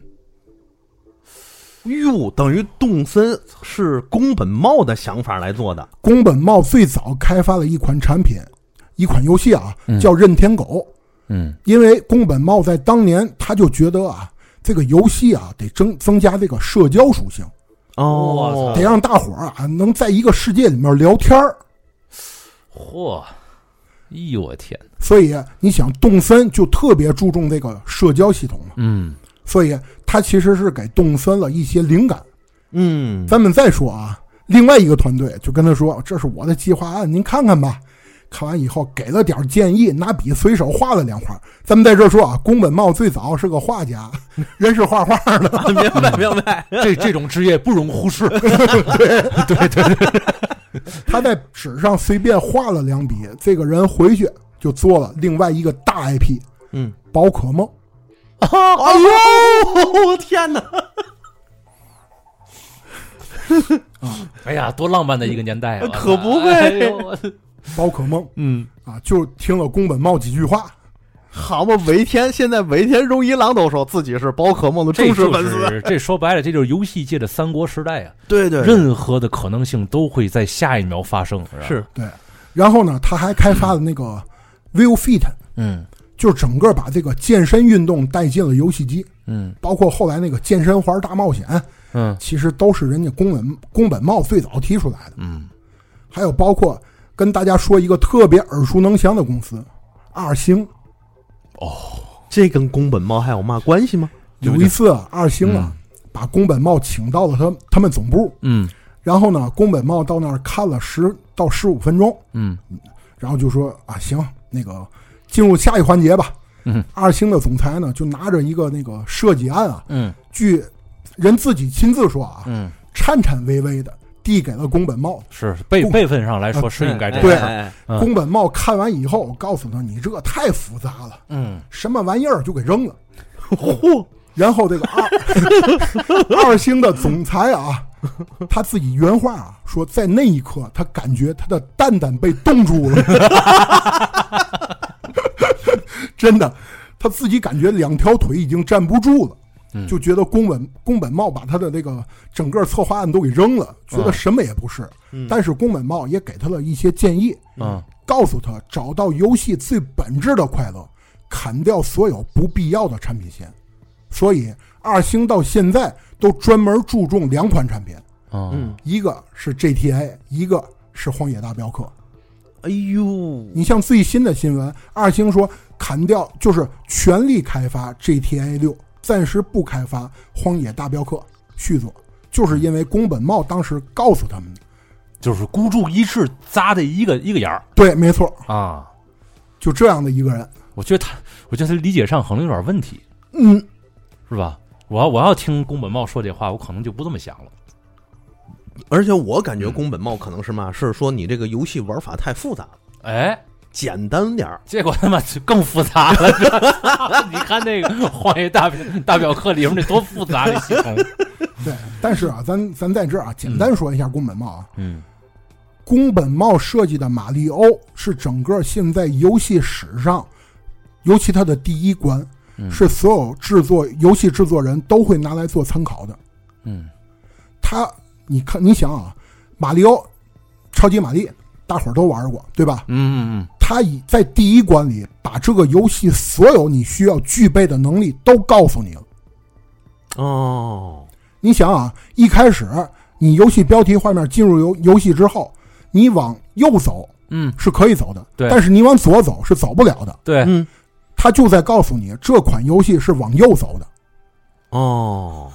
Speaker 2: 哟，等于动森是宫本茂的想法来做的，
Speaker 3: 宫本茂最早开发了一款产品，一款游戏啊，
Speaker 1: 嗯
Speaker 3: 叫《任天狗》。
Speaker 1: 嗯
Speaker 3: 因为宫本茂在当年他就觉得啊，这个游戏啊得增增加这个社交属性，
Speaker 1: 我
Speaker 3: 得
Speaker 1: 操
Speaker 3: 让大伙儿啊能在一个世界里面聊天儿。
Speaker 1: 嚯，哎呦我天，
Speaker 3: 所以啊你想，动森就特别注重这个社交系统嘛，
Speaker 1: 嗯
Speaker 3: 所以啊他其实是给动森了一些灵感。
Speaker 2: 嗯，
Speaker 3: 咱们再说啊，另外一个团队就跟他说：“这是我的计划案，您看看吧。”看完以后给了点儿建议，拿笔随手画了两画。咱们在这儿说啊，宫本茂最早是个画家， 人是画画的。
Speaker 2: 明白明白，
Speaker 1: 这这种职业不容忽视。
Speaker 3: 他在纸上随便画了两笔，这个人回去就做了另外一个大 IP，
Speaker 2: 嗯，
Speaker 3: 《宝可梦。
Speaker 2: 哎呦， 我天哪！
Speaker 1: 哎呀，多浪漫的一个年代啊！
Speaker 2: 可不呗
Speaker 1: 哎呦我
Speaker 3: 宝可梦
Speaker 2: 嗯，
Speaker 3: 啊，就听了宫本茂几句话，
Speaker 2: 好嘛，尾田现在尾田荣一郎都说自己是宝可梦的
Speaker 1: 这
Speaker 2: 忠实
Speaker 1: 就
Speaker 2: 粉丝，
Speaker 1: 是这说白了，这就是游戏界的三国时代啊！
Speaker 2: 对对
Speaker 1: 任何的可能性都会在下一秒发生，吧
Speaker 2: 是
Speaker 3: 对，然后呢，他还开发了那个 View Fit，
Speaker 1: 嗯
Speaker 3: 就是整个把这个健身运动带进了游戏机，
Speaker 1: 嗯
Speaker 3: 包括后来那个健身环大冒险，
Speaker 1: 嗯
Speaker 3: 其实都是人家宫本宫本茂最早提出来的。
Speaker 2: 嗯，
Speaker 3: 还有包括跟大家说一个特别耳熟能详的公司，二星。
Speaker 2: 这跟宫本茂还有嘛关系吗？
Speaker 3: 有一次啊二星啊，把宫本茂请到了他他们总部，
Speaker 1: 嗯
Speaker 3: 然后呢，宫本茂到那儿看了十到十五分钟，
Speaker 1: 嗯
Speaker 3: 然后就说啊，行，那个进入下一环节吧。
Speaker 1: 嗯，
Speaker 3: 二星的总裁呢，就拿着一个那个设计案啊，
Speaker 1: 嗯
Speaker 3: 据人自己亲自说啊，
Speaker 1: 嗯，
Speaker 3: 颤颤巍巍的递给了宫本茂。
Speaker 1: 是辈
Speaker 2: 嗯
Speaker 3: 不
Speaker 1: 辈分上来说是应该这
Speaker 3: 对
Speaker 2: 啊
Speaker 1: 样，
Speaker 2: 哎
Speaker 1: 嗯
Speaker 3: 宫本茂看完以后，告诉他：“你这个太复杂了，
Speaker 1: 嗯
Speaker 3: 什么玩意儿就给扔了。
Speaker 2: 嚯，”
Speaker 3: 然后这个二 二星的总裁啊，他自己原话啊说，在那一刻他感觉他的蛋蛋被冻住了， 真的，他自己感觉两条腿已经站不住了。
Speaker 1: 嗯
Speaker 3: 就觉得宫本宫本茂把他的这个整个策划案都给扔了，觉得什么也不是。但是宫本茂也给他了一些建议，
Speaker 1: 嗯
Speaker 3: 告诉他找到游戏最本质的快乐，砍掉所有不必要的产品线。所以二星到现在都专门注重两款产品，
Speaker 1: 嗯，
Speaker 3: 一个是 GTA，一个是《荒野大镖客》。
Speaker 2: 哎呦，
Speaker 3: 你像最新的新闻，二星说砍掉就是全力开发 GTA 六，暂时不开发《荒野大镖客》续作，就是因为宫本茂当时告诉他们的。
Speaker 1: 就是孤注一掷扎的一个一个眼儿
Speaker 3: 对，没错，
Speaker 1: 啊！
Speaker 3: 就这样的一个人。
Speaker 1: 我觉得他，我觉得他理解上可能有点问题，
Speaker 3: 嗯，
Speaker 1: 是吧？我要我要听宫本茂说这话，我可能就不这么想了。
Speaker 2: 而且我感觉宫本茂可能是嘛，是说你这个游戏玩法太复杂了，
Speaker 1: 哎，
Speaker 2: 简单点儿。
Speaker 1: 结果他妈就更复杂了。 你看那个《荒野大大表客》里面那多复杂的系统。
Speaker 3: 对。但是啊，咱咱在这儿啊，简单说一下宫本茂啊。
Speaker 1: 嗯
Speaker 3: 宫本茂设计的马里欧是整个现在游戏史上，尤其它的第一关，
Speaker 1: 嗯
Speaker 3: 是所有制作游戏制作人都会拿来做参考的。
Speaker 1: 嗯
Speaker 3: 他，你看，你想啊，马里奥、超级玛丽，大伙儿都玩过，对吧？
Speaker 1: 嗯嗯
Speaker 3: 他以在第一关里把这个游戏所有你需要具备的能力都告诉你了。
Speaker 2: 哦，
Speaker 3: 你想啊，一开始你游戏标题画面进入游游戏之后，你往右走
Speaker 1: 嗯，
Speaker 3: 是可以走的，
Speaker 1: 对
Speaker 3: 但是你往左走是走不了的。
Speaker 1: 对，
Speaker 2: 嗯，
Speaker 3: 他就在告诉你，这款游戏是往右走的。
Speaker 1: 嗯
Speaker 2: 哦，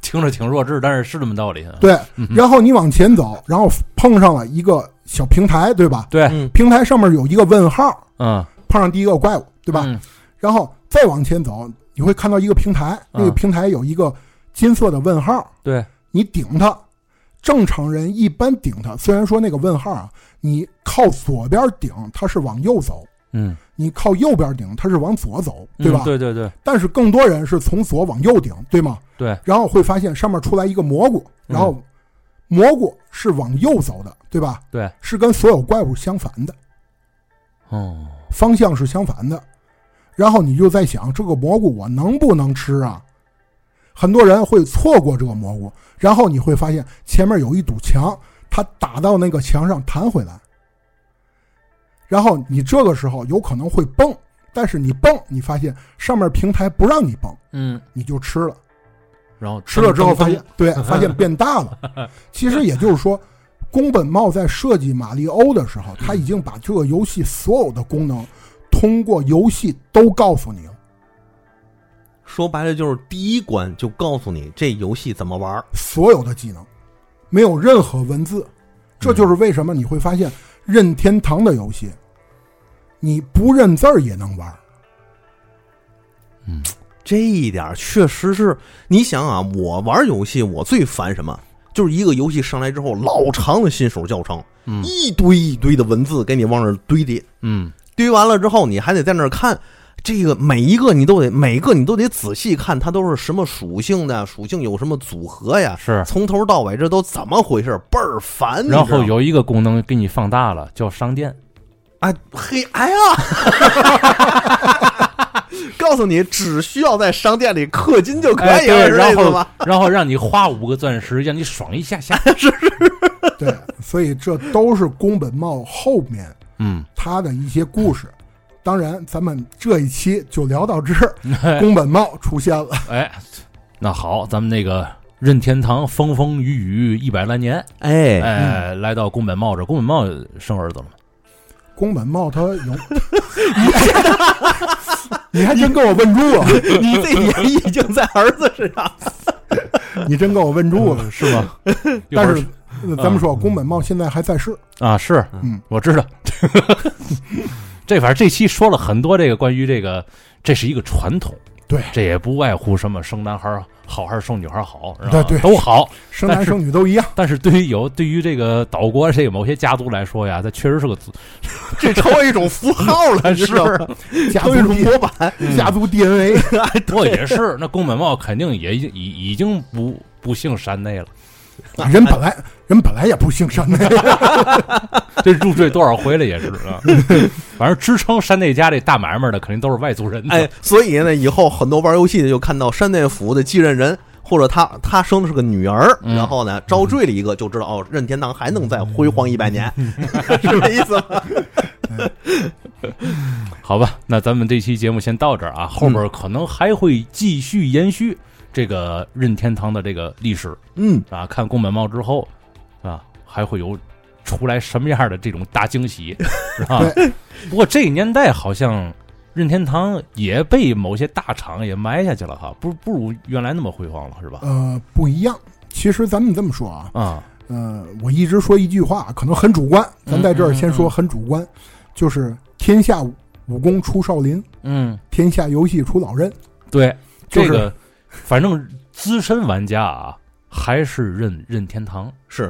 Speaker 1: 听着挺弱智，但是是这么道理。
Speaker 3: 对，
Speaker 1: 嗯
Speaker 3: 然后你往前走，然后碰上了一个小平台，对吧？
Speaker 1: 对，
Speaker 2: 嗯
Speaker 3: 平台上面有一个问号，
Speaker 1: 嗯，
Speaker 3: 碰上第一个怪物，对吧？
Speaker 1: 嗯
Speaker 3: 然后再往前走，你会看到一个平台，
Speaker 1: 嗯
Speaker 3: 那个平台有一个金色的问号，
Speaker 1: 对，
Speaker 3: 你顶它。正常人一般顶它，虽然说那个问号啊，你靠左边顶它是往右走，
Speaker 1: 嗯，
Speaker 3: 你靠右边顶它是往左走，对吧？
Speaker 1: 嗯对对对，
Speaker 3: 但是更多人是从左往右顶，对吗？
Speaker 1: 对。嗯
Speaker 3: 然后会发现上面出来一个蘑菇，然后蘑菇是往右走的，对吧？
Speaker 1: 对，
Speaker 3: 是跟所有怪物相反的。
Speaker 1: 哦，
Speaker 3: 方向是相反的。然后你就在想，这个蘑菇我能不能吃啊？很多人会错过这个蘑菇，然后你会发现前面有一堵墙，它打到那个墙上弹回来，然后你这个时候有可能会蹦，但是你蹦，你发现上面平台不让你蹦，
Speaker 1: 嗯，
Speaker 3: 你就吃了。
Speaker 1: 然后
Speaker 3: 吃了之后发现
Speaker 1: 噔，
Speaker 3: 对，发现变大了。其实也就是说，宫本茂在设计马里欧的时候，他已经把这个游戏所有的功能通过游戏都告诉你了。
Speaker 2: 说白了就是第一关就告诉你这游戏怎么玩儿。
Speaker 3: 所有的技能，没有任何文字。这就是为什么你会发现任天堂的游戏，你不认字儿也能玩。
Speaker 2: 这一点确实是，你想啊，我玩游戏我最烦什么？就是一个游戏上来之后，老长的新手教程，
Speaker 1: 嗯
Speaker 2: 一堆一堆的文字给你往那儿堆叠，
Speaker 1: 嗯
Speaker 2: 堆完了之后，你还得在那儿看这个每一个你都得每个你都得仔细看，它都是什么属性的，属性有什么组合呀？
Speaker 1: 是
Speaker 2: 从头到尾这都怎么回事？倍儿烦。你知道
Speaker 1: 然
Speaker 2: 吗
Speaker 1: 后有一个功能给你放大了，叫商店。
Speaker 2: 哎嘿哎呀， 告诉你，只需要在商店里氪金就可
Speaker 1: 哎，
Speaker 2: 以了，啊
Speaker 1: 对，
Speaker 2: 是这意
Speaker 1: 然
Speaker 2: 思吗
Speaker 1: 后？然后让你花五个钻石，让你爽一下下。
Speaker 3: 对，所以这都是宫本茂后面
Speaker 1: 嗯，
Speaker 3: 他的一些故事。当然，咱们这一期就聊到这儿，宫本茂出现了。
Speaker 1: 哎，那好，咱们那个任天堂风风雨雨一百来年，
Speaker 2: 哎
Speaker 1: 哎，来到宫本茂这，宫本茂生儿子了吗？
Speaker 3: 宫本茂他有， 你还真给我问啊住 了，
Speaker 2: 你这眼已经在儿子身上了。
Speaker 3: 你真给我问住了。
Speaker 1: 是吗？ 嗯一会
Speaker 3: 但
Speaker 1: 儿嗯
Speaker 3: 是呃咱们说，宫本茂现在还在世，
Speaker 1: 啊，是，
Speaker 3: 嗯，
Speaker 1: 我知道。 这反正这期说了很多这个关于这个，这是一个传统，
Speaker 3: 对
Speaker 1: 这也不外乎什么生男孩儿好还是生女孩儿好，是吧
Speaker 3: 对对
Speaker 1: 都好。
Speaker 3: 生男
Speaker 1: 但是
Speaker 3: 生女都 一样。
Speaker 1: 但是对于有对于这个岛国这个某些家族来说呀，它确实是个 诅
Speaker 2: 这成为一种符号 了，你知道吗？
Speaker 3: 家
Speaker 2: 成
Speaker 3: 族
Speaker 2: 为一种
Speaker 3: D-
Speaker 2: 模板。
Speaker 1: 嗯
Speaker 3: 家 族 DNA，
Speaker 1: 不过也是，那宫本茂肯定也已经已已经不不姓山内了，
Speaker 3: 人本来人本来也不姓山内，
Speaker 1: 这入赘多少回了也是啊。反正支撑山内家这大买卖的肯定都是外族人。
Speaker 2: 哎，，所以呢，以后很多玩游戏的就看到山内府的继任人，或者他他生的是个女儿，
Speaker 1: 嗯
Speaker 2: 然后呢招赘了一个，就知道哦，任天堂还能再辉煌一百 年，是这意思吗？
Speaker 1: 好吧，那咱们这期节目先到这儿啊，后边可能还会继续延续这个任天堂的这个历史
Speaker 2: 嗯，
Speaker 1: 啊。看宫本茂之后啊，还会有出来什么样的这种大惊喜，是吧？不过这个年代好像任天堂也被某些大厂也埋下去了哈，不不如原来那么辉煌了，是吧？
Speaker 3: 呃，不一样。其实咱们这么说啊，
Speaker 1: 啊，
Speaker 3: 呃，我一直说一句话，可能很主观，咱在这儿先
Speaker 1: 嗯
Speaker 3: 说很主观，就是天下武功出少林，
Speaker 1: 嗯，
Speaker 3: 天下游戏出老任。
Speaker 1: 对，
Speaker 3: 就
Speaker 1: 这
Speaker 3: 是
Speaker 1: 个反正资深玩家啊，还是任任天堂。
Speaker 2: 是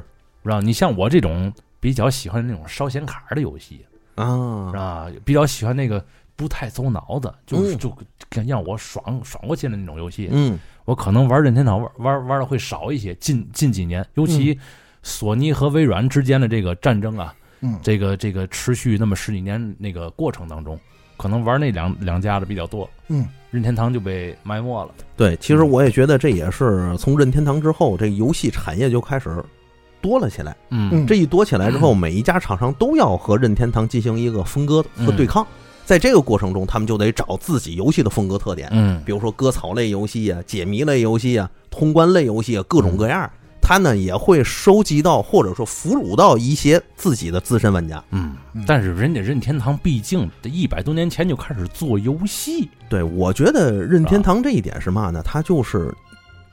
Speaker 1: 是吧？你像我这种比较喜欢那种烧显卡的游戏，
Speaker 2: 啊
Speaker 3: 嗯
Speaker 1: 是，吧？比较喜欢那个不太走脑子，就是
Speaker 2: 嗯
Speaker 1: 就让我爽爽过去的那种游戏。
Speaker 2: 嗯
Speaker 1: 我可能玩任天堂玩玩玩的会少一些。近近几年，尤其索尼和微软之间的这个战争啊，
Speaker 3: 嗯，
Speaker 1: 这个这个持续那么十几年那个过程当中，可能玩那两两家的比较多。
Speaker 3: 嗯，
Speaker 1: 任天堂就被埋没了。
Speaker 2: 对，其实我也觉得这也是从任天堂之后，这个游戏产业就开始多了起来。
Speaker 1: 嗯
Speaker 3: 嗯
Speaker 2: 这一多起来之后，每一家厂商都要和任天堂进行一个分割和对抗。在这个过程中，他们就得找自己游戏的风格特点，
Speaker 1: 嗯
Speaker 2: 比如说割草类游戏啊、解谜类游戏啊、通关类游戏啊，各种各样。他呢也会收集到或者说俘虏到一些自己的资深玩家。
Speaker 1: 嗯
Speaker 3: 嗯，
Speaker 1: 但是人家任天堂毕竟一百多年前就开始做游戏，
Speaker 2: 对我觉得啊任天堂这一点是嘛呢？它就是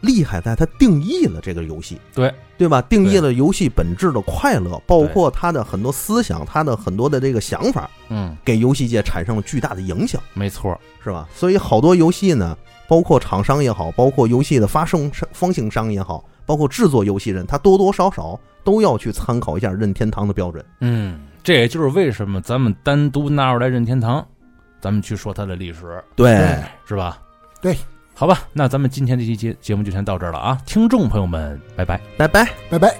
Speaker 2: 厉害在它定义了这个游戏。
Speaker 1: 对。
Speaker 2: 对吧？定义了游戏本质的快乐，包括它的很多思想，它的很多的这个想法，
Speaker 1: 嗯，
Speaker 2: 给游戏界产生了巨大的影响，
Speaker 1: 没错，
Speaker 2: 是吧？所以好多游戏呢，包括厂商也好，包括游戏的发生方行商也好，包括制作游戏人，他多多少少都要去参考一下任天堂的标准。
Speaker 1: 嗯，这也就是为什么咱们单独拿出来任天堂，咱们去说它的历史，
Speaker 2: 对
Speaker 3: 对
Speaker 1: 是吧？
Speaker 3: 对，
Speaker 1: 好吧，那咱们今天这期节节目就先到这儿了啊，听众朋友们，拜拜。
Speaker 2: 拜拜。
Speaker 3: 拜拜。